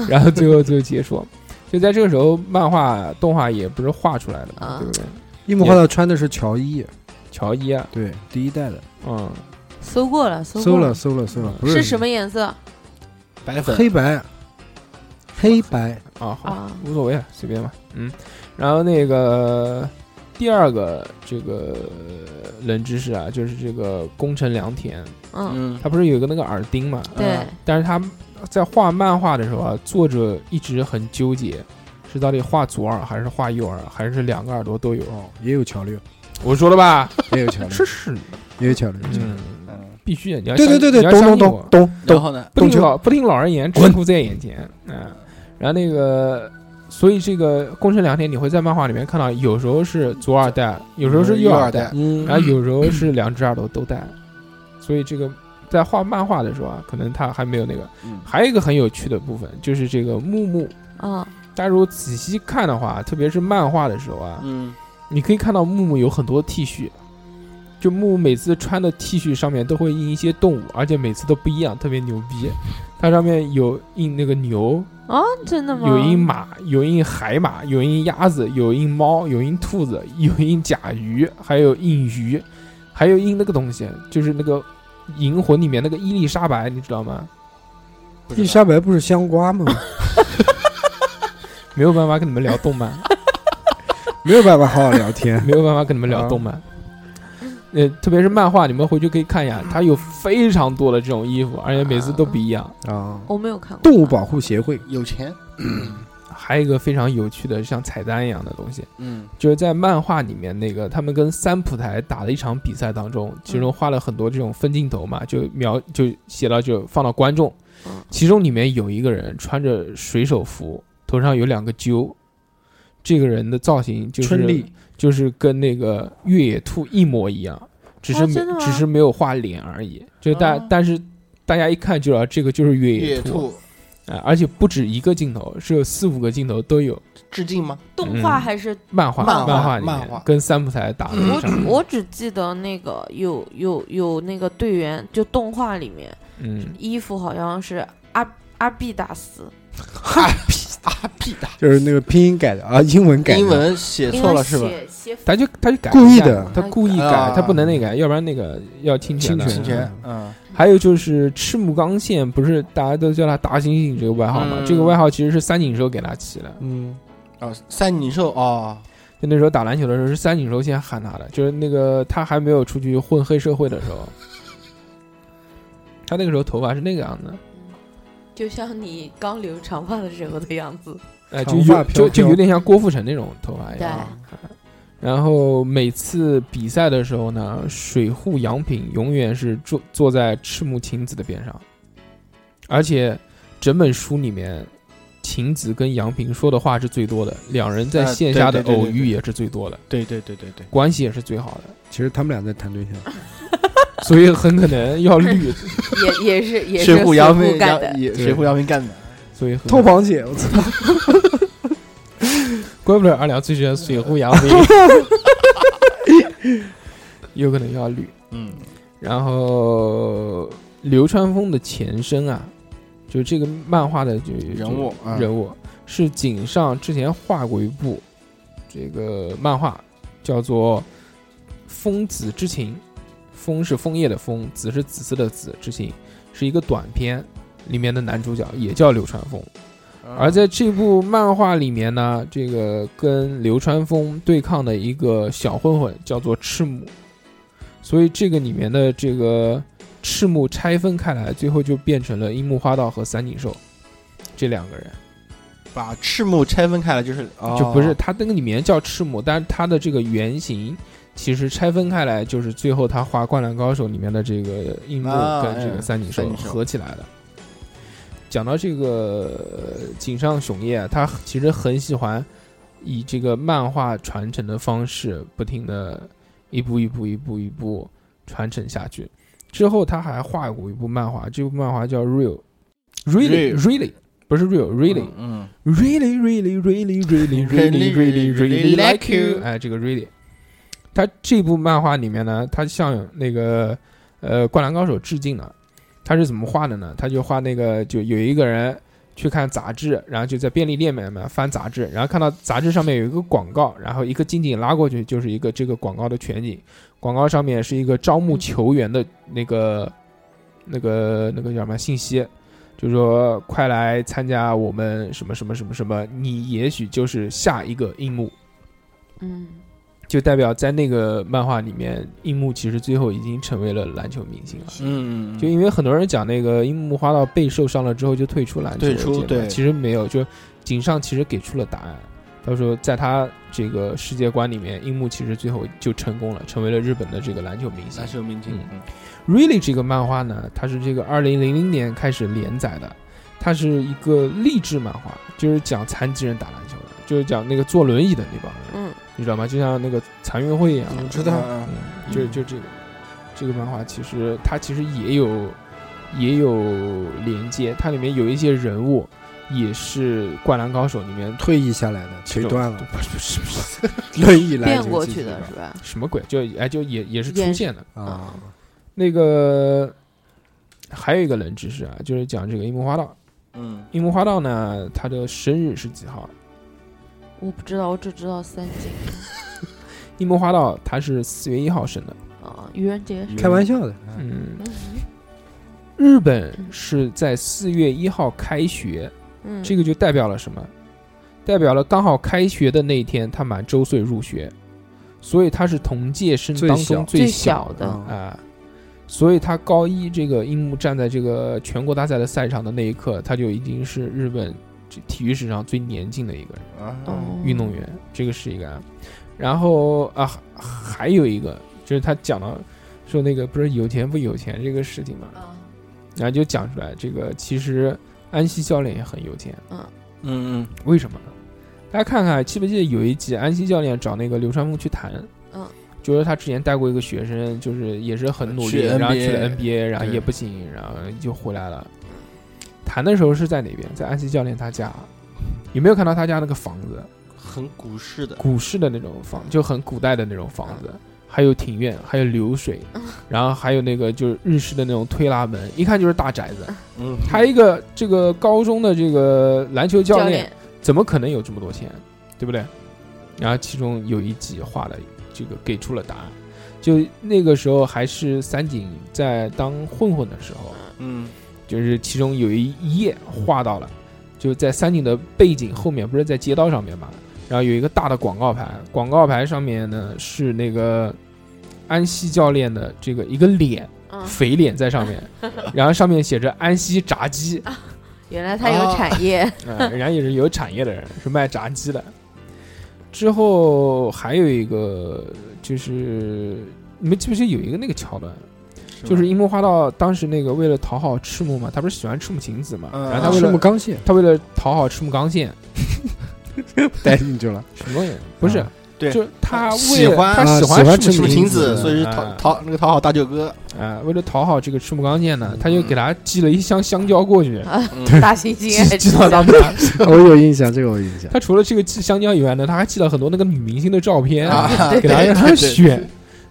Speaker 2: 然后最后最后结束。就在这个时候，漫画动画也不是画出来的嘛，
Speaker 5: 啊
Speaker 2: 对不对？
Speaker 3: 樱木花道穿的是乔伊，
Speaker 2: 乔伊啊，
Speaker 3: 对，第一代的，
Speaker 2: 嗯，
Speaker 5: 搜过了，搜
Speaker 3: 搜
Speaker 5: 过
Speaker 3: 了，搜了搜了，不
Speaker 5: 是
Speaker 3: 是
Speaker 5: 什么颜色
Speaker 4: 白粉，
Speaker 3: 黑白，黑白
Speaker 2: 啊，好，
Speaker 5: 啊？
Speaker 2: 无所谓了，随便吧，嗯。然后那个第二个这个冷知识啊，就是这个宫城良田，
Speaker 5: 嗯，
Speaker 4: 嗯，
Speaker 2: 他不是有一个那个耳钉嘛？
Speaker 5: 对，
Speaker 2: 但是他在画漫画的时候啊，作者一直很纠结，是到底画左耳还是画右耳，还是两个耳朵都有？
Speaker 3: 哦，也有乔六，
Speaker 2: 我说的吧？
Speaker 3: 也有乔六，
Speaker 2: 吃屎！
Speaker 3: 也有乔六。
Speaker 2: 嗯，
Speaker 4: 嗯，
Speaker 2: 必须的，你要
Speaker 3: 对对
Speaker 2: 相
Speaker 3: 对
Speaker 2: 你
Speaker 3: 对，
Speaker 2: 要
Speaker 3: 懂
Speaker 2: 相
Speaker 3: 懂
Speaker 2: 信我
Speaker 3: 懂懂
Speaker 4: 然
Speaker 3: 懂，
Speaker 4: 后呢，
Speaker 2: 不听
Speaker 3: 懂
Speaker 2: 老不听老人言，吃
Speaker 3: 滚
Speaker 2: 苦在眼前。嗯，然后那个所以这个宫城良田你会在漫画里面看到，有时候是左耳戴，有时候是右耳戴，
Speaker 3: 嗯
Speaker 2: 然后有时候是两只耳朵都戴，所以这个在画漫画的时候啊，可能他还没有那个。
Speaker 4: 嗯
Speaker 2: 还有一个很有趣的部分就是这个木木，
Speaker 5: 嗯，
Speaker 2: 大家如果仔细看的话，特别是漫画的时候啊，
Speaker 4: 嗯，
Speaker 2: 你可以看到木木有很多 T 恤，就木木每次穿的 T 恤上面都会印一些动物，而且每次都不一样，特别牛逼。它上面有印那个牛，
Speaker 5: 哦真的吗？
Speaker 2: 有印马，有印海马，有印鸭子，有印猫，有印兔子，有印甲鱼，还有印鱼，还有印那个东西，就是那个《银魂》里面那个伊丽莎白，你知道吗？
Speaker 4: 不知
Speaker 3: 伊嗯
Speaker 4: 道
Speaker 3: 莎白不是香瓜吗？
Speaker 2: 没有办法跟你们聊动漫，
Speaker 3: 没有办法好好 聊天。
Speaker 2: 没有办法跟你们
Speaker 3: 啊
Speaker 2: 聊动漫。呃，特别是漫画，你们回去可以看一
Speaker 3: 嗯
Speaker 2: 下，它有非常多的这种衣服，而且每次都不一样。
Speaker 3: 啊，
Speaker 5: 我没有看过
Speaker 3: 动物保护协会
Speaker 4: 有钱，
Speaker 2: 还有一个非常有趣的，像彩蛋一样的东西，
Speaker 4: 嗯
Speaker 2: 就是在漫画里面那个他们跟三浦台打了一场比赛当中，其
Speaker 3: 嗯
Speaker 2: 中画了很多这种分镜头嘛，就描就写到就放到观众
Speaker 5: 嗯，
Speaker 2: 其中里面有一个人穿着水手服，头上有两个揪，这个人的造型就是
Speaker 3: 春丽，
Speaker 2: 就是跟那个越野兔一模一样，只是
Speaker 5: 哦
Speaker 2: 没、
Speaker 5: 真的吗
Speaker 2: 只是没有画脸而已。就大、
Speaker 4: 哦
Speaker 2: 但是大家一看就知道这个就是越
Speaker 4: 野
Speaker 2: 野
Speaker 4: 兔
Speaker 2: 啊、而且不止一个镜头，是有四五个镜头都有。
Speaker 4: 致敬吗？
Speaker 5: 动画
Speaker 2: 嗯
Speaker 5: 还是
Speaker 2: 漫画
Speaker 4: 漫画
Speaker 2: 画里
Speaker 4: 漫
Speaker 2: 面
Speaker 4: 画
Speaker 2: 跟三浦台打的一
Speaker 5: 我
Speaker 2: 场，
Speaker 5: 只我只记得那个有有有那个队员，就动画里面
Speaker 2: 嗯，
Speaker 5: 衣服好像是阿阿必达斯，
Speaker 4: 哈屁啊屁 的，
Speaker 3: 就是那个拼音改的啊，英文改的。
Speaker 4: 英文写
Speaker 5: 因
Speaker 4: 错
Speaker 5: 为
Speaker 4: 了是吧？
Speaker 5: 写写
Speaker 2: 他就他就改
Speaker 3: 故
Speaker 2: 一
Speaker 3: 意
Speaker 2: 下
Speaker 3: 的
Speaker 2: 他故意改
Speaker 4: 啊，
Speaker 2: 他不能那个，要不然那个要侵权的。
Speaker 3: 侵
Speaker 4: 之
Speaker 3: 权
Speaker 4: 前，嗯，
Speaker 2: 还有就是赤木刚宪，不是大家都叫他达猩猩这个外号嘛？
Speaker 4: 嗯
Speaker 2: 这个外号其实是三井寿给他起的。
Speaker 3: 嗯，
Speaker 4: 哦，三井寿哦，
Speaker 2: 就那时候打篮球的时候，是三井寿先喊他的，就是那个他还没有出去混黑社会的时候，他那个时候头发是那个样子，
Speaker 5: 就像你刚留长发的时候的样子。
Speaker 2: 哎，就
Speaker 3: 长发
Speaker 2: 有
Speaker 3: 飘飘
Speaker 2: 就就有点像郭富城那种头发一
Speaker 5: 对
Speaker 2: 样。，
Speaker 4: 哦
Speaker 2: 然后每次比赛的时候呢，水户洋平永远是坐坐在赤木晴子的边上，而且整本书里面，晴子跟洋平说的话是最多的，两人在
Speaker 4: 啊
Speaker 2: 线下的
Speaker 4: 对对对
Speaker 2: 偶
Speaker 4: 对
Speaker 2: 遇
Speaker 4: 对
Speaker 2: 也是最多的，
Speaker 4: 对对对对对，
Speaker 2: 关系也是最好的。
Speaker 3: 其实他们俩在谈对象。
Speaker 2: 所以很可能要绿，
Speaker 5: 也也是也是
Speaker 4: 水户洋
Speaker 5: 平
Speaker 4: 平
Speaker 5: 干的
Speaker 4: 洋，也
Speaker 2: 对
Speaker 4: 水户洋平干的，
Speaker 2: 所以很
Speaker 3: 偷螃蟹， 我操！
Speaker 2: 怪不得二两最喜欢水户洋 平，有可能要绿。
Speaker 4: 嗯，
Speaker 2: 然后流川枫的前身啊，就是这个漫画的就
Speaker 4: 人物
Speaker 2: 就
Speaker 4: 嗯
Speaker 2: 人物是井上之前画过一部这个漫画，叫做《枫子之情》，枫是枫叶的枫，子是紫色的紫，之情是一个短片，里面的男主角也叫流川枫。
Speaker 4: 嗯
Speaker 2: 而在这部漫画里面呢，这个跟流川枫对抗的一个小混混叫做赤木，所以这个里面的这个赤木拆分开来，最后就变成了樱木花道和三井寿这两个人，
Speaker 4: 把赤木拆分开来就是，哦
Speaker 2: 就不是他那个里面叫赤木，但是他的这个原型其实拆分开来就是最后他画《灌篮高手》里面的这个樱木
Speaker 4: 啊
Speaker 2: 跟这
Speaker 4: 哎
Speaker 2: 个三井寿
Speaker 4: 三井寿
Speaker 2: 合起来的。讲到这个呃井上雄彦，他其实很喜欢以这个漫画传承的方式，不停的一步一步一步一步传承下去。之后他还画过一部漫画，这部漫画叫 Real Really
Speaker 4: Real
Speaker 2: Really，不是 Real Really
Speaker 4: 嗯，
Speaker 2: Really Really Really Really Really
Speaker 4: Really,
Speaker 2: Really Really
Speaker 4: really
Speaker 2: Like
Speaker 4: like
Speaker 2: You，
Speaker 4: you
Speaker 2: 哎，这个 Really，他这部漫画里面呢，他向那个呃《灌篮高手》致敬了。他是怎么画的呢？他就画那个，就有一个人去看杂志，然后就在便利店买买翻杂志，然后看到杂志上面有一个广告，然后一个近景拉过去就是一个这个广告的全景，广告上面是一个招募球员的那个那个那个叫什么信息，就是说快来参加我们什么什么什么什么，你也许就是下一个樱木，
Speaker 5: 嗯，
Speaker 2: 就代表在那个漫画里面，樱木其实最后已经成为了篮球明星了。
Speaker 4: 嗯，嗯嗯
Speaker 2: 就因为很多人讲那个樱木花道被受伤了之后就退出篮球
Speaker 4: 退
Speaker 2: 界
Speaker 4: 出
Speaker 2: 嘛
Speaker 4: 对
Speaker 2: 其实没有，就井上其实给出了答案。他说，在他这个世界观里面，樱木其实最后就成功了，成为了日本的这个篮球明星
Speaker 4: 那。是有明星，
Speaker 2: 嗯 Really 这个漫画呢，它是这个二零零零年开始连载的，它是一个励志漫画，就是讲残疾人打篮球的，就是讲那个坐轮椅的那帮人，
Speaker 5: 嗯，
Speaker 2: 你知道吗？就像那个残运会一样，
Speaker 4: 我
Speaker 3: 知道
Speaker 2: 嗯，就就这个这个漫画，其实它其实也有也有连接，它里面有一些人物也是《灌篮高手》里面
Speaker 3: 退役下来的，
Speaker 2: 这
Speaker 3: 腿
Speaker 2: 种
Speaker 3: 断了，，
Speaker 2: 不是不是不是
Speaker 3: 轮椅来
Speaker 5: 变
Speaker 3: 这个
Speaker 5: 过
Speaker 3: 季
Speaker 5: 去
Speaker 3: 节
Speaker 5: 的是吧？
Speaker 2: 什么鬼，就哎就也也是出
Speaker 5: 也是
Speaker 2: 现的。
Speaker 3: 啊，
Speaker 2: 那个还有一个冷知识啊，就是讲这个樱木花道。
Speaker 4: 嗯，
Speaker 2: 樱木花道呢，他的生日是几号？
Speaker 5: 我不知道，我只知道三井
Speaker 2: 樱木花道他是四月一号生的。
Speaker 5: 啊，愚人节
Speaker 3: 开玩笑的，
Speaker 2: 嗯，
Speaker 5: 嗯
Speaker 2: 日本是在四月一号开学，
Speaker 5: 嗯，
Speaker 2: 这个就代表了什么？代表了刚好开学的那一天，他满周岁入学，所以他是同届生
Speaker 3: 最
Speaker 2: 当
Speaker 3: 小
Speaker 2: 中
Speaker 5: 最
Speaker 2: 小
Speaker 5: 小
Speaker 2: 的
Speaker 5: 的
Speaker 3: 啊
Speaker 2: 啊、所以他高一这个樱木站在这个全国大赛的赛场的那一刻，他就已经是日本这体育史上最年轻的一个人。
Speaker 4: 啊，
Speaker 5: 哦
Speaker 2: 嗯运动员，这个是一个啊。然后啊，还还有一个就是他讲到说那个不是有钱不有钱这个事情嘛，
Speaker 5: 啊，
Speaker 2: 然后就讲出来这个其实安西教练也很有钱，
Speaker 4: 嗯嗯，
Speaker 2: 为什么呢？大家看看记不记得有一集安西教练找那个流川枫去谈，
Speaker 5: 嗯，
Speaker 2: 就是他之前带过一个学生，就是也是很努力，
Speaker 4: 去 NBA
Speaker 2: 然后去了 NBA，然后
Speaker 4: 对
Speaker 2: 也不行，然后就回来了。谈的时候是在哪边？在安西教练他家，有没有看到他家那个房子？
Speaker 4: 很古式的，
Speaker 2: 古式的那种房，就很古代的那种房子，还有庭院，还有流水，然后还有那个就是日式的那种推拉门，一看就是大宅子。
Speaker 4: 嗯，
Speaker 2: 他一个这个高中的这个篮球教
Speaker 5: 教
Speaker 2: 练，怎么可能有这么多钱，对不对？然后其中有一集画了这个给出了答案，就那个时候还是三井在当混混的时候，
Speaker 4: 嗯
Speaker 2: 就是其中有一一页画到了，就在三井的背景后面，不是在街道上面嘛，然后有一个大的广告牌，广告牌上面呢是那个安西教练的这个一个脸，
Speaker 5: 嗯，
Speaker 2: 肥脸在上面，然后上面写着安西炸鸡，
Speaker 5: 原来他有产业，
Speaker 4: 哎嗯
Speaker 2: 啊，人家也是有产业的人，是卖炸鸡的。之后还有一个就是，你们记不记得有一个那个桥段，就是樱木花道当时那个为了讨好赤木嘛，他不是喜欢赤木晴子嘛，
Speaker 4: 嗯
Speaker 2: 然后他
Speaker 4: 啊
Speaker 2: 为
Speaker 3: 赤
Speaker 2: 了
Speaker 3: 木刚宪
Speaker 2: 他为了讨好赤木刚宪，
Speaker 3: 带进去了，
Speaker 2: 什么东西？不是，
Speaker 4: 啊对
Speaker 2: 就是他为
Speaker 4: 喜欢
Speaker 2: 他喜
Speaker 3: 啊喜欢
Speaker 2: 赤
Speaker 3: 赤
Speaker 2: 木
Speaker 3: 木
Speaker 4: 晴
Speaker 3: 晴
Speaker 4: 子，
Speaker 3: 子
Speaker 4: 所以是讨
Speaker 2: 啊
Speaker 4: 讨那个讨好大舅哥，
Speaker 2: 啊，为了讨好这个赤木刚宪呢
Speaker 3: 嗯，
Speaker 2: 他就给他寄了一箱香蕉过去，
Speaker 4: 嗯
Speaker 5: 啊大猩猩
Speaker 2: 寄寄到他们家。
Speaker 3: 我有印象，这个我有印象。
Speaker 2: 他除了这个寄香蕉以外呢，他还寄了很多那个女明星的照片
Speaker 4: 啊，
Speaker 2: 给他
Speaker 4: 对
Speaker 2: 让他
Speaker 4: 对
Speaker 2: 选。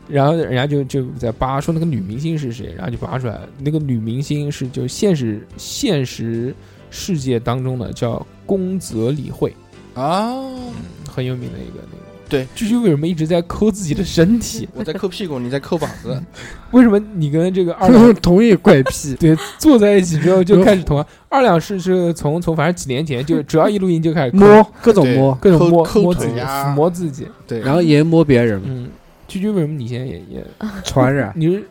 Speaker 2: 然后人家就就在扒说那个女明星是谁，然后就扒出来，那个女明星是就现实现实世界当中的叫宫泽理惠，
Speaker 4: 啊，
Speaker 2: 很有名的一个那个。
Speaker 4: 对，
Speaker 2: 这就为什么一直在抠自己的身 体？
Speaker 4: 我在抠屁股，你在抠膀子，
Speaker 2: 为什么你跟这个二 两
Speaker 3: 同意怪癖，
Speaker 2: 对坐在一起之后就开始同啊？二两是是从从反正几年前 就只要一录音就开始抠
Speaker 3: 摸各种摸，
Speaker 2: 各种摸
Speaker 4: 抠
Speaker 2: 摸
Speaker 4: 腿
Speaker 2: 自己
Speaker 4: 呀
Speaker 2: 抚摸自己，
Speaker 4: 对，
Speaker 3: 然后也摸别人，
Speaker 2: 嗯，居居为什么你现在也也
Speaker 3: 传染。
Speaker 2: 你是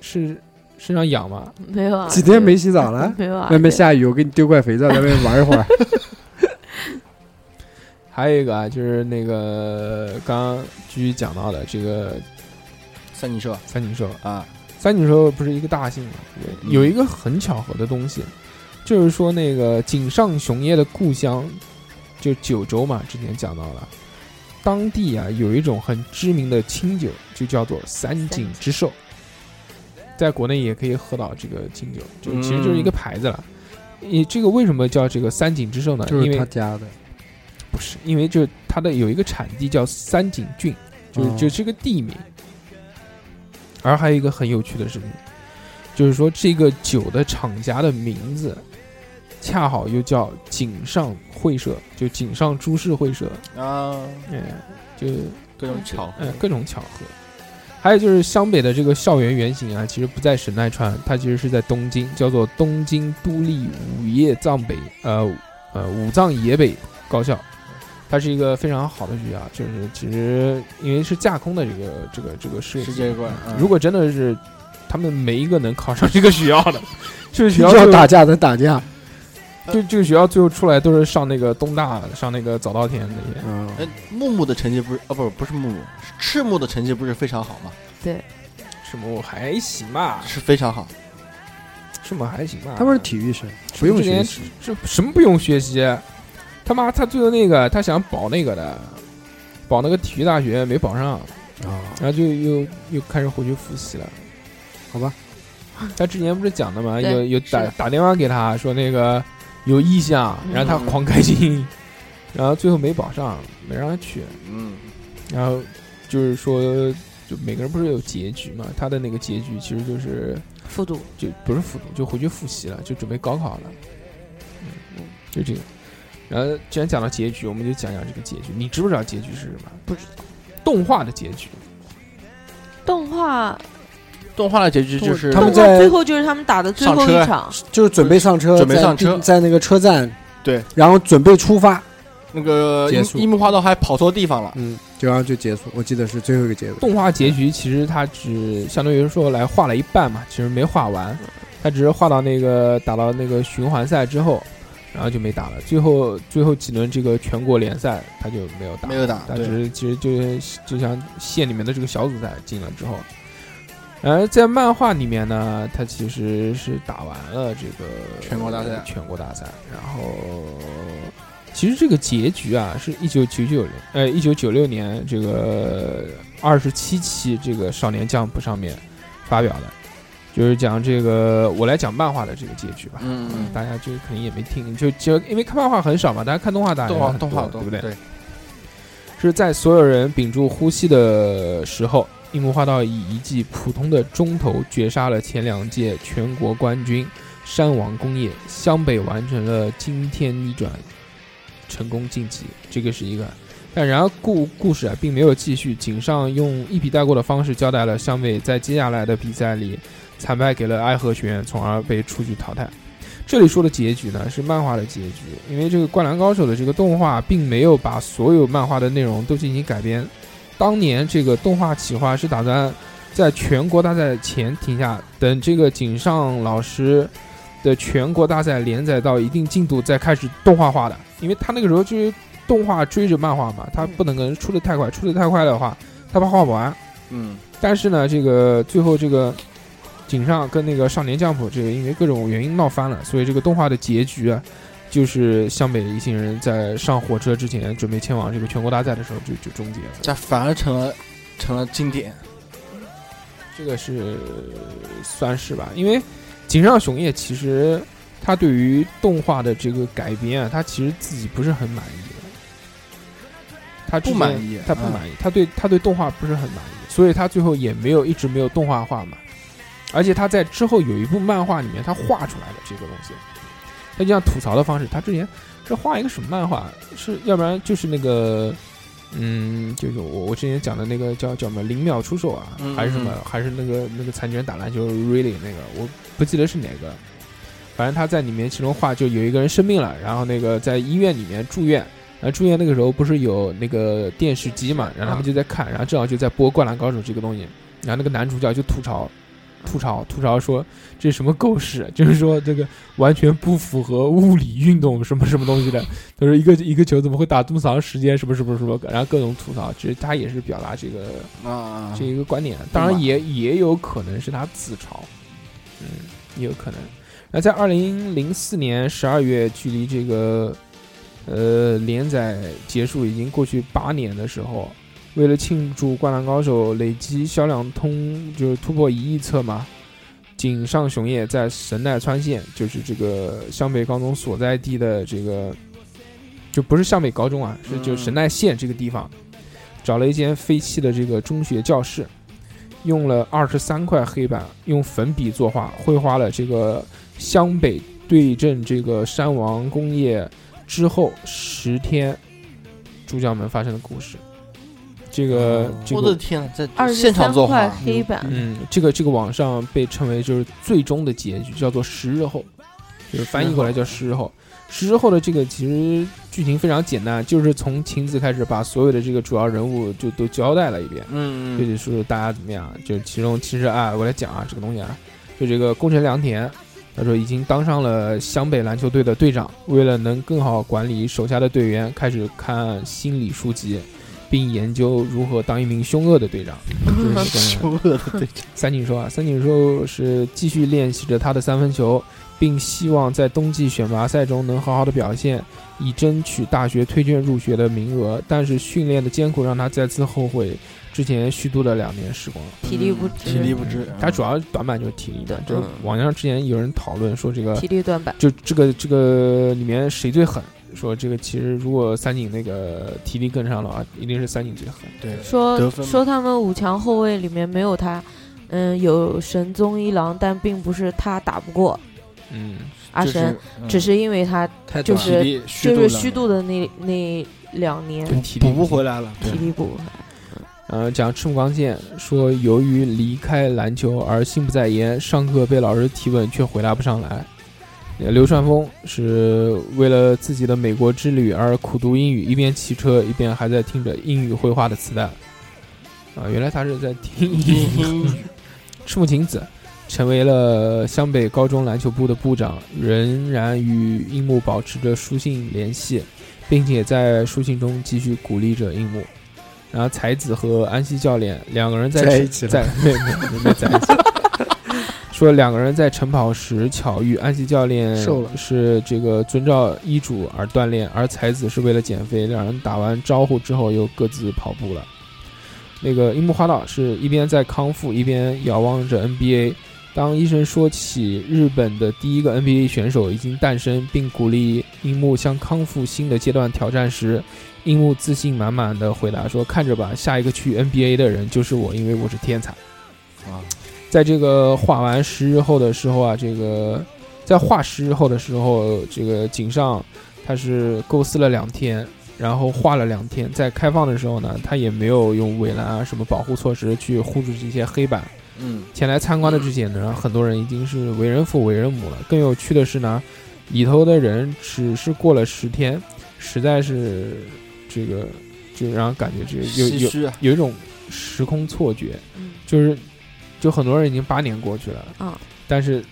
Speaker 2: 是身上痒吗？
Speaker 5: 没有啊，
Speaker 3: 几天没洗澡了，
Speaker 5: 没有啊，
Speaker 3: 外面下雨，我给你丢块肥皂，在外 面玩一 会儿。
Speaker 2: 还有一个啊，就是那个刚刚居居讲到的这个
Speaker 4: 三井寿
Speaker 2: 三井寿，
Speaker 4: 啊，
Speaker 2: 三井寿不是一个大姓嘛？
Speaker 3: 嗯
Speaker 2: 对有一个很巧合的东西，就是说那个井上雄彦的故乡就九州嘛，之前讲到了，当地啊有一种很知名的清酒，就叫做三井之寿，在国内也可以喝到这个清酒，就其实就是一个牌子了。你这个为什么叫这个三井之寿呢？
Speaker 3: 嗯就是
Speaker 2: 因为
Speaker 3: 他家的，
Speaker 2: 不是，因为就是它的有一个产地叫三井郡，就是、
Speaker 3: 哦
Speaker 2: 就是个地名。而还有一个很有趣的事情，就是说这个酒的厂家的名字，恰好又叫井上会社，就井上株式会社，
Speaker 4: 啊，
Speaker 2: 嗯，就
Speaker 4: 各种巧合
Speaker 2: 嗯，各种巧合。还有就是湘北的这个校园原型啊，其实不在神奈川，它其实是在东京，叫做东京都立武叶藏北呃呃武藏野北高校，它是一个非常好的学校，就是其实因为是架空的这个这个这个设
Speaker 4: 世
Speaker 2: 计，
Speaker 4: 界观，嗯
Speaker 2: 如果真的是他们没一个能考上这个学校的，这个学校
Speaker 3: 要
Speaker 2: 就
Speaker 3: 打架能打架。啊
Speaker 2: 就这个学校最后出来都是上那个东大上那个早稻田那些，
Speaker 3: 嗯，
Speaker 4: 哎，木木的成绩不是啊，不不是木木，是赤木的成绩不是非常好吗？
Speaker 2: 什么我还行吧，
Speaker 4: 是非常好，
Speaker 2: 是吗？还行吧。
Speaker 3: 他们是体育生，不用学习。
Speaker 2: 这什么不用学习？他妈，他最后那个他想保那个的，保那个体育大学没保上，
Speaker 3: 啊。
Speaker 2: 然后就又又开始回去复习了。
Speaker 3: 好吧，
Speaker 2: 他之前不是讲的吗？
Speaker 5: 对
Speaker 2: 有有打
Speaker 5: 是
Speaker 2: 打电话给他说那个有意向，然后他
Speaker 4: 嗯
Speaker 2: 狂开心，然后最后没保上，没让他去。
Speaker 4: 嗯，
Speaker 2: 然后就是说，就每个人不是有结局嘛？他的那个结局其实就是
Speaker 5: 复读，
Speaker 2: 就不是复读，就回去复习了，就准备高考了。嗯，就这个。然后既然讲到结局，我们就讲讲这个结局。你知不知道结局是什么？
Speaker 5: 不知
Speaker 2: 道。动画的结局，
Speaker 5: 动画
Speaker 4: 动画的结局就是
Speaker 3: 他们
Speaker 5: 动画
Speaker 3: 在
Speaker 5: 最后就是他们打的最后
Speaker 4: 上车
Speaker 5: 一场，
Speaker 3: 就是准备上车，
Speaker 4: 准备
Speaker 3: 在
Speaker 4: 上车
Speaker 3: 地在那个车站，
Speaker 4: 对，
Speaker 3: 然后准备出发，
Speaker 4: 那个
Speaker 3: 结束
Speaker 4: 樱樱木花道还跑错地方了，
Speaker 3: 嗯，就然后就结束。我记得是最后一个结束。
Speaker 2: 动画结局其实它只相当于说来画了一半嘛，其实没画完，它只是画到那个打到那个循环赛之后，然后就没打了。最后最后几轮这个全国联赛他就没有打，
Speaker 4: 没有打，
Speaker 2: 他啊只
Speaker 4: 对，
Speaker 2: 是其实就是就像县里面的这个小组赛进了之后，而在漫画里面呢，他其实是打完了这个
Speaker 4: 全国大赛
Speaker 2: 全国大赛，然后其实这个结局啊，是一九九九年，呃，一九九六年这个二十七期这个《少年 Jump》上面发表的，就是讲这个我来讲漫画的这个结局吧。
Speaker 4: 嗯嗯
Speaker 2: 大家就肯定也没听，就就因为看漫画很少嘛，大家看动画大
Speaker 4: 嗯，动画
Speaker 2: 家
Speaker 4: 动画
Speaker 2: 对不
Speaker 4: 对
Speaker 2: 对？是在所有人屏住呼吸的时候，樱木花道以一记普通的中投绝杀了前两届全国冠军山王工业，湘北完成了惊天逆转，成功晋级。这个是一个。但然而故故事啊并没有继续，井上用一笔带过的方式交代了湘北在接下来的比赛里惨败给了爱河学院，从而被出局淘汰。这里说的结局呢，是漫画的结局，因为这个《灌篮高手》的这个动画并没有把所有漫画的内容都进行改编。当年这个动画企划是打算在全国大赛前停下，等这个井上老师的全国大赛连载到一定进度再开始动画化的，因为他那个时候就是动画追着漫画嘛，他不能跟出的太快，出的太快的话，他怕画不完。
Speaker 4: 嗯
Speaker 2: 但是呢，这个最后这个井上跟那个少年将普这个因为各种原因闹翻了，所以这个动画的结局啊，就是湘北一行人在上火车之前准备前往这个全国大赛的时候就就终结了。
Speaker 4: 这反而成了成了经典，
Speaker 2: 这个是算是吧，因为井上雄彦其实他对于动画的这个改编啊，他其实自己不是很满意的，他之前
Speaker 4: 不满意嗯
Speaker 2: 他不满意，他对他对动画不是很满意，所以他最后也没有一直没有动画化嘛。而且他在之后有一部漫画里面，他画出来的这个东西，他就像吐槽的方式，他之前这画一个什么漫画？是要不然就是那个，嗯，就是我我之前讲的那个叫叫什么零秒出手啊，
Speaker 4: 嗯
Speaker 2: 还是什么
Speaker 4: 嗯，
Speaker 2: 还是那个那个残疾人打篮球 really 那个，我不记得是哪个，反正他在里面其中画就有一个人生病了，然后那个在医院里面住院。然后住院那个时候不是有那个电视机嘛，然后他们就在看，然后正好就在播《灌篮高手》这个东西，然后那个男主角就吐槽，吐槽吐槽说这是什么狗屎，啊 就是说这个完全不符合物理运动什么什么东西的， 他说一个一个球怎么会打这么长时间，什么什么什么，然后各种吐槽，其实他也是表达这个
Speaker 4: 啊，
Speaker 2: 这一个观点，当然也也有可能是他自嘲，嗯，也有可能。那在二零零四年十二月，距离这个呃连载结束已经过去八年的时候，为了庆祝《灌篮高手》累积销量通就是突破一亿册嘛，井上雄彦在神奈川县，就是这个湘北高中所在地的这个，就不是湘北高中啊，是就
Speaker 4: 嗯
Speaker 2: 神奈县这个地方，找了一间废弃的这个中学教室，用了二十三块黑板，用粉笔作画，绘画了这个湘北对阵这个山王工业之后十天，主角们发生的故事。这个
Speaker 3: 哦，
Speaker 2: 这
Speaker 4: 我
Speaker 2: 个
Speaker 4: 的天呐，在
Speaker 5: 二十
Speaker 4: 现场
Speaker 5: 三
Speaker 4: 作
Speaker 5: 块
Speaker 4: 画，
Speaker 5: 黑板，
Speaker 2: 嗯，这个这个网上被称为就是最终的结局，叫做十日后，就是翻译过来叫十日后。十日后的这个其实剧情非常简单，就是从晴子开始把所有的这个主要人物就都交代了一遍，
Speaker 4: 嗯
Speaker 2: 就
Speaker 4: 嗯
Speaker 2: 得说大家怎么样。就其中其实啊，我来讲啊这个东西啊，就这个宫城良田，他说已经当上了湘北篮球队的队长，为了能更好管理手下的队员，开始看心理书籍，并研究如何当一名凶恶的队长。
Speaker 4: 嗯
Speaker 2: 就是
Speaker 4: 凶恶的队长，
Speaker 2: 三井寿啊，三井寿是继续练习着他的三分球，并希望在冬季选拔赛中能好好的表现，以争取大学推荐入学的名额。但是训练的艰苦让他再次后悔之前虚度的两年时光。
Speaker 4: 嗯
Speaker 5: 体力不支
Speaker 4: 体力不支，
Speaker 2: 他主要短板就是体力嘛
Speaker 5: 对，
Speaker 2: 就是
Speaker 5: 嗯
Speaker 2: 网上之前有人讨论说这个
Speaker 5: 体力短板，
Speaker 2: 就这个这个里面谁最狠？说这个其实如果三井那个体力跟上了啊，一定是三井最狠。
Speaker 4: 对
Speaker 5: 说
Speaker 4: 得分嘛
Speaker 5: 说他们五强后卫里面没有他，嗯，有神宗一郎，但并不是他打不过
Speaker 2: 嗯，
Speaker 5: 阿
Speaker 4: 就是
Speaker 5: 神，
Speaker 4: 嗯
Speaker 5: 只是因为他
Speaker 3: 太
Speaker 5: 就
Speaker 4: 体
Speaker 5: 是
Speaker 4: 力
Speaker 5: 就是
Speaker 4: 了
Speaker 5: 虚度的那那两年
Speaker 2: 对体力
Speaker 4: 补不回来了，
Speaker 5: 体力不够，
Speaker 2: 呃，讲赤木刚宪说，由于离开篮球而心不在焉，上课被老师提问却回答不上来。呃流川枫是为了自己的美国之旅而苦读英语，一边骑车一边还在听着英语绘画的磁带。啊、原来他是在听英语。
Speaker 3: 嗯
Speaker 2: 赤木晴子成为了湘北高中篮球部的部长，仍然与樱木保持着书信联系，并且在书信中继续鼓励着樱木。然后才子和安西教练两个人在
Speaker 3: 在一起了
Speaker 2: 在没没没没在一起。说两个人在晨跑时巧遇，安西教练
Speaker 3: 瘦了
Speaker 2: 是这个遵照医嘱而锻炼，而才子是为了减肥。两人打完招呼之后又各自跑步了。那个樱木花道是一边在康复，一边遥望着 NBA。当医生说起日本的第一个 NBA 选手已经诞生，并鼓励樱木向康复新的阶段挑战时，樱木自信满满的回答说：“看着吧，下一个去 NBA 的人就是我，因为我是天才。”
Speaker 4: 啊，
Speaker 2: 在这个画完十日后的时候啊，这个在画十日后的时候，这个井上他是构思了两天，然后画了两天，在开放的时候呢，他也没有用围栏啊什么保护措施去护住这些黑板。
Speaker 4: 嗯，
Speaker 2: 前来参观的这些人，很多人已经是为人父为人母了。更有趣的是呢，里头的人只是过了十天，实在是这个就让人感觉这个有
Speaker 4: 唏
Speaker 2: 有
Speaker 4: 嘘啊，
Speaker 2: 有一种时空错觉。
Speaker 5: 嗯
Speaker 2: 就是就很多人已经八年过去了，
Speaker 5: 嗯，
Speaker 2: 但是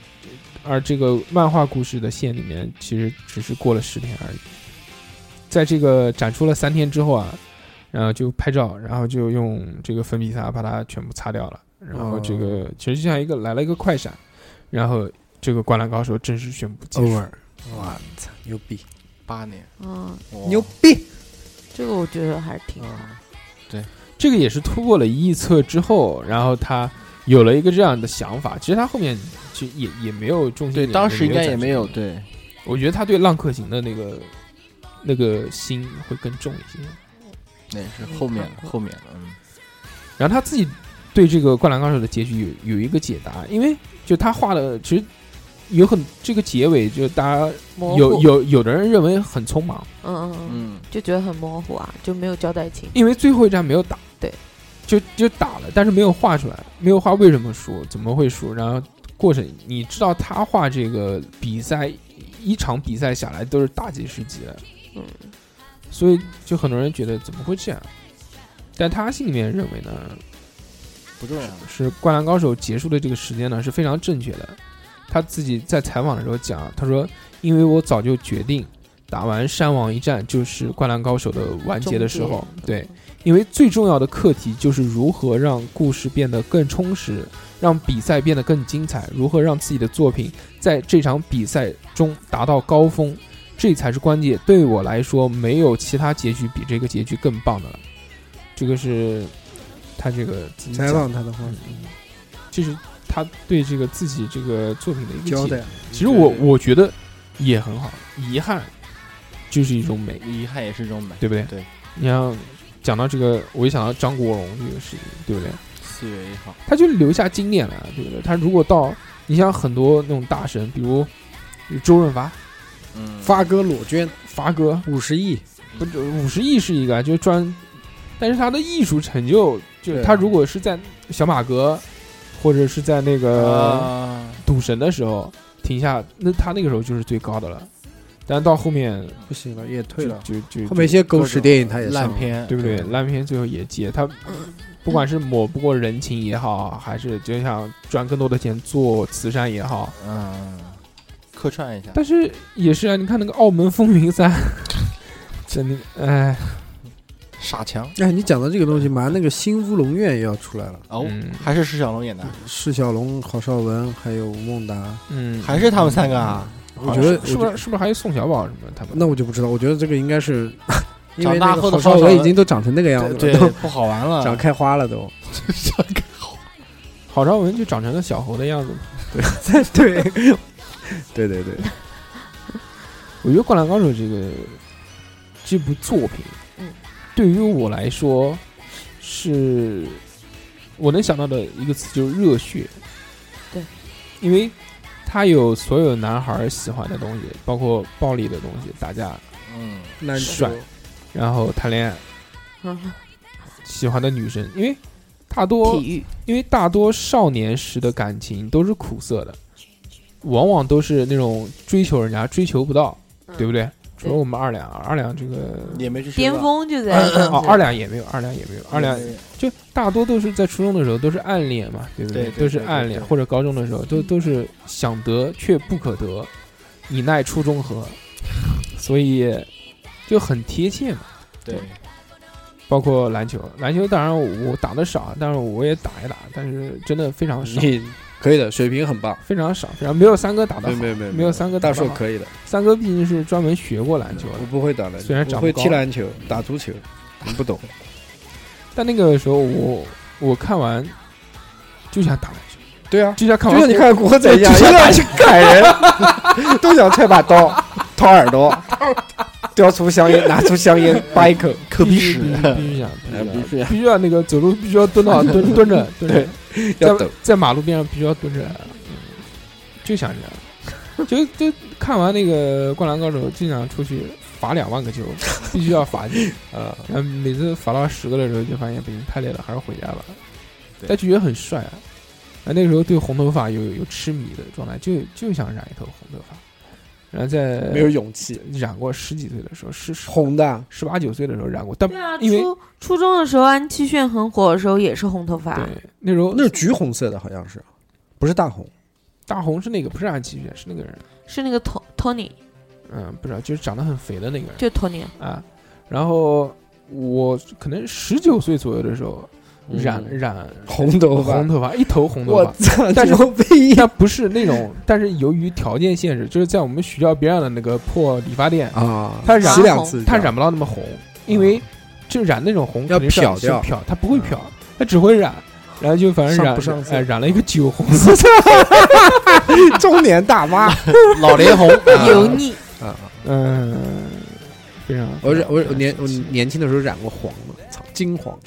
Speaker 2: 而这个漫画故事的线里面，其实只是过了十天而已。在这个展出了三天之后啊，然后就拍照，然后就用这个粉笔擦把它全部擦掉了，然后这
Speaker 4: 哦
Speaker 2: 个、其实就像一个来了一个快闪，然后这个《灌篮高手》正式宣布结束。
Speaker 3: over，哇操，牛逼，
Speaker 4: 八年，
Speaker 5: 嗯，
Speaker 4: 哇
Speaker 3: 牛逼！
Speaker 5: 这个我觉得还是挺好。
Speaker 4: 啊，
Speaker 2: 这个也是突破了一亿册之后，然后他有了一个这样的想法。其实他后面其实也也没有重心
Speaker 4: 对，
Speaker 2: 点，
Speaker 4: 当时应该也
Speaker 2: 展示
Speaker 4: 没有对，
Speaker 2: 我觉得他对浪客行的那个那个心会更重一些。
Speaker 4: 那也是后面
Speaker 5: 没看
Speaker 4: 的
Speaker 5: 过
Speaker 4: 后面的，嗯，
Speaker 2: 然后他自己对这个《灌篮高手》的结局有有一个解答，因为就他画的其实有很这个结尾，就大家
Speaker 5: 模糊
Speaker 2: 有有有的人认为很匆忙，
Speaker 5: 嗯嗯嗯，
Speaker 4: 嗯，
Speaker 5: 就觉得很模糊啊，就没有交代清。
Speaker 2: 因为最后一战没有打，
Speaker 5: 对，
Speaker 2: 就就打了，但是没有画出来，没有画为什么输，怎么会输？然后过程你知道他画这个比赛一场比赛下来都是大几十集了，
Speaker 5: 嗯，
Speaker 2: 所以就很多人觉得怎么会这样？但他心里面认为呢，
Speaker 4: 不重要，
Speaker 2: 是《灌篮高手》结束的这个时间呢是非常正确的。他自己在采访的时候讲，他说：“因为我早就决定，打完山王一战就是《灌篮高手》的完结的时候
Speaker 5: 终结，嗯
Speaker 2: 对，因为最重要的课题就是如何让故事变得更充实，让比赛变得更精彩，如何让自己的作品在这场比赛中达到高峰，这才是关键。对我来说，没有其他结局比这个结局更棒的了。这个是他这个自己
Speaker 3: 采
Speaker 2: 讲的
Speaker 3: 访他的话
Speaker 2: 嗯，这是他对这个自己这个作品的一个
Speaker 3: 交
Speaker 2: 解
Speaker 3: 代
Speaker 2: 读。其实我
Speaker 4: 对
Speaker 2: 我觉得也很好，遗憾就是一种美，
Speaker 4: 遗憾也是一种美，
Speaker 2: 对不对？
Speaker 4: 对，
Speaker 2: 你像讲到这个，我一想到张国荣这个事情，对不对？
Speaker 4: 四月一号，
Speaker 2: 他就留下经典了，对不对？他如果到你像很多那种大神，比如周润发、
Speaker 4: 嗯，
Speaker 3: 发哥裸捐
Speaker 2: 发哥，
Speaker 3: 五十亿，
Speaker 2: 不止五十亿是一个，啊就专，但是他的艺术成就，就是
Speaker 4: 对
Speaker 3: 啊
Speaker 2: 他如果是在小马哥，或者是在那个。
Speaker 3: 啊
Speaker 4: 呃，
Speaker 2: 赌神的时候停下，那他那个时候就是最高的了。但到后面
Speaker 3: 不行了，也退
Speaker 2: 就
Speaker 3: 了。
Speaker 2: 就就
Speaker 3: 后面一些狗屎电影他也哎上
Speaker 4: 烂
Speaker 3: 了，
Speaker 4: 片，
Speaker 2: 对不对？烂片最后也接他，不管是抹不过人情也好，还是就想赚更多的钱做慈善也好，
Speaker 4: 嗯，客串一下，
Speaker 2: 但是 也是啊，你看那个《澳门风云三》，真的哎，
Speaker 4: 傻强
Speaker 3: 哎，你讲到这个东西，马上那个《新乌龙院》也要出来了，
Speaker 4: 哦
Speaker 2: 嗯
Speaker 4: 还是释小龙演的，
Speaker 3: 释小龙、郝邵文还有吴孟达，
Speaker 2: 嗯，
Speaker 4: 还是他们三个啊？
Speaker 3: 我觉得，
Speaker 2: 是
Speaker 3: 我
Speaker 2: 不
Speaker 3: 觉
Speaker 2: 是
Speaker 3: 得
Speaker 2: 是不是还有宋小宝什么他们？
Speaker 3: 那我就不知道，我觉得这个应该是因为
Speaker 4: 长大
Speaker 3: 那个
Speaker 4: 后的
Speaker 3: 郝
Speaker 4: 郝
Speaker 3: 邵
Speaker 4: 邵
Speaker 3: 文已
Speaker 4: 文
Speaker 3: 经都长成那个样子了，
Speaker 4: 对，
Speaker 3: 都
Speaker 4: 对不好玩了，
Speaker 3: 长开花了都。
Speaker 2: 郝邵文就长成了小猴的样子。
Speaker 3: 对，对对对，
Speaker 2: 我觉得《灌篮高手》这个这部作品，
Speaker 5: 嗯
Speaker 2: 对于我来说是我能想到的一个词就是热血。
Speaker 5: 对，
Speaker 2: 因为它有所有男孩喜欢的东西，包括暴力的东西，打架，
Speaker 4: 嗯，
Speaker 3: 那
Speaker 2: 帅然后谈恋爱，
Speaker 5: 嗯
Speaker 2: 喜欢的女生，因为大多
Speaker 5: 体育，
Speaker 2: 因为大多少年时的感情都是苦涩的，往往都是那种追求人家追求不到，
Speaker 5: 嗯
Speaker 2: 对不对？除了我们二两，二两这个
Speaker 4: 也没去学
Speaker 5: 巅
Speaker 4: 吧
Speaker 5: 峰就在这样
Speaker 2: 哦
Speaker 5: 子，
Speaker 2: 二两也没有，二两也没有，二两就大多都是在初中的时候都是暗恋嘛，对不
Speaker 4: 对对
Speaker 2: 都是
Speaker 4: 对
Speaker 2: 暗
Speaker 4: 对
Speaker 2: 恋，
Speaker 4: 对
Speaker 2: 或者高中的时候
Speaker 3: 嗯
Speaker 2: 都都是想得却不可得，你奈初中 何？所以就很贴切嘛。
Speaker 4: 对，
Speaker 2: 包括篮球，篮球当然我打的少，但是我也打一打，但是真的非常少，
Speaker 3: 你可以的，水平很棒。
Speaker 2: 非常少，非常没有三哥打
Speaker 3: 没
Speaker 2: 的
Speaker 3: 有
Speaker 2: 好
Speaker 3: 没。有没有
Speaker 2: 没有三哥打
Speaker 3: 大
Speaker 2: 得
Speaker 3: 硕
Speaker 2: 好
Speaker 3: 可以的，
Speaker 2: 三哥毕竟是专门学过篮球的
Speaker 3: 我，不会打篮球，
Speaker 2: 虽然
Speaker 3: 我
Speaker 2: 长
Speaker 3: 会
Speaker 2: 不
Speaker 3: 踢
Speaker 2: 高
Speaker 3: 篮球、打足球，你 不懂。
Speaker 2: 但那个时候我我看完就想打篮球，
Speaker 3: 对啊，
Speaker 2: 就像看
Speaker 3: 就
Speaker 2: 完
Speaker 3: 像你看古惑仔一样，
Speaker 2: 就
Speaker 3: 一
Speaker 2: 像
Speaker 3: 定要去砍人， 都想揣把刀，掏耳朵，叼出香烟，拿出香烟 扒一口。
Speaker 4: 抠鼻
Speaker 2: 必须必，
Speaker 4: 屎
Speaker 2: 须必须想
Speaker 4: 哎
Speaker 2: 必须想
Speaker 4: 必须
Speaker 2: 必须要那个走路必须要蹲到蹲蹲着蹲着，
Speaker 3: 要
Speaker 2: 在
Speaker 3: 抖
Speaker 2: 在马路边上必须要蹲着，嗯就想着，就就看完那个《灌篮高手》就想出去罚两万个球，必须要罚进。
Speaker 3: 啊！
Speaker 2: 然后每次罚到十个的时候就发现不行，太累了，还是回家吧。
Speaker 4: 对
Speaker 2: 但就觉得很帅啊，啊那个时候对红头发有有痴迷的状态，就就想染一头红头发。然后在
Speaker 3: 没有勇气，
Speaker 2: 染过十几岁的时候，十十
Speaker 3: 红的，
Speaker 2: 十八九岁的时候染过，但
Speaker 5: 对啊，
Speaker 2: 因为
Speaker 5: 初初中的时候安七炫很火的时候也是红头发，
Speaker 2: 对，那时候
Speaker 3: 那是橘红色的，好像是，不是大红。
Speaker 2: 大红是那个，不是安七炫，是那个人，
Speaker 5: 是那个 To- Tony，
Speaker 2: 嗯，不知道，就是长得很肥的那个人
Speaker 5: 就 Tony，
Speaker 2: 啊。然后我可能十九岁左右的时候染、染
Speaker 3: 嗯红头发
Speaker 2: 红头发，一头红头
Speaker 3: 我
Speaker 2: 发，
Speaker 3: 操，
Speaker 2: 但是
Speaker 3: 牛逼
Speaker 2: 但不是那种，但是由于条件限制，就是在我们学校边上的那个破理发店，
Speaker 3: 啊！
Speaker 2: 他染
Speaker 3: 洗两
Speaker 5: 红
Speaker 3: 次就好，
Speaker 2: 它染不到那么红，因为就染那种红
Speaker 3: 要
Speaker 2: 肯定是
Speaker 3: 漂掉嗯
Speaker 2: 漂，它不会漂，它只会染。然后就反正
Speaker 3: 上
Speaker 2: 染
Speaker 3: 不上色
Speaker 2: 哎染了一个酒红色，
Speaker 3: 中年大妈。
Speaker 4: 老脸红，啊
Speaker 5: 油腻，
Speaker 2: 嗯，非常。
Speaker 3: 我染我
Speaker 2: 非
Speaker 3: 我
Speaker 2: 常
Speaker 3: 年我
Speaker 2: 神奇
Speaker 3: 年轻的时候染过黄的，操，金黄，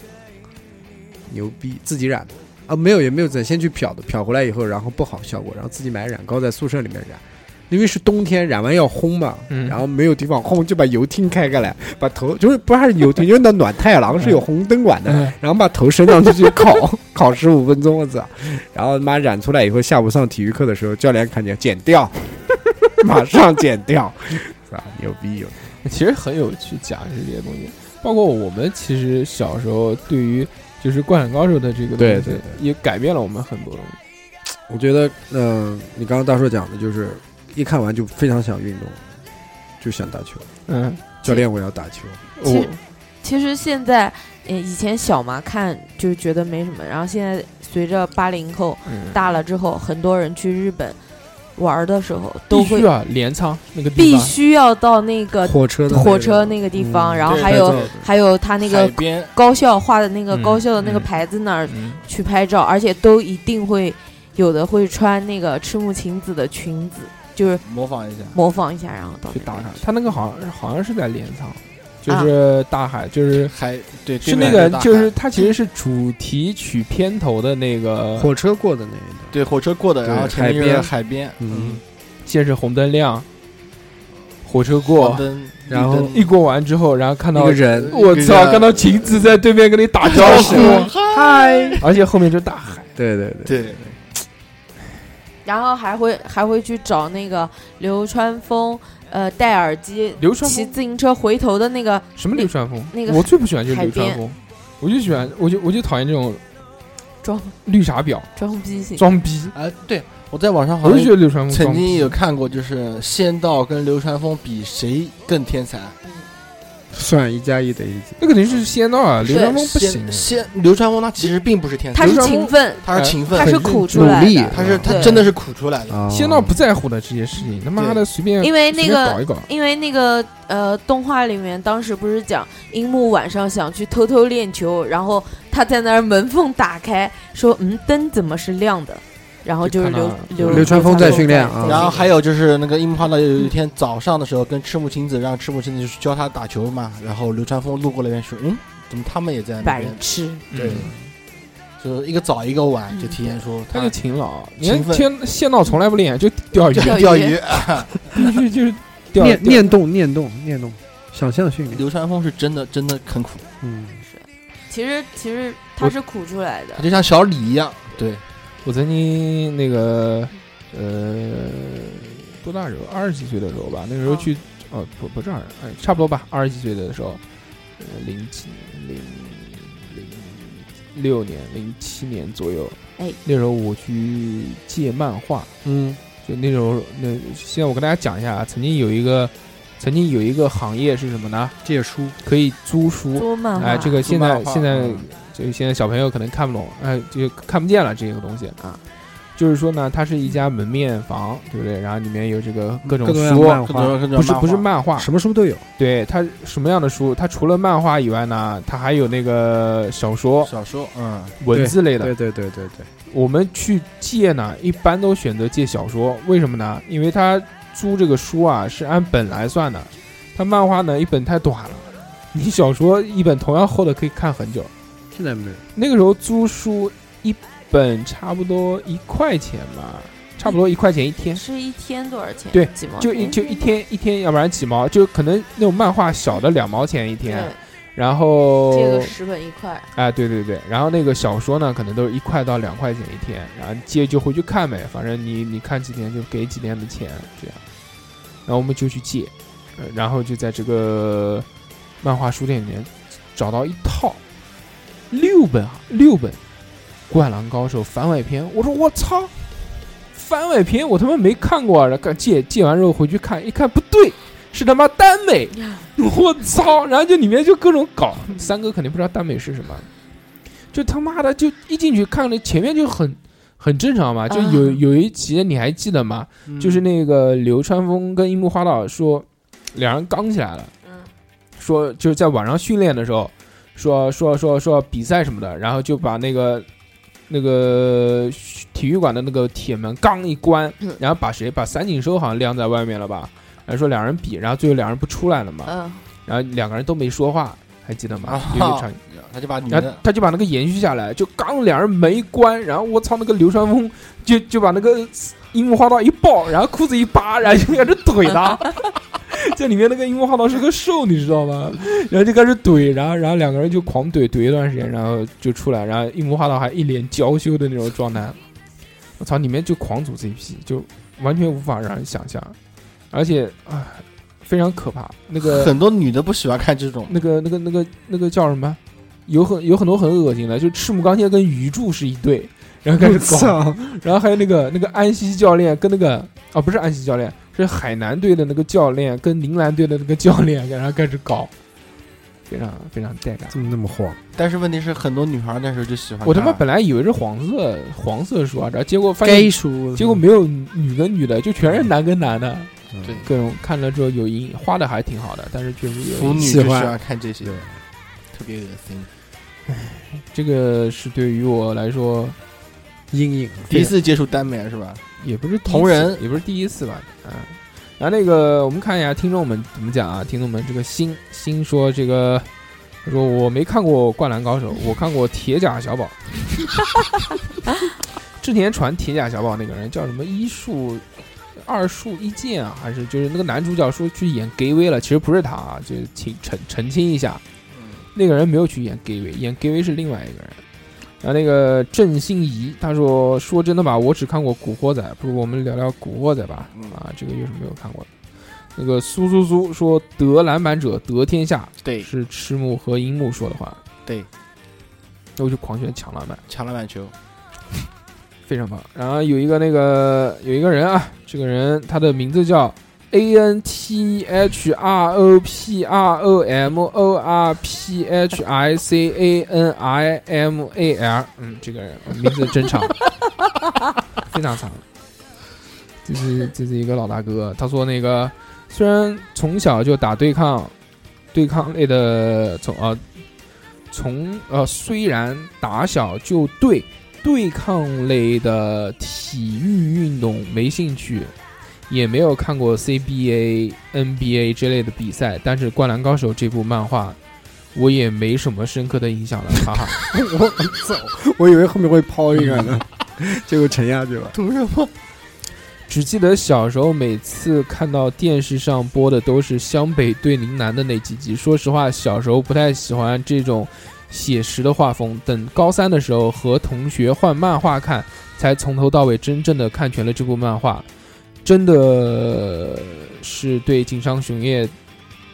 Speaker 3: 牛逼，自己染的啊，没有也没有整，先去漂的，漂回来以后，然后不好效果，然后自己买染膏在宿舍里面染，因为是冬天，染完要烘嘛，
Speaker 2: 嗯
Speaker 3: 然后没有地方烘，就把油汀开开来，把头就是不是油汀，因为那暖太郎是有红灯管的，
Speaker 2: 嗯
Speaker 3: 然后把头伸上去去烤，烤十五分钟，我操！然后妈染出来以后，下午上体育课的时候，教练看见剪掉， 马上剪掉， 啊，牛逼有
Speaker 2: 其实很有趣，讲的是这些东西，包括我们其实小时候对于就是《灌篮高手》的这个
Speaker 3: 对
Speaker 2: 东西
Speaker 3: 对
Speaker 2: 也改变了我们很多东西。
Speaker 3: 我觉得，嗯、你刚刚大硕讲的就是，一看完就非常想运动，就想打球。
Speaker 2: 嗯，
Speaker 3: 教练，我要打球。
Speaker 5: 其实
Speaker 2: 我
Speaker 5: 其实现在，呃，以前小嘛看就觉得没什么，然后现在随着八零后
Speaker 2: 嗯
Speaker 5: 大了之后，很多人去日本玩的时候都
Speaker 2: 必
Speaker 5: 会
Speaker 2: 须啊，镰仓那个地
Speaker 5: 必
Speaker 2: 方，
Speaker 5: 须要到那个
Speaker 3: 火车的那个
Speaker 5: 呃火车那个地方，
Speaker 3: 嗯
Speaker 5: 然后
Speaker 4: 对
Speaker 5: 还
Speaker 4: 对
Speaker 5: 有
Speaker 4: 对
Speaker 5: 还有他那
Speaker 4: 海
Speaker 5: 个
Speaker 4: 边
Speaker 5: 高校画的那个
Speaker 2: 嗯
Speaker 5: 高校的那个
Speaker 2: 嗯
Speaker 5: 牌子那儿
Speaker 2: 嗯，
Speaker 5: 去拍照，而且都一定会有的会穿那个赤木晴子的裙子，就是
Speaker 4: 模仿一下，
Speaker 5: 模仿一下，然后到
Speaker 2: 去
Speaker 5: 那
Speaker 2: 打
Speaker 5: 边
Speaker 2: 卡。他那个好像好像是在镰仓，
Speaker 5: 啊
Speaker 2: 就是大海，就是
Speaker 4: 海对，
Speaker 2: 是
Speaker 4: 对
Speaker 2: 那
Speaker 4: 面
Speaker 2: 个
Speaker 4: 大海
Speaker 2: 就是它其实是主题曲片头的那个，
Speaker 3: 火车过的那一段。
Speaker 4: 对火车过的，
Speaker 3: 对
Speaker 4: 然后前面就是海边，
Speaker 3: 嗯，
Speaker 2: 先是红灯亮，火车
Speaker 4: 过
Speaker 2: 过，
Speaker 4: 灯，
Speaker 3: 然后
Speaker 2: 一过完之后，然后看
Speaker 3: 一
Speaker 2: 到
Speaker 3: 个人
Speaker 2: 我
Speaker 4: 一个
Speaker 2: 操，看到晴子在对面跟你打招呼，
Speaker 4: 嗨，
Speaker 2: 而且后面就是大海，
Speaker 3: 对对对，
Speaker 4: 对，
Speaker 5: 然后还会还会去找那个流川枫，呃，戴耳机
Speaker 2: 流川
Speaker 5: 骑
Speaker 2: 枫
Speaker 5: 自行车回头的那个
Speaker 2: 什么流川枫？
Speaker 5: 那个
Speaker 2: 我最不喜欢就是
Speaker 5: 海
Speaker 2: 流川
Speaker 5: 边
Speaker 2: 枫，我就喜欢，我就我就讨厌这种
Speaker 5: 装
Speaker 2: 绿茶婊、
Speaker 5: 装逼型，
Speaker 2: 装逼，
Speaker 4: 啊，对我在网上好
Speaker 2: 我就觉
Speaker 4: 像
Speaker 2: 得流川枫嗯
Speaker 4: 曾
Speaker 2: 装
Speaker 4: 经
Speaker 2: 逼啊
Speaker 4: 有看过，就是仙道跟流川枫比谁更天才，
Speaker 3: 算一加一等于几？
Speaker 2: 那肯定是仙道啊，流川枫不行
Speaker 4: 先，先流川枫他其实并不是天才，
Speaker 5: 他是勤奋，
Speaker 4: 他是勤奋
Speaker 5: 他，是
Speaker 2: 很
Speaker 5: 苦出
Speaker 2: 努
Speaker 5: 来
Speaker 2: 力
Speaker 5: 的
Speaker 4: 他是他
Speaker 5: 对
Speaker 4: 真的是苦出来的。
Speaker 3: 啊
Speaker 2: 啊仙道不在乎的这些事情，他妈的随便
Speaker 5: 因为那
Speaker 2: 随便搞
Speaker 5: 个。
Speaker 2: 一搞，
Speaker 5: 因为那个呃，动画里面当时不是讲樱木晚上想去偷偷练球，然后他在那儿门缝打开，说嗯，灯怎么是亮的？然后就是
Speaker 2: 就
Speaker 5: 流
Speaker 2: 看到
Speaker 5: 流
Speaker 3: 流川枫在训练啊
Speaker 4: 然后还有就是那个樱木花道有一天早上的时候跟赤木晴子，让赤木晴子去教他打球嘛，然后流川枫路过那边说，嗯，怎么他们也在那
Speaker 5: 白
Speaker 4: 边？
Speaker 5: 痴，
Speaker 4: 对
Speaker 2: 嗯，
Speaker 4: 就是一个早一个晚，就体
Speaker 5: 嗯
Speaker 4: 现出
Speaker 2: 他就勤劳。你
Speaker 4: 勤
Speaker 2: 看
Speaker 4: 奋
Speaker 2: 天仙道从来不练，就钓鱼，
Speaker 4: 就
Speaker 5: 钓鱼
Speaker 4: 钓鱼。
Speaker 2: 必须 就是钓
Speaker 3: 念
Speaker 2: 钓
Speaker 3: 念动念动念动，想象训练。
Speaker 4: 流川枫是真的真的很苦，
Speaker 3: 嗯，
Speaker 5: 其实其实他
Speaker 4: 我
Speaker 5: 是苦出来的
Speaker 4: 他，就像小李一样，对，
Speaker 2: 我曾经那个呃多大时候？二十几岁的时候吧，那个时候
Speaker 5: 嗯
Speaker 2: 去哦不不是二十，哎差不多吧，二十几岁的时候，呃零几零零六年零七年左右，
Speaker 5: 哎，
Speaker 2: 那时候我去借漫画，
Speaker 3: 嗯，
Speaker 2: 就那时候那现在我跟大家讲一下啊，曾经有一个曾经有一个行业是什么呢？
Speaker 3: 借书
Speaker 2: 可以租书，
Speaker 5: 多漫画
Speaker 2: 哎，这个现在
Speaker 4: 漫画
Speaker 2: 现在
Speaker 4: 嗯
Speaker 2: 就现在小朋友可能看不懂，哎，就看不见了这个东西
Speaker 5: 啊。
Speaker 2: 就是说呢，它是一家门面房，对不对？然后里面有这个各种
Speaker 3: 各种样
Speaker 2: 书，啊
Speaker 3: 漫
Speaker 4: 各
Speaker 3: 画
Speaker 4: 种各种
Speaker 2: 不是不是
Speaker 4: 漫
Speaker 2: 漫画，
Speaker 3: 啊什么书都有。
Speaker 2: 对它什么样的书？它除了漫画以外呢，它还有那个小
Speaker 4: 画
Speaker 2: 说、
Speaker 4: 小说，嗯，
Speaker 2: 文字类的
Speaker 3: 对。对对对对，
Speaker 2: 我们去借呢，一般都选择借小说，为什么呢？因为它租这个书啊是按本来算的，它漫画呢一本太短了，你小说一本同样厚的可以看很久。
Speaker 3: 现在没有。
Speaker 2: 那个时候租书一本差不多一块钱吧，差不多一块钱一天，
Speaker 5: 是一天多少钱？
Speaker 2: 对
Speaker 5: 几毛
Speaker 2: 就一
Speaker 5: 钱
Speaker 2: 就一天一天，要不然几毛，就可能那种漫画小的两毛钱一天，啊哦
Speaker 5: 对，
Speaker 2: 然后
Speaker 5: 这个十本一 块，
Speaker 2: 哎对对对，然后那个小说呢，可能都是一块到两块钱一天，然后借就回去看呗，反正你你看几天就给几天的钱这样，然后我们就去借，呃然后就在这个漫画书店里面找到一套六本啊六本《灌篮高手》番外篇，我说我操，番外篇我他妈没看过啊，然后借借完之后回去看，一看不对，是他妈耽美，
Speaker 5: 嗯
Speaker 2: 我操！然后就里面就各种搞，三哥肯定不知道耽美是什么，就他妈的就一进去看了前面就很很正常嘛，就有
Speaker 5: 啊嗯
Speaker 2: 有一集你还记得吗？
Speaker 3: 嗯
Speaker 2: 就是那个流川枫跟樱木花道说，两人刚起来了，
Speaker 5: 嗯，
Speaker 2: 说就是在晚上训练的时候，说说说说比赛什么的，然后就把那个那个体育馆的那个铁门刚一关
Speaker 5: 嗯，
Speaker 2: 然后把谁把三井寿好像晾在外面了吧，然后说两人比，然后最后两人不出来了嘛，
Speaker 5: 嗯，
Speaker 2: 然后两个人都没说话，还记得吗
Speaker 4: 啊？
Speaker 2: 有一场
Speaker 4: 他就把女
Speaker 2: 然后
Speaker 4: 的
Speaker 2: 他就把那个延续下来，就刚两人门一关，然后我操，那个流川枫就就把那个樱木花道一抱，然后裤子一扒，然后就开始怼他。这里面那个樱木花道是个瘦，你知道吗？然后就开始怼，然后然后两个人就狂怼，怼一段时间，然后就出来，然后樱木花道还一脸娇羞的那种状态。我操，里面就狂组 CP，就完全无法让人想象，而且啊，非常可怕。那个
Speaker 4: 很多女的不喜欢看这种，
Speaker 2: 那个、那个、那个、那个叫什么？有很有很多很恶心的，就赤木刚宪跟鱼柱是一对，然后开始搞，
Speaker 3: 操！
Speaker 2: 然后还有那个那个安西教练跟那个啊不是安西教练，是海南队的那个教练跟铃兰队的那个教练，然后开始搞，非常非常带感。
Speaker 3: 怎么那么慌？
Speaker 4: 但是问题是很多女孩那时候就喜欢看。
Speaker 2: 我他妈本来以为是黄色黄色书啊，然后结果发
Speaker 3: 该
Speaker 2: 现
Speaker 3: 书，
Speaker 2: 结果没有女跟女的，就全是男跟男的，
Speaker 3: 嗯
Speaker 4: 对
Speaker 2: 各种看了之后有阴影，画的还挺好的，但是确实有
Speaker 4: 腐
Speaker 2: 阴
Speaker 4: 女
Speaker 2: 影
Speaker 4: 就
Speaker 3: 喜欢
Speaker 4: 欢看这些
Speaker 3: 对，
Speaker 4: 特别恶心。
Speaker 2: 这个是对于我来说
Speaker 3: 阴影。
Speaker 4: 第一次接触耽美是吧？
Speaker 2: 也不是第一次
Speaker 4: 同人
Speaker 2: 也不是第一次吧，嗯。然后那个，我们看一下听众们怎么讲啊？听众们，这个新新说这个，他说我没看过《灌篮高手》，我看过《铁甲小宝》。 之前传《铁甲小宝》那个人叫什么一树、二树一剑啊，还是就是那个男主角说去演 gay 威了，其实不是他啊，就请澄澄清一下，
Speaker 4: 嗯
Speaker 2: 那个人没有去演 gay 威，演 gay 威是另外一个人。然后那个郑欣宜他说：“说真的吧，我只看过《古惑仔》，不如我们聊聊《古惑仔》吧
Speaker 4: 嗯？
Speaker 2: 啊，这个又是没有看过的。”那个苏苏苏说：“得篮板者得天下
Speaker 4: 对”，
Speaker 2: 是赤木和樱木说的话。
Speaker 4: 对，
Speaker 2: 那我就狂选抢篮板。
Speaker 4: 抢篮板球，
Speaker 2: 非常棒。然后有一个那个有一个人啊，这个人他的名字叫 A N T H R O P R O M O R P H I C A N I M A L，嗯，这个名字真长，非常长。这是这是一个老大哥，他说那个虽然从小就打对抗，对抗类的从啊、从呃虽然打小就对对抗类的体育运动没兴趣，也没有看过 CBA、NBA 之类的比赛，但是《灌篮高手》这部漫画，我也没什么深刻的印象了，哈哈。
Speaker 3: 我操！我以为后面会抛一个呢， 结果沉下去了。
Speaker 4: 图什么？
Speaker 2: 只记得小时候每次看到电视上播的都是湘北对陵南的那几集。说实话，小时候不太喜欢这种写实的画风。等高三的时候和同学换漫画看，才从头到尾真正的看全了这部漫画。真的是对井上雄彦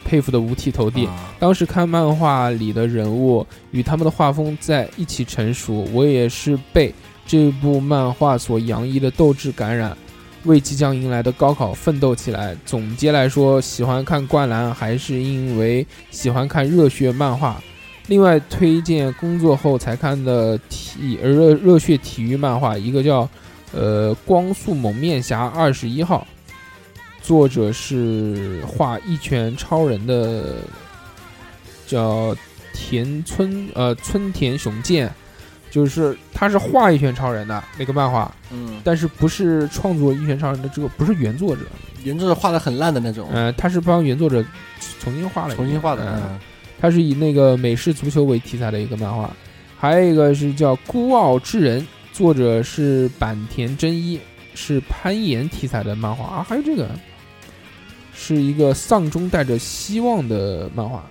Speaker 2: 佩服的五体投地。
Speaker 4: 啊
Speaker 2: 当时看漫画里的人物与他们的画风在一起成熟，我也是被这部漫画所洋溢的斗志感染，为即将迎来的高考奋斗起来。总结来说，喜欢看灌篮还是因为喜欢看热血漫画。另外推荐工作后才看的体呃热热血体育漫画，一个叫呃《光速蒙面侠二十一号》，作者是画一拳超人的叫田村呃村田雄介，就是他是画一拳超人的那个漫画，
Speaker 4: 嗯，
Speaker 2: 但是不是创作一拳超人的这个不是原作者，
Speaker 4: 原著是画的很烂的那种，
Speaker 2: 呃，他是帮原作者重新画了一遍，
Speaker 4: 重新画的。
Speaker 2: 嗯
Speaker 4: 嗯
Speaker 2: 它是以那个美式足球为题材的一个漫画，还有一个是叫《孤傲之人》，作者是坂田真一，是攀岩题材的漫画啊，还有这个是一个丧中带着希望的漫画。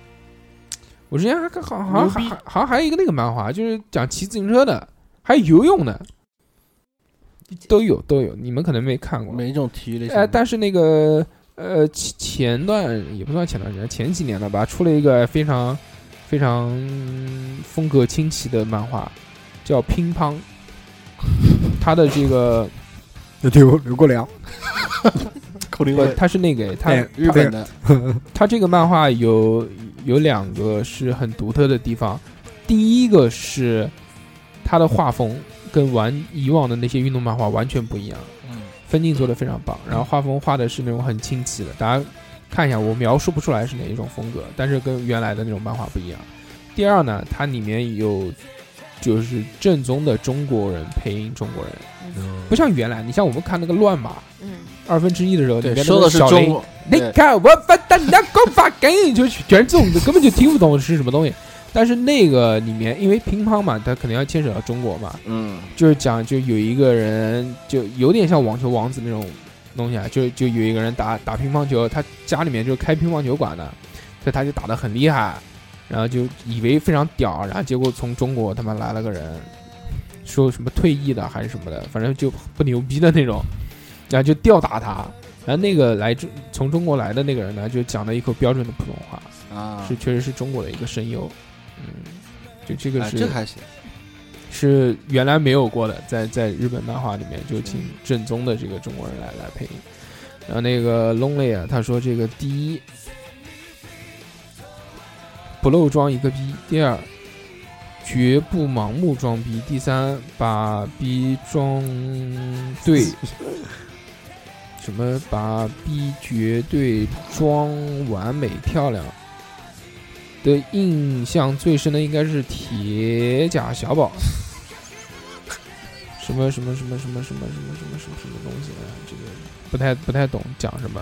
Speaker 2: 我之前还看好好
Speaker 3: 啊
Speaker 2: 像还
Speaker 4: 牛逼
Speaker 2: 还好像还有一个那个漫画，就是讲骑自行车的，还有游泳的，都有都有，你们可能没看过。
Speaker 4: 每一种体育类型
Speaker 2: 呃，，但是那个呃前前段也不算前段时间，前几年了吧，出了一个非常非常风格清奇的漫画，叫《乒乓》，它的这 个
Speaker 3: 刘刘国梁，
Speaker 4: 扣零
Speaker 2: 不
Speaker 4: 位，，
Speaker 2: 它是那个它
Speaker 3: 哎
Speaker 4: 日本的
Speaker 2: 它这个漫画有有两个是很独特的地方，第一个是它的画风跟完以往的那些运动漫画完全不一样。
Speaker 4: 嗯
Speaker 2: 分镜做的非常棒，然后画风画的是那种很清奇的，大家看一下，我描述不出来是哪一种风格，但是跟原来的那种漫画不一样。第二呢，它里面有就是正宗的中国人配音中国人，不像原来，你像我们看那个乱码
Speaker 5: 嗯，
Speaker 2: 二分之一的时候，里
Speaker 4: 对，
Speaker 2: 面
Speaker 4: 说的是
Speaker 2: 小
Speaker 4: 中
Speaker 2: 林，
Speaker 4: 国，
Speaker 2: 你
Speaker 4: 对
Speaker 2: 看我把大家光法赶紧就全是这种的，根本就听不懂是什么东西。但是那个里面，因为乒乓嘛，它肯定要牵扯到中国嘛，
Speaker 4: 嗯，
Speaker 2: 就是讲就有一个人就有点像网球王子那种东西啊，就就有一个人打打乒乓球，他家里面就是开乒乓球馆的，所以他就打得很厉害，然后就以为非常屌，然后结果从中国他妈来了个人，说什么退役的还是什么的，反正就不牛逼的那种，然后就吊打他。然后那个来自从中国来的那个人呢，就讲了一口标准的普通话，
Speaker 4: 啊，
Speaker 2: 是确实是中国的一个声优，嗯，就这个
Speaker 4: 哎
Speaker 2: 是、
Speaker 4: 这个还行，
Speaker 2: 是原来没有过的，在在日本漫画里面就请正宗的这个中国人来来配音。然后那个 Lonely 啊，他说这个第一不漏装一个逼，第二绝不盲目装逼，第三把逼装对，什么把逼绝对装完美漂亮。的印象最深的应该是铁甲小宝，什么什么什么什么什么什么什么什么什么东西啊？这个不太不太懂讲什么。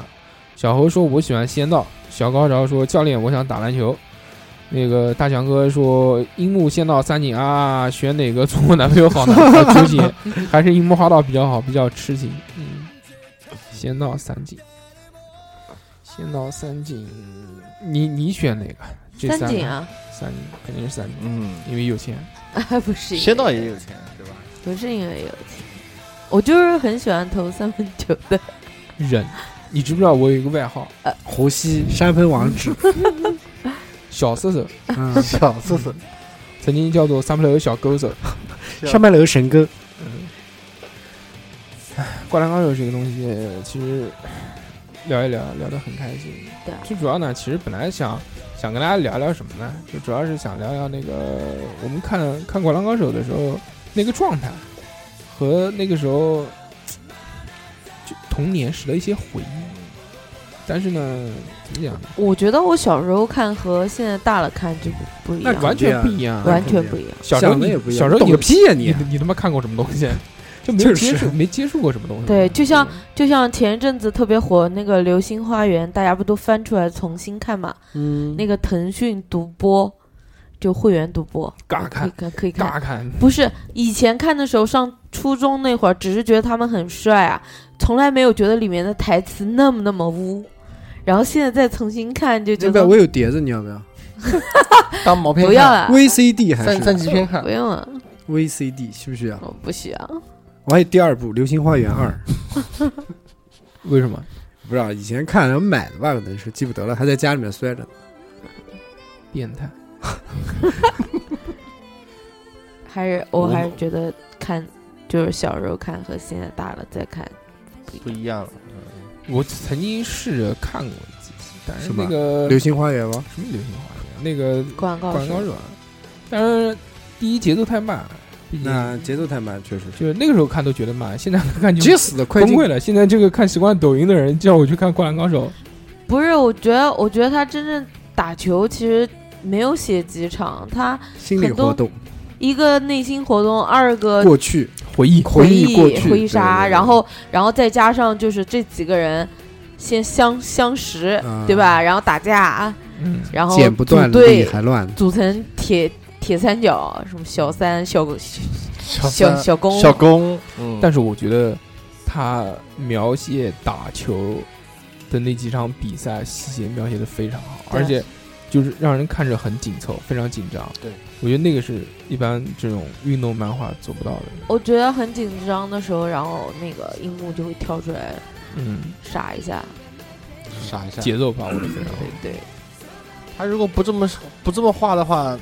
Speaker 2: 小猴说：“我喜欢仙道。”小高潮说：“教练，我想打篮球。”那个大强哥说：“樱木、仙道、三井啊，选哪个做我男朋友好呢？好纠 结，还是樱木花道比较好，比较痴情。”嗯，仙道、三井，仙道、三井，你你选哪个？这
Speaker 5: 三
Speaker 2: 三个
Speaker 5: 井，啊，
Speaker 2: 三井肯定是三井，
Speaker 4: 嗯，
Speaker 2: 因为有钱。
Speaker 5: 还不是因为
Speaker 4: 仙道也有钱，对吧？
Speaker 5: 不是因为有钱，我就是很喜欢投三分球的。
Speaker 2: 人，你知不知道我有一个外号
Speaker 5: 呃
Speaker 3: 湖西山分王子，
Speaker 2: 小色色，
Speaker 3: 嗯，
Speaker 4: 小四四，
Speaker 2: 曾经叫做三不六小勾手。
Speaker 3: 上半楼神哥，
Speaker 2: 嗯，唉，灌篮高手这个东西，其实唉聊一聊，聊得很开心。
Speaker 5: 对啊
Speaker 2: 最主要呢，其实本来想想跟大家聊聊什么呢？就主要是想聊聊那个我们看看《灌篮高手》的时候那个状态，和那个时候就童年时的一些回忆。但是呢，怎么讲呢？
Speaker 5: 我觉得我小时候看和现在大了看就不不一
Speaker 3: 那
Speaker 5: 样，
Speaker 2: 完全不一样。
Speaker 5: 完全不一样。
Speaker 2: 小时候
Speaker 3: 想的
Speaker 2: 你
Speaker 3: 也不一样
Speaker 2: 小时候
Speaker 3: 懂
Speaker 2: 你
Speaker 3: 个屁呀你
Speaker 2: 你你他妈看过什么东西？ 就没
Speaker 3: 就
Speaker 2: 有
Speaker 3: 是
Speaker 2: 接触，没接触过什么东西。嗯
Speaker 5: 对就像就像前一阵子特别火那个《流星花园》，大家不都翻出来重新看嘛？
Speaker 3: 嗯
Speaker 5: 那个腾讯独播，就会员独播，
Speaker 2: 尬
Speaker 5: 可以
Speaker 2: 看，
Speaker 5: 看，可以看。
Speaker 2: 尬看，
Speaker 5: 不是以前看的时候，上初中那会儿，只是觉得他们很帅啊，从来没有觉得里面的台词那么那么污。然后现在再重新看，就觉啊
Speaker 3: 那边
Speaker 5: 得
Speaker 3: 我有碟子，你要不要
Speaker 4: 当毛片
Speaker 5: 不要了，
Speaker 3: ？VCD 还
Speaker 4: 看三三
Speaker 3: 是
Speaker 4: 级片看
Speaker 5: 不，啊用了，
Speaker 3: VCD 需不需要？
Speaker 5: 我哦不需要。
Speaker 3: 我还有第二部《流星花园二》，
Speaker 5: 嗯
Speaker 2: 为什么？
Speaker 3: 不知道以前看然后买的吧，可能是记不得了，还在家里面摔着呢。
Speaker 2: 变态。
Speaker 5: 还是我还是觉得看，就是小时候看和现在大了再看
Speaker 4: 不一样了。
Speaker 2: 我曾经试着看过几集，但是
Speaker 3: 是吧
Speaker 2: 那
Speaker 5: 嗯
Speaker 2: 个
Speaker 3: 流星花园吗？
Speaker 2: 什么流星花园，啊那个
Speaker 5: 《灌篮高
Speaker 2: 灌篮高》。
Speaker 5: 手
Speaker 2: 手啊，但是第一节奏太慢了，毕
Speaker 5: 嗯
Speaker 2: 竟
Speaker 3: 那节奏太慢，确实是。
Speaker 2: 就是那个时候看都觉得慢，现在看就
Speaker 3: 急死了，快
Speaker 2: 崩
Speaker 3: 进！
Speaker 2: 溃了。现在这个看习惯抖音的人叫我去看《灌篮高手》，
Speaker 5: 不是，我觉得，我觉得他真正打球其实没有写几场，他
Speaker 3: 心理活动，
Speaker 5: 一个内心活动，二个
Speaker 3: 过去
Speaker 2: 回忆
Speaker 3: 回忆
Speaker 5: 忆
Speaker 3: 过去，
Speaker 5: 回忆杀，
Speaker 3: 对对对
Speaker 5: 然后然后再加上就是这几个人先相相识，
Speaker 3: 啊
Speaker 5: 对吧？然后打架，
Speaker 2: 嗯，
Speaker 5: 然后
Speaker 3: 剪不断
Speaker 5: 组
Speaker 3: 理
Speaker 5: 队
Speaker 3: 还乱，
Speaker 5: 组成铁铁三角，什么小三、小
Speaker 4: 小
Speaker 5: 小
Speaker 4: 三
Speaker 5: 小公、
Speaker 4: 小公，嗯，
Speaker 2: 但是我觉得他描写打球的那几场比赛细节描写的非常好，
Speaker 5: 对
Speaker 2: 而且就是让人看着很紧凑，非常紧张。
Speaker 4: 对，
Speaker 2: 我觉得那个是一般这种运动漫画做不到的。
Speaker 5: 我觉得很紧张的时候，然后那个樱木就会跳出来
Speaker 2: 嗯，
Speaker 5: 傻一下，
Speaker 4: 傻一下。
Speaker 2: 节奏把握的非常好。
Speaker 5: 对对，
Speaker 4: 他如果不这么不这么画的话，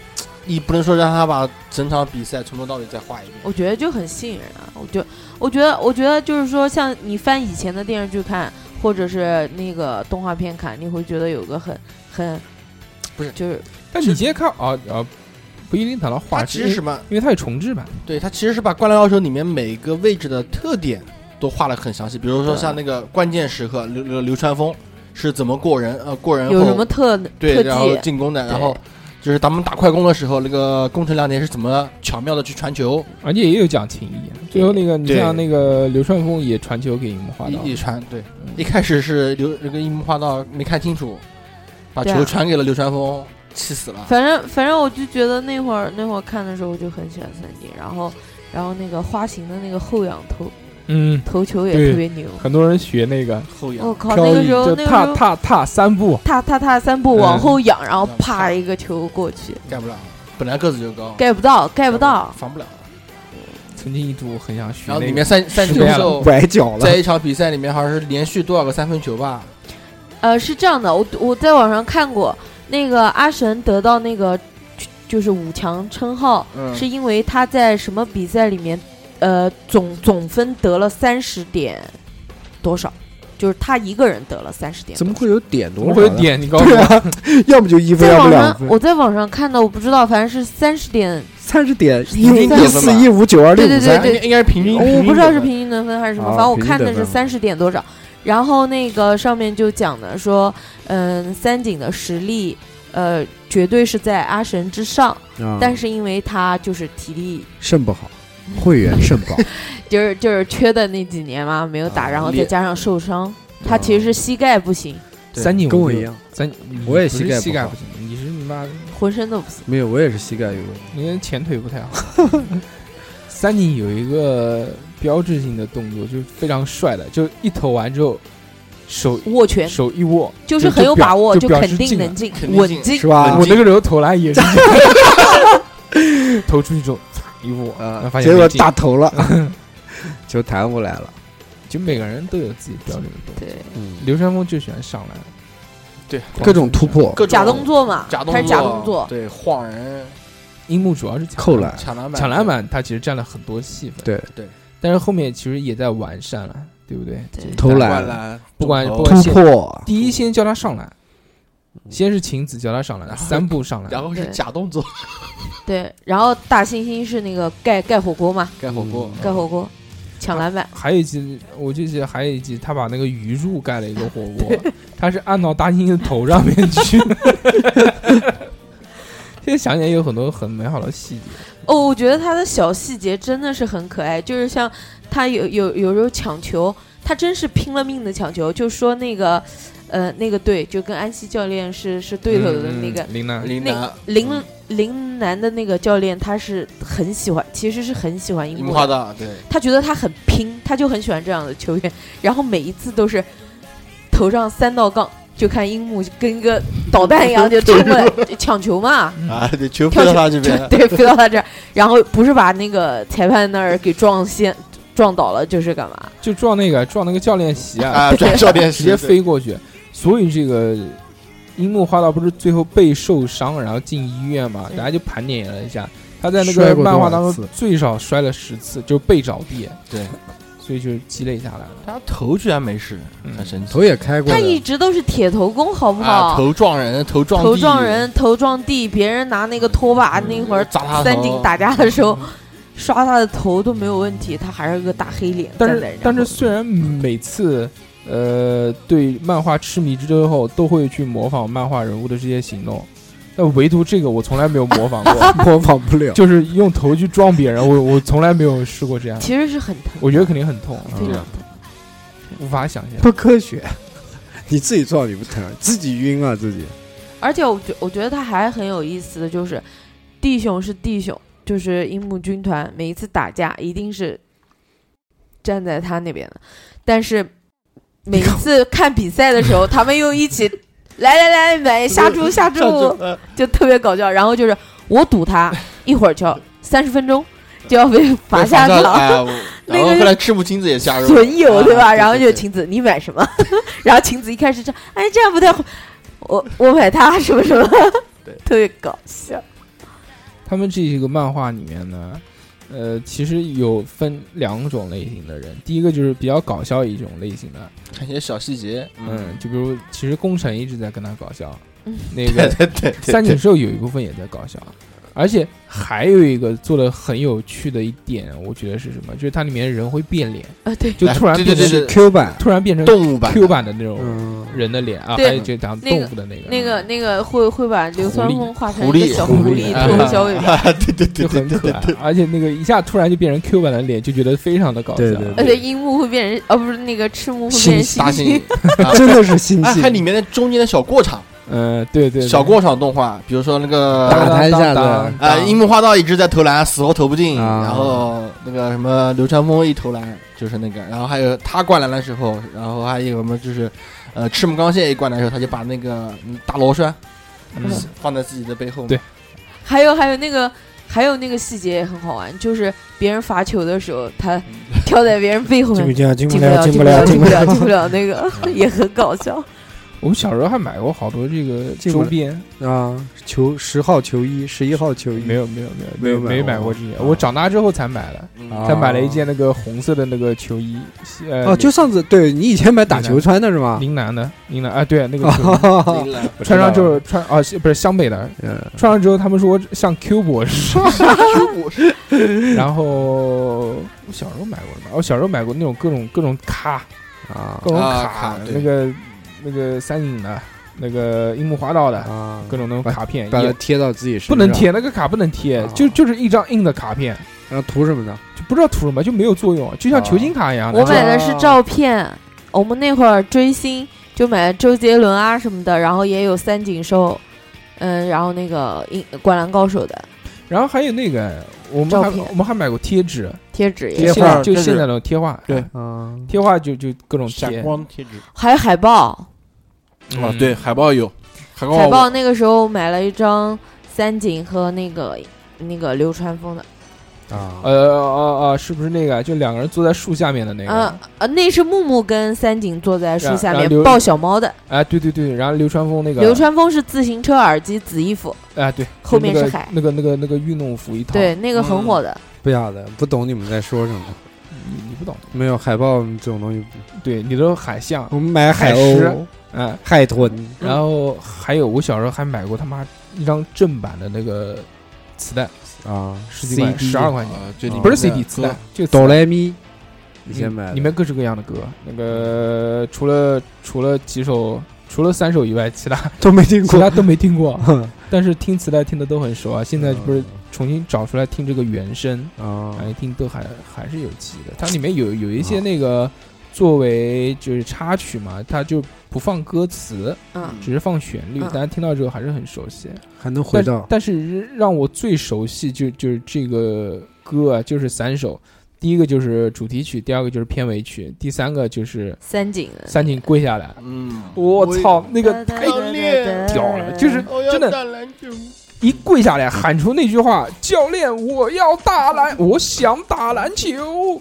Speaker 4: 你不能说让他把整场比赛从头到尾再画一遍。
Speaker 5: 我觉得就很吸引人啊！我就我觉得我觉得就是说，像你翻以前的电视剧看，或者是那个动画片看，你会觉得有个很很
Speaker 4: 不是
Speaker 5: 就是
Speaker 2: 但你今天看啊啊，不一定谈到画
Speaker 4: 他其
Speaker 2: 质，
Speaker 4: 实
Speaker 2: 因
Speaker 4: 什
Speaker 2: 为
Speaker 4: 么？
Speaker 2: 因为它有重置版。
Speaker 4: 对他其实是把《灌篮高手》里面每个位置的特点都画得很详细，比如说像那个关键时刻，流流流川枫是怎么过人，呃，过人后
Speaker 5: 有什么特特
Speaker 4: 对，然后
Speaker 5: 技，
Speaker 4: 进攻的，
Speaker 5: 对
Speaker 4: 然后就是咱们打快攻的时候，那个宫城良田是怎么巧妙的去传球，
Speaker 2: 而且也有讲情义啊。最后那个，你
Speaker 4: 对
Speaker 2: 像那个流川枫也传球给樱木花道，
Speaker 4: 一一传对
Speaker 2: 嗯，
Speaker 4: 一开始是流那个樱木花道没看清楚，把
Speaker 5: 对啊
Speaker 4: 球传给了流川枫，气死了。
Speaker 5: 反正反正我就觉得那会儿那会儿看的时候，我就很喜欢三井，然后然后那个花形的那个后仰投
Speaker 2: 嗯，
Speaker 5: 投球也
Speaker 2: 对
Speaker 5: 特别牛，
Speaker 2: 很多人学那个
Speaker 4: 后仰
Speaker 5: 我靠，
Speaker 2: 飘
Speaker 5: 哦那个
Speaker 2: 逸，
Speaker 5: 时候
Speaker 2: 就
Speaker 5: 那个时
Speaker 2: 踏
Speaker 5: 候
Speaker 2: 踏踏三步，啊
Speaker 5: 踏踏踏三步往后仰，然后啪
Speaker 4: 嗯
Speaker 5: 一个球过去，
Speaker 4: 盖不了，本来个子就高，
Speaker 5: 盖不到，盖不到。
Speaker 4: 防不了。
Speaker 2: 曾经一度很想学
Speaker 4: 然后
Speaker 2: 那
Speaker 4: 里
Speaker 2: 个
Speaker 4: 面，三三井
Speaker 2: 失败了
Speaker 4: 寿
Speaker 3: 崴脚了
Speaker 4: 在。一场比赛里面好像是连续多少个三分球吧？
Speaker 5: 呃，是这样的，我我在网上看过，那个阿神得到那个就就是五强称号，
Speaker 4: 嗯，
Speaker 5: 是因为他在什么比赛里面，呃，总总分得了三十点多少，就是他一个人得了三十点
Speaker 3: 怎
Speaker 5: 多
Speaker 3: 么
Speaker 5: 少。
Speaker 3: 会有点
Speaker 2: 怎
Speaker 3: 多
Speaker 2: 么
Speaker 3: 少？
Speaker 2: 会有？点？你告诉
Speaker 3: 对
Speaker 2: 我，
Speaker 3: 啊， 要不就一分，
Speaker 5: 在
Speaker 3: 要不
Speaker 5: 网
Speaker 3: 两
Speaker 5: 上，
Speaker 3: 分。
Speaker 5: 我在网上看的，我不知道，反正是三十点，
Speaker 3: 三十点一
Speaker 4: 平均
Speaker 3: 一
Speaker 4: 得分
Speaker 3: 四
Speaker 4: 吧
Speaker 3: 一五九二六
Speaker 5: 对
Speaker 3: 五
Speaker 5: 对
Speaker 4: 应
Speaker 3: 三，
Speaker 4: 该 应该是平均，
Speaker 5: 哦我不知道是
Speaker 4: 平
Speaker 5: 平
Speaker 4: 均
Speaker 5: 均得分还是什么，
Speaker 2: 啊
Speaker 3: 哦
Speaker 5: 反正我
Speaker 3: 平均
Speaker 5: 看
Speaker 3: 得
Speaker 5: 的是
Speaker 3: 分
Speaker 5: 三十点多少。然后那个上面就讲的说，嗯，三井的实力，呃，绝对是在阿神之上。
Speaker 3: 啊
Speaker 2: 嗯
Speaker 5: 但是因为他就是体力，
Speaker 3: 肾不好，会员肾不好，
Speaker 5: 就是就是缺的那几年嘛，没有打，
Speaker 4: 啊
Speaker 5: 然后再
Speaker 4: 练
Speaker 5: 加上受伤，
Speaker 2: 嗯
Speaker 5: 他其实是膝盖不行，
Speaker 4: 对
Speaker 2: 三井
Speaker 3: 跟我
Speaker 2: 就
Speaker 3: 一，样，
Speaker 2: 三你
Speaker 3: 我也
Speaker 2: 不是
Speaker 3: 膝盖不
Speaker 2: 膝盖
Speaker 3: 好
Speaker 2: 不行，你是你妈，
Speaker 5: 浑身都不行。
Speaker 3: 没有，我也是膝盖有问题。
Speaker 2: 你的前腿不太好。 三井有一个标志性的动作，就是非常帅的，就一投完之后，手
Speaker 5: 握拳
Speaker 2: 手一握，
Speaker 5: 就
Speaker 2: 就是
Speaker 5: 很有
Speaker 2: 表
Speaker 5: 把握，
Speaker 2: 就表
Speaker 5: 肯
Speaker 2: 示
Speaker 5: 定
Speaker 2: 进了
Speaker 5: 能进，
Speaker 4: 肯定
Speaker 5: 稳
Speaker 4: 进
Speaker 5: 进
Speaker 3: 是。吧
Speaker 2: 我？那个时候投篮也 是， 投出去之后嚓一握，然后
Speaker 3: 啊
Speaker 2: 发，现
Speaker 3: 结
Speaker 2: 没
Speaker 3: 果
Speaker 2: 进
Speaker 3: 大头了，球弹回来了。
Speaker 2: 就每个人都有自己标准的动作。
Speaker 5: 对，
Speaker 3: 嗯，
Speaker 2: 流川枫就喜欢上来，
Speaker 4: 对，
Speaker 3: 各种突。破，
Speaker 4: 各种
Speaker 5: 假动作嘛，
Speaker 4: 假动
Speaker 5: 他是假动作，
Speaker 4: 对，晃人、
Speaker 2: 樱木主要是抢
Speaker 3: 扣篮，
Speaker 4: 抢篮板、
Speaker 2: 抢篮板他其实占了很多戏份，
Speaker 3: 对
Speaker 4: 对。
Speaker 2: 但是后面其实也在完善了，对不对？
Speaker 5: 对
Speaker 2: 这
Speaker 3: 投
Speaker 2: 打
Speaker 3: 篮
Speaker 2: 灌篮，不管
Speaker 4: 中
Speaker 2: 不
Speaker 4: 投
Speaker 2: 管
Speaker 3: 突
Speaker 2: 先
Speaker 3: 破，
Speaker 2: 第一先叫他上篮，先是晴子叫他上篮，
Speaker 4: 然后
Speaker 2: 三步上
Speaker 4: 然
Speaker 2: 篮，
Speaker 4: 后是
Speaker 5: 对
Speaker 4: 假动作
Speaker 5: 对，然后大猩猩是那个盖盖火锅嘛，
Speaker 4: 盖火锅，
Speaker 2: 嗯
Speaker 5: 盖火锅，抢篮板，
Speaker 2: 还有一集我就记得还有一集他把那个鱼柱盖了一个火锅，他是按到大猩猩的头上面去。 现在想起来有很多很美好的细节，
Speaker 5: 哦，我觉得他的小细节真的是很可爱，就是像他有有有时候抢球，他真是拼了命的抢球，就说那个呃那个队就跟安西教练是是对头的那个、
Speaker 2: 嗯林楠，
Speaker 4: 林
Speaker 5: 那
Speaker 4: 楠
Speaker 5: 林林南的那个教练，他是很喜欢，其实是很喜欢樱
Speaker 4: 樱
Speaker 5: 木
Speaker 4: 花
Speaker 5: 的，
Speaker 4: 的，对，
Speaker 5: 他觉得他很拼，他就很喜欢这样的球员，然后每一次都是头上三道杠。就看樱木跟个导弹一样就冲过来就抢球嘛，
Speaker 2: 嗯
Speaker 4: 啊，对，球飞到他这 边，
Speaker 5: 对，飞到他这儿，然后不是把那个裁判那儿给撞先撞倒了，就是干嘛？
Speaker 2: 就撞那个撞那个教练席啊，
Speaker 4: 啊，转校电
Speaker 2: 直
Speaker 4: 视
Speaker 2: 接，飞过去。所以这个樱木花道不是最后被受伤，然后进医院嘛，
Speaker 5: 对
Speaker 2: 大家就盘点了一下，他在那
Speaker 3: 摔
Speaker 2: 个
Speaker 3: 过
Speaker 2: 漫画当
Speaker 3: 多少
Speaker 2: 中
Speaker 3: 次
Speaker 2: 最少摔了十次，就是背着地，
Speaker 4: 对，
Speaker 2: 所以就积累下来了。
Speaker 4: 他头居然没事，
Speaker 2: 嗯
Speaker 4: 很神奇，
Speaker 3: 头也开过
Speaker 5: 他
Speaker 3: 了，，
Speaker 5: 一直都是铁头功，好不
Speaker 4: 啊，
Speaker 5: 好？
Speaker 4: 头撞人，头撞
Speaker 5: 头
Speaker 4: 地
Speaker 5: 撞人，，头撞地，别人拿那个拖把
Speaker 2: 嗯
Speaker 5: 那会儿
Speaker 4: 砸他头
Speaker 5: 三井打架的时候，刷他的头都没有问题，他还是个大黑脸
Speaker 2: 但
Speaker 5: 站在
Speaker 2: 是
Speaker 5: 人家
Speaker 2: 但是
Speaker 5: 后面
Speaker 2: 虽然每次呃对漫画痴迷之后都会去模仿漫画人物的这些行动，但唯独这个我从来没有模仿过
Speaker 3: 模仿不了。
Speaker 2: 就是用头去撞别人，我我从来没有试过这样，
Speaker 5: 其实是很疼，
Speaker 2: 我觉得肯定很痛，
Speaker 5: 非
Speaker 2: 嗯
Speaker 5: 常疼。
Speaker 2: 无法想象。
Speaker 3: 不科学。你自己撞你不疼，自己晕啊自己。
Speaker 5: 而且我觉我觉得他还很有意思的就是，弟兄是弟兄，就是樱木军团每一次打架一定是站在他那边的，但是每次看比赛的时候，他们又一起来来来买下注下
Speaker 4: 上
Speaker 5: 注，
Speaker 4: 去呃
Speaker 5: 就特别搞笑。然后就是我赌他一会儿就三十分钟就要被罚
Speaker 4: 被罚
Speaker 5: 下
Speaker 4: 下
Speaker 5: 岗。
Speaker 4: 哎我
Speaker 5: 那
Speaker 4: 然后
Speaker 5: 个
Speaker 4: 后来赤木晴子也加入了，
Speaker 5: 损友
Speaker 4: 啊
Speaker 5: 对吧？然后就
Speaker 4: 对
Speaker 5: 晴子，你买什么？ 然后晴子一开始这样，哎，这样不太好，我我买它什么什么，
Speaker 4: 对
Speaker 5: 特别搞笑。
Speaker 2: 他们这个漫画里面呢，呃，其实有分两种类型的人，第一个就是比较搞笑一种类型的，
Speaker 4: 看一些小细节，
Speaker 2: 嗯，，就比如其实宫城一直在跟他搞笑，
Speaker 5: 嗯
Speaker 2: 那
Speaker 4: 对
Speaker 2: 个
Speaker 4: 对对对，
Speaker 2: 三井寿有一部分也在搞笑，而且还有一个做的很有趣的一点，我觉得是什么？就是它里面人会变脸，
Speaker 5: 啊，对，
Speaker 2: 就突然
Speaker 4: 对
Speaker 2: 变
Speaker 4: 对
Speaker 2: 成
Speaker 4: 对对
Speaker 3: Q 版，
Speaker 2: 突然变成
Speaker 4: 动物版
Speaker 2: Q 版的那种
Speaker 3: 嗯，
Speaker 2: 人的脸啊，还
Speaker 5: 对
Speaker 2: 有就讲
Speaker 5: 那个
Speaker 2: 动物的那个嗯
Speaker 5: 那个那个会会把流
Speaker 2: 狐
Speaker 5: 酸
Speaker 2: 狸
Speaker 5: 风化成
Speaker 4: 狐
Speaker 5: 一
Speaker 4: 狸
Speaker 5: 个小
Speaker 2: 狐
Speaker 5: 狐
Speaker 2: 狸
Speaker 5: 狸，
Speaker 2: 啊
Speaker 5: 拖个小 尾巴。
Speaker 4: 啊，对对对
Speaker 2: 就
Speaker 4: 对
Speaker 2: 很
Speaker 4: 对
Speaker 2: 可
Speaker 4: 对
Speaker 2: 爱
Speaker 4: 对，，
Speaker 2: 而且那个一下突然就变成 Q 版的脸，就觉得非常的搞笑。
Speaker 3: 对对
Speaker 5: 而
Speaker 3: 对
Speaker 5: 且樱木会变成，哦，不是那个赤木会变成
Speaker 4: 大
Speaker 5: 猩猩
Speaker 4: 猩，啊
Speaker 3: 真的是星
Speaker 4: 哎，
Speaker 3: 星。
Speaker 4: 还有里面的中间的小过场，
Speaker 2: 嗯，对对，对
Speaker 4: 小过场动画，比如说那
Speaker 3: 打
Speaker 4: 个
Speaker 3: 他一下子
Speaker 4: 啊，樱木花道一直在投篮，死活投不进，
Speaker 3: 啊
Speaker 4: 然后那个什么流川枫一投篮就是那个，然后还有他灌篮的时候，然后还有什么就是，呃，赤木刚宪一灌篮的时候，他就把那个嗯大螺栓
Speaker 2: 嗯
Speaker 4: 放在自己的背后嘛，
Speaker 2: 对
Speaker 5: 还有还有那个。还有那个细节也很好玩，就是别人罚球的时候，他跳在别人背后
Speaker 3: 进不
Speaker 5: 面，
Speaker 3: 进啊？进
Speaker 5: 进
Speaker 3: 不
Speaker 5: 不
Speaker 3: 了，
Speaker 5: 进
Speaker 3: 不
Speaker 5: 了，
Speaker 3: 了，
Speaker 5: 进
Speaker 3: 不
Speaker 5: 了，进不了，那个 也很搞笑。
Speaker 2: 我们小时候还买过好多这个
Speaker 3: 这
Speaker 2: 周
Speaker 3: 个
Speaker 2: 边，
Speaker 3: 啊！球十号球衣，十一号球衣，
Speaker 2: 没有没有没有
Speaker 3: 没有买
Speaker 2: 没买
Speaker 3: 过
Speaker 2: 过这些，我长大之后才买的，
Speaker 4: 嗯
Speaker 3: 啊
Speaker 2: 才买了一件那个红色的那个球衣，呃，
Speaker 3: 哦，就上次对你以前买打球穿的是吗？
Speaker 2: 林楠的林楠啊，对那个球衣
Speaker 3: 哦，
Speaker 4: 进 来
Speaker 2: 穿上就是穿啊，是不是湘北的，
Speaker 3: 嗯
Speaker 2: 穿上之后他们说我像 Q 博士，
Speaker 4: 我是
Speaker 2: 然后我小时候买过什么？我小时候买过那种各种各种卡，
Speaker 3: 啊
Speaker 2: 各种
Speaker 4: 啊
Speaker 2: 卡
Speaker 4: 卡，对
Speaker 2: 那个那个三井的，那个樱木花道的，
Speaker 3: 啊，
Speaker 2: 各种那种卡片，
Speaker 3: 把它
Speaker 2: 也
Speaker 3: 贴到自己身上，
Speaker 2: 不能，贴那个卡不能贴
Speaker 3: 啊，
Speaker 2: 就就是一张硬的卡片，
Speaker 3: 然后涂什么的？
Speaker 2: 就不知道涂什么，就没有作用，就像球星卡一样的。
Speaker 5: 我
Speaker 2: 就
Speaker 5: 买的是照片，我们那会儿追星就买周杰伦啊什么的，然后也有三井寿，嗯，然后那个《樱灌篮高手》的
Speaker 2: 然后还有那个，我们
Speaker 5: 照
Speaker 2: 还
Speaker 5: 片
Speaker 2: 我们还买过贴纸，
Speaker 5: 贴纸
Speaker 2: 就
Speaker 5: 也
Speaker 3: 贴
Speaker 5: 有，
Speaker 2: 现
Speaker 3: 画
Speaker 2: 在就
Speaker 4: 贴纸
Speaker 2: 现在的贴画，
Speaker 4: 对，
Speaker 3: 啊，
Speaker 2: 贴画就就各种贴
Speaker 4: 闪。光贴纸
Speaker 5: 还有海报。
Speaker 4: 啊
Speaker 2: 嗯，
Speaker 4: 对，海报有海
Speaker 2: 哦
Speaker 4: 报
Speaker 5: 海报那个时候买了一张三井和那个那个流川枫的，
Speaker 3: 啊
Speaker 2: 呃呃呃，是不是那个？就两个人坐在树下面的那个啊
Speaker 5: 啊？啊，那是木木跟三井坐在树
Speaker 2: 然
Speaker 5: 下
Speaker 2: 然后
Speaker 5: 面
Speaker 2: 流
Speaker 5: 抱小猫的。
Speaker 2: 哎，对对对，然后流川枫那个，
Speaker 5: 流川枫是自行车、耳机、紫衣服，
Speaker 2: 哎，对，
Speaker 5: 后面
Speaker 2: 就是
Speaker 5: 海
Speaker 2: 那个那个那个那个运动服一套，
Speaker 5: 对，那个很火的。
Speaker 3: 不晓得，不懂你们在说什么。
Speaker 2: 你你不懂，
Speaker 3: 没有海豹这种东西，
Speaker 2: 对你都海象、
Speaker 3: 我们买海
Speaker 2: 狮
Speaker 3: 鸥、，
Speaker 2: 哎，
Speaker 3: 海豚，
Speaker 2: 然后还有我小时候还买过他妈一张正版的那个磁带，
Speaker 3: 啊，
Speaker 2: 十几块，十二块钱，
Speaker 4: 啊，就
Speaker 3: 啊
Speaker 4: 你
Speaker 2: 哦不是
Speaker 4: 那
Speaker 2: CD
Speaker 4: 个
Speaker 2: 磁带，就
Speaker 3: 哆
Speaker 2: 嘞，
Speaker 3: 来咪，以前买的
Speaker 2: 里面各式各样的歌，那个除了除了几首，除了三首以外， 其他
Speaker 3: 都没听
Speaker 2: 其
Speaker 3: 过，
Speaker 2: 他都没听 过，但是听磁带听的都很熟啊。现在不是重新找出来听这个原声，
Speaker 3: 啊
Speaker 2: 啊，一听都还还是有记忆的。它里面有有一些那个作为就是插曲嘛，它就不放歌词，
Speaker 5: 嗯
Speaker 2: 只是放旋律
Speaker 5: 嗯，
Speaker 2: 大家听到之后还是很熟悉。
Speaker 3: 还能回到
Speaker 2: 但是让我最熟悉就就是这个歌啊，就是三首，第一个就是主题曲，第二个就是片尾曲，第三个就是
Speaker 5: 三井的
Speaker 2: 三井跪下来。
Speaker 4: 嗯，
Speaker 2: 我操，那个
Speaker 5: 哒哒
Speaker 2: 太
Speaker 5: 哒哒
Speaker 4: 哎
Speaker 5: 哒
Speaker 2: 屌了就是
Speaker 4: 我要
Speaker 2: 真的
Speaker 4: 打篮球
Speaker 2: 一跪下来喊出那句话：“教练，我要打篮，我想打篮球。”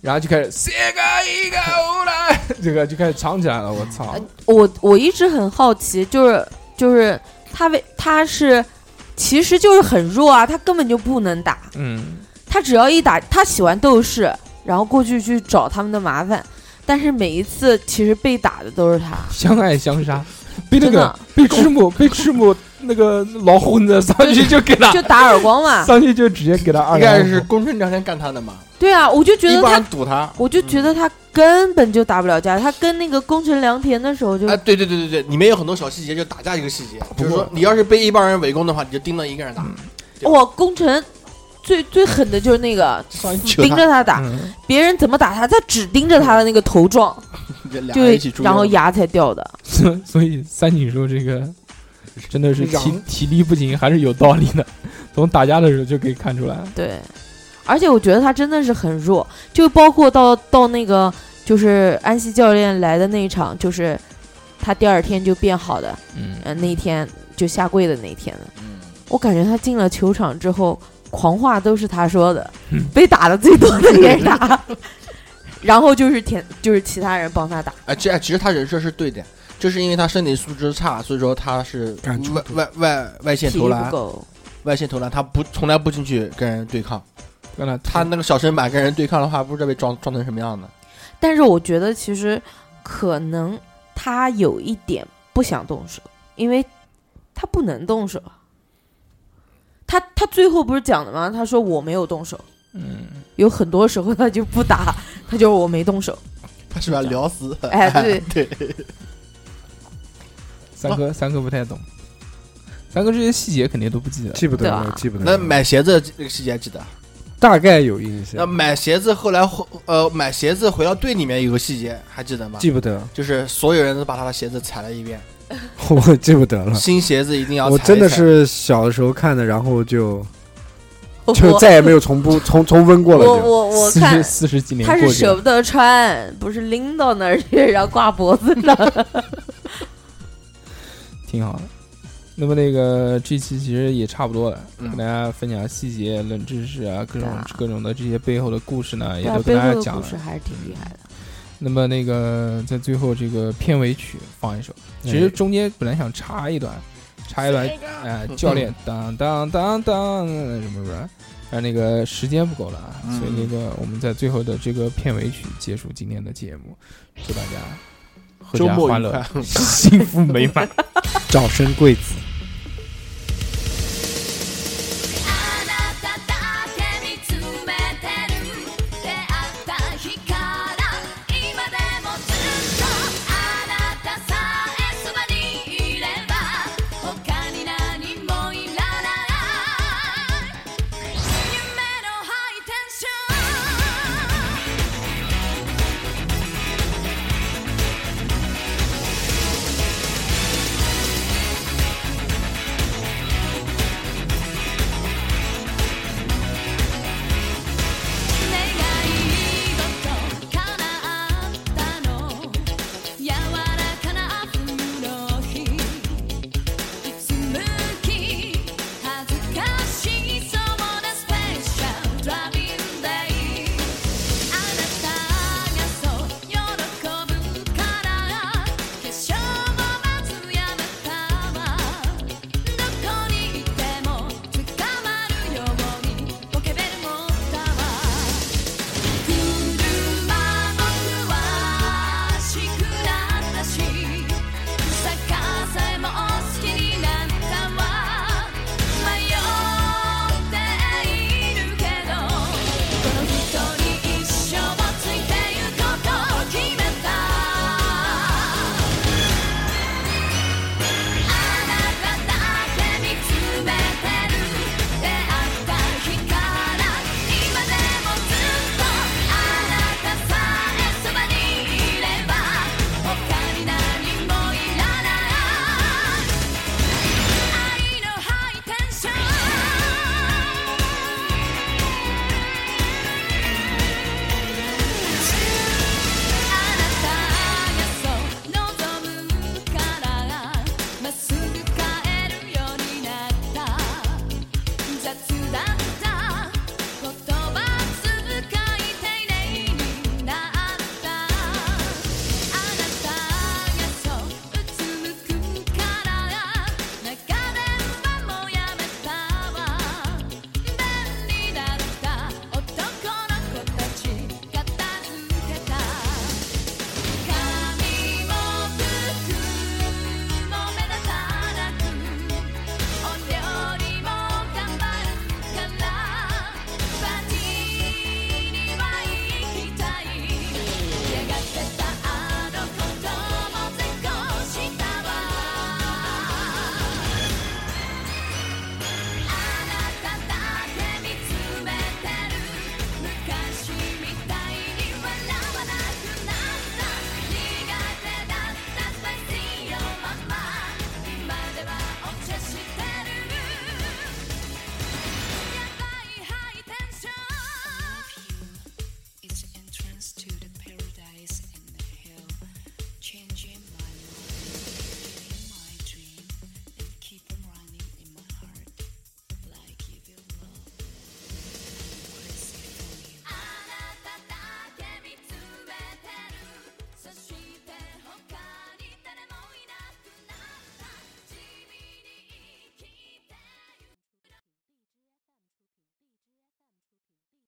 Speaker 2: 然后就开始世界一个欧来，这个就 开始唱起来了。我操！
Speaker 5: 我我一直很好奇，就是就是他为他是其实就是很弱啊，他根本就不能打，
Speaker 2: 嗯，
Speaker 5: 他只要一打，他喜欢斗士，然后过去去找他们的麻烦，但是每一次其实被打的都是他，
Speaker 2: 相爱相 杀，被那
Speaker 5: 真
Speaker 2: 个
Speaker 5: 的
Speaker 2: 被赤 木被赤木那个老混子上去就给他
Speaker 5: 就打耳光嘛。
Speaker 2: 上去就直接给他二
Speaker 4: 应该
Speaker 2: 两
Speaker 4: 是宫城良田干他的嘛，
Speaker 5: 对啊，我就觉
Speaker 4: 一
Speaker 5: 得他
Speaker 4: 般，堵他。
Speaker 5: 我就觉得他根本就打不了架。他跟那个宫城良田的时候就
Speaker 4: 哎，对对对对对，里面有很多小细节，就打架这个细节，就是说你要是被一帮人围攻的话，你就盯着一个人打，
Speaker 5: 哇，宫城最最狠的就是那个
Speaker 4: 上去求
Speaker 5: 盯着他打，
Speaker 2: 嗯
Speaker 5: 别人怎么打他，他只盯着他的那个头撞，
Speaker 4: 就俩
Speaker 5: 就
Speaker 4: 人一起出
Speaker 5: 然后
Speaker 4: 去
Speaker 5: 牙才掉的。
Speaker 2: 所所以三井说这个真的是体
Speaker 4: 嚷
Speaker 2: 体力不行还是有道理的， 从打架的时候就可以看出来。
Speaker 5: 对，而且我觉得他真的是很弱，就包括到到那个就是安西教练来的那一场，就是他第二天就变好的，
Speaker 2: 嗯，
Speaker 5: 呃，那一天就下跪的那一天了。我感觉他进了球场之后，狂话都是他说的，
Speaker 2: 嗯
Speaker 5: 被打的最多的也是他， 然后就是田就是其他人帮他打，
Speaker 4: 哎，这其实他人设是对的，就是因为他身体素质差，所以说他是
Speaker 3: 敢出
Speaker 4: 外外外外线
Speaker 5: 体
Speaker 4: 投
Speaker 5: 力不
Speaker 4: 篮，
Speaker 5: 够。
Speaker 4: 外线投篮，他不从来不进去跟人对抗，
Speaker 2: 看来
Speaker 4: 他那个小身板跟人对抗的话，不知道被撞撞成什么样的。
Speaker 5: 但是我觉得其实可能他有一点不想动手，因为他不能动手。他他最后不是讲的吗？他说我没有动手，
Speaker 2: 嗯。
Speaker 5: 有很多时候他就不打，他就说我 没动手。
Speaker 4: 他是把聊死，
Speaker 5: 哎，对，
Speaker 4: 对，
Speaker 2: 三哥，三哥不太懂，三哥这些细节肯定都不记得。
Speaker 3: 记不得
Speaker 5: 对啊
Speaker 3: 了，记不得了。
Speaker 4: 嗯那买鞋子这个细节记得，
Speaker 3: 大概有印
Speaker 4: 那
Speaker 3: 象，
Speaker 4: 买鞋子后来回呃买鞋子回到队里面有个细节还记得吗？
Speaker 3: 记不得，
Speaker 4: 就是所有人都把他的鞋子踩了一遍，
Speaker 3: 我记不得了。
Speaker 4: 新鞋子一定要踩一
Speaker 3: 我
Speaker 4: 踩。
Speaker 3: 真的是小的时候看的，然后 就
Speaker 5: 我
Speaker 3: 就再也没有重播重重温过了
Speaker 5: 我
Speaker 3: 就。
Speaker 5: 我我
Speaker 2: 四
Speaker 5: 看
Speaker 2: 十四十几年
Speaker 5: 他
Speaker 2: 过
Speaker 5: 是
Speaker 2: 去
Speaker 5: 舍
Speaker 2: 了，
Speaker 5: 不得穿，不是拎到那儿去，然后挂脖子 上。
Speaker 2: 挺好的。那么那个这期其实也差不多了，
Speaker 4: 嗯
Speaker 2: 跟大家分享细节、冷知识啊，各种
Speaker 5: 对啊
Speaker 2: 各种的这些背后的故事呢，也
Speaker 5: 对啊
Speaker 2: 都跟
Speaker 5: 背
Speaker 2: 大
Speaker 5: 后
Speaker 2: 家
Speaker 5: 的
Speaker 2: 讲
Speaker 5: 故
Speaker 2: 了
Speaker 5: 事。还是挺厉害的。
Speaker 2: 那么那个在最后这个片尾曲放一首，
Speaker 5: 嗯
Speaker 2: 其实中间本来想插一段，插一段， 哎，教练当当当当什么什么，但那个时间不够了啊，
Speaker 4: 嗯
Speaker 2: 所以那个我们在最后的这个片尾曲结束今天的节目，祝大家阖
Speaker 4: 周
Speaker 2: 家
Speaker 4: 末
Speaker 2: 欢
Speaker 4: 愉
Speaker 2: 乐
Speaker 4: 快，
Speaker 2: 幸福美满。
Speaker 3: 早生贵子。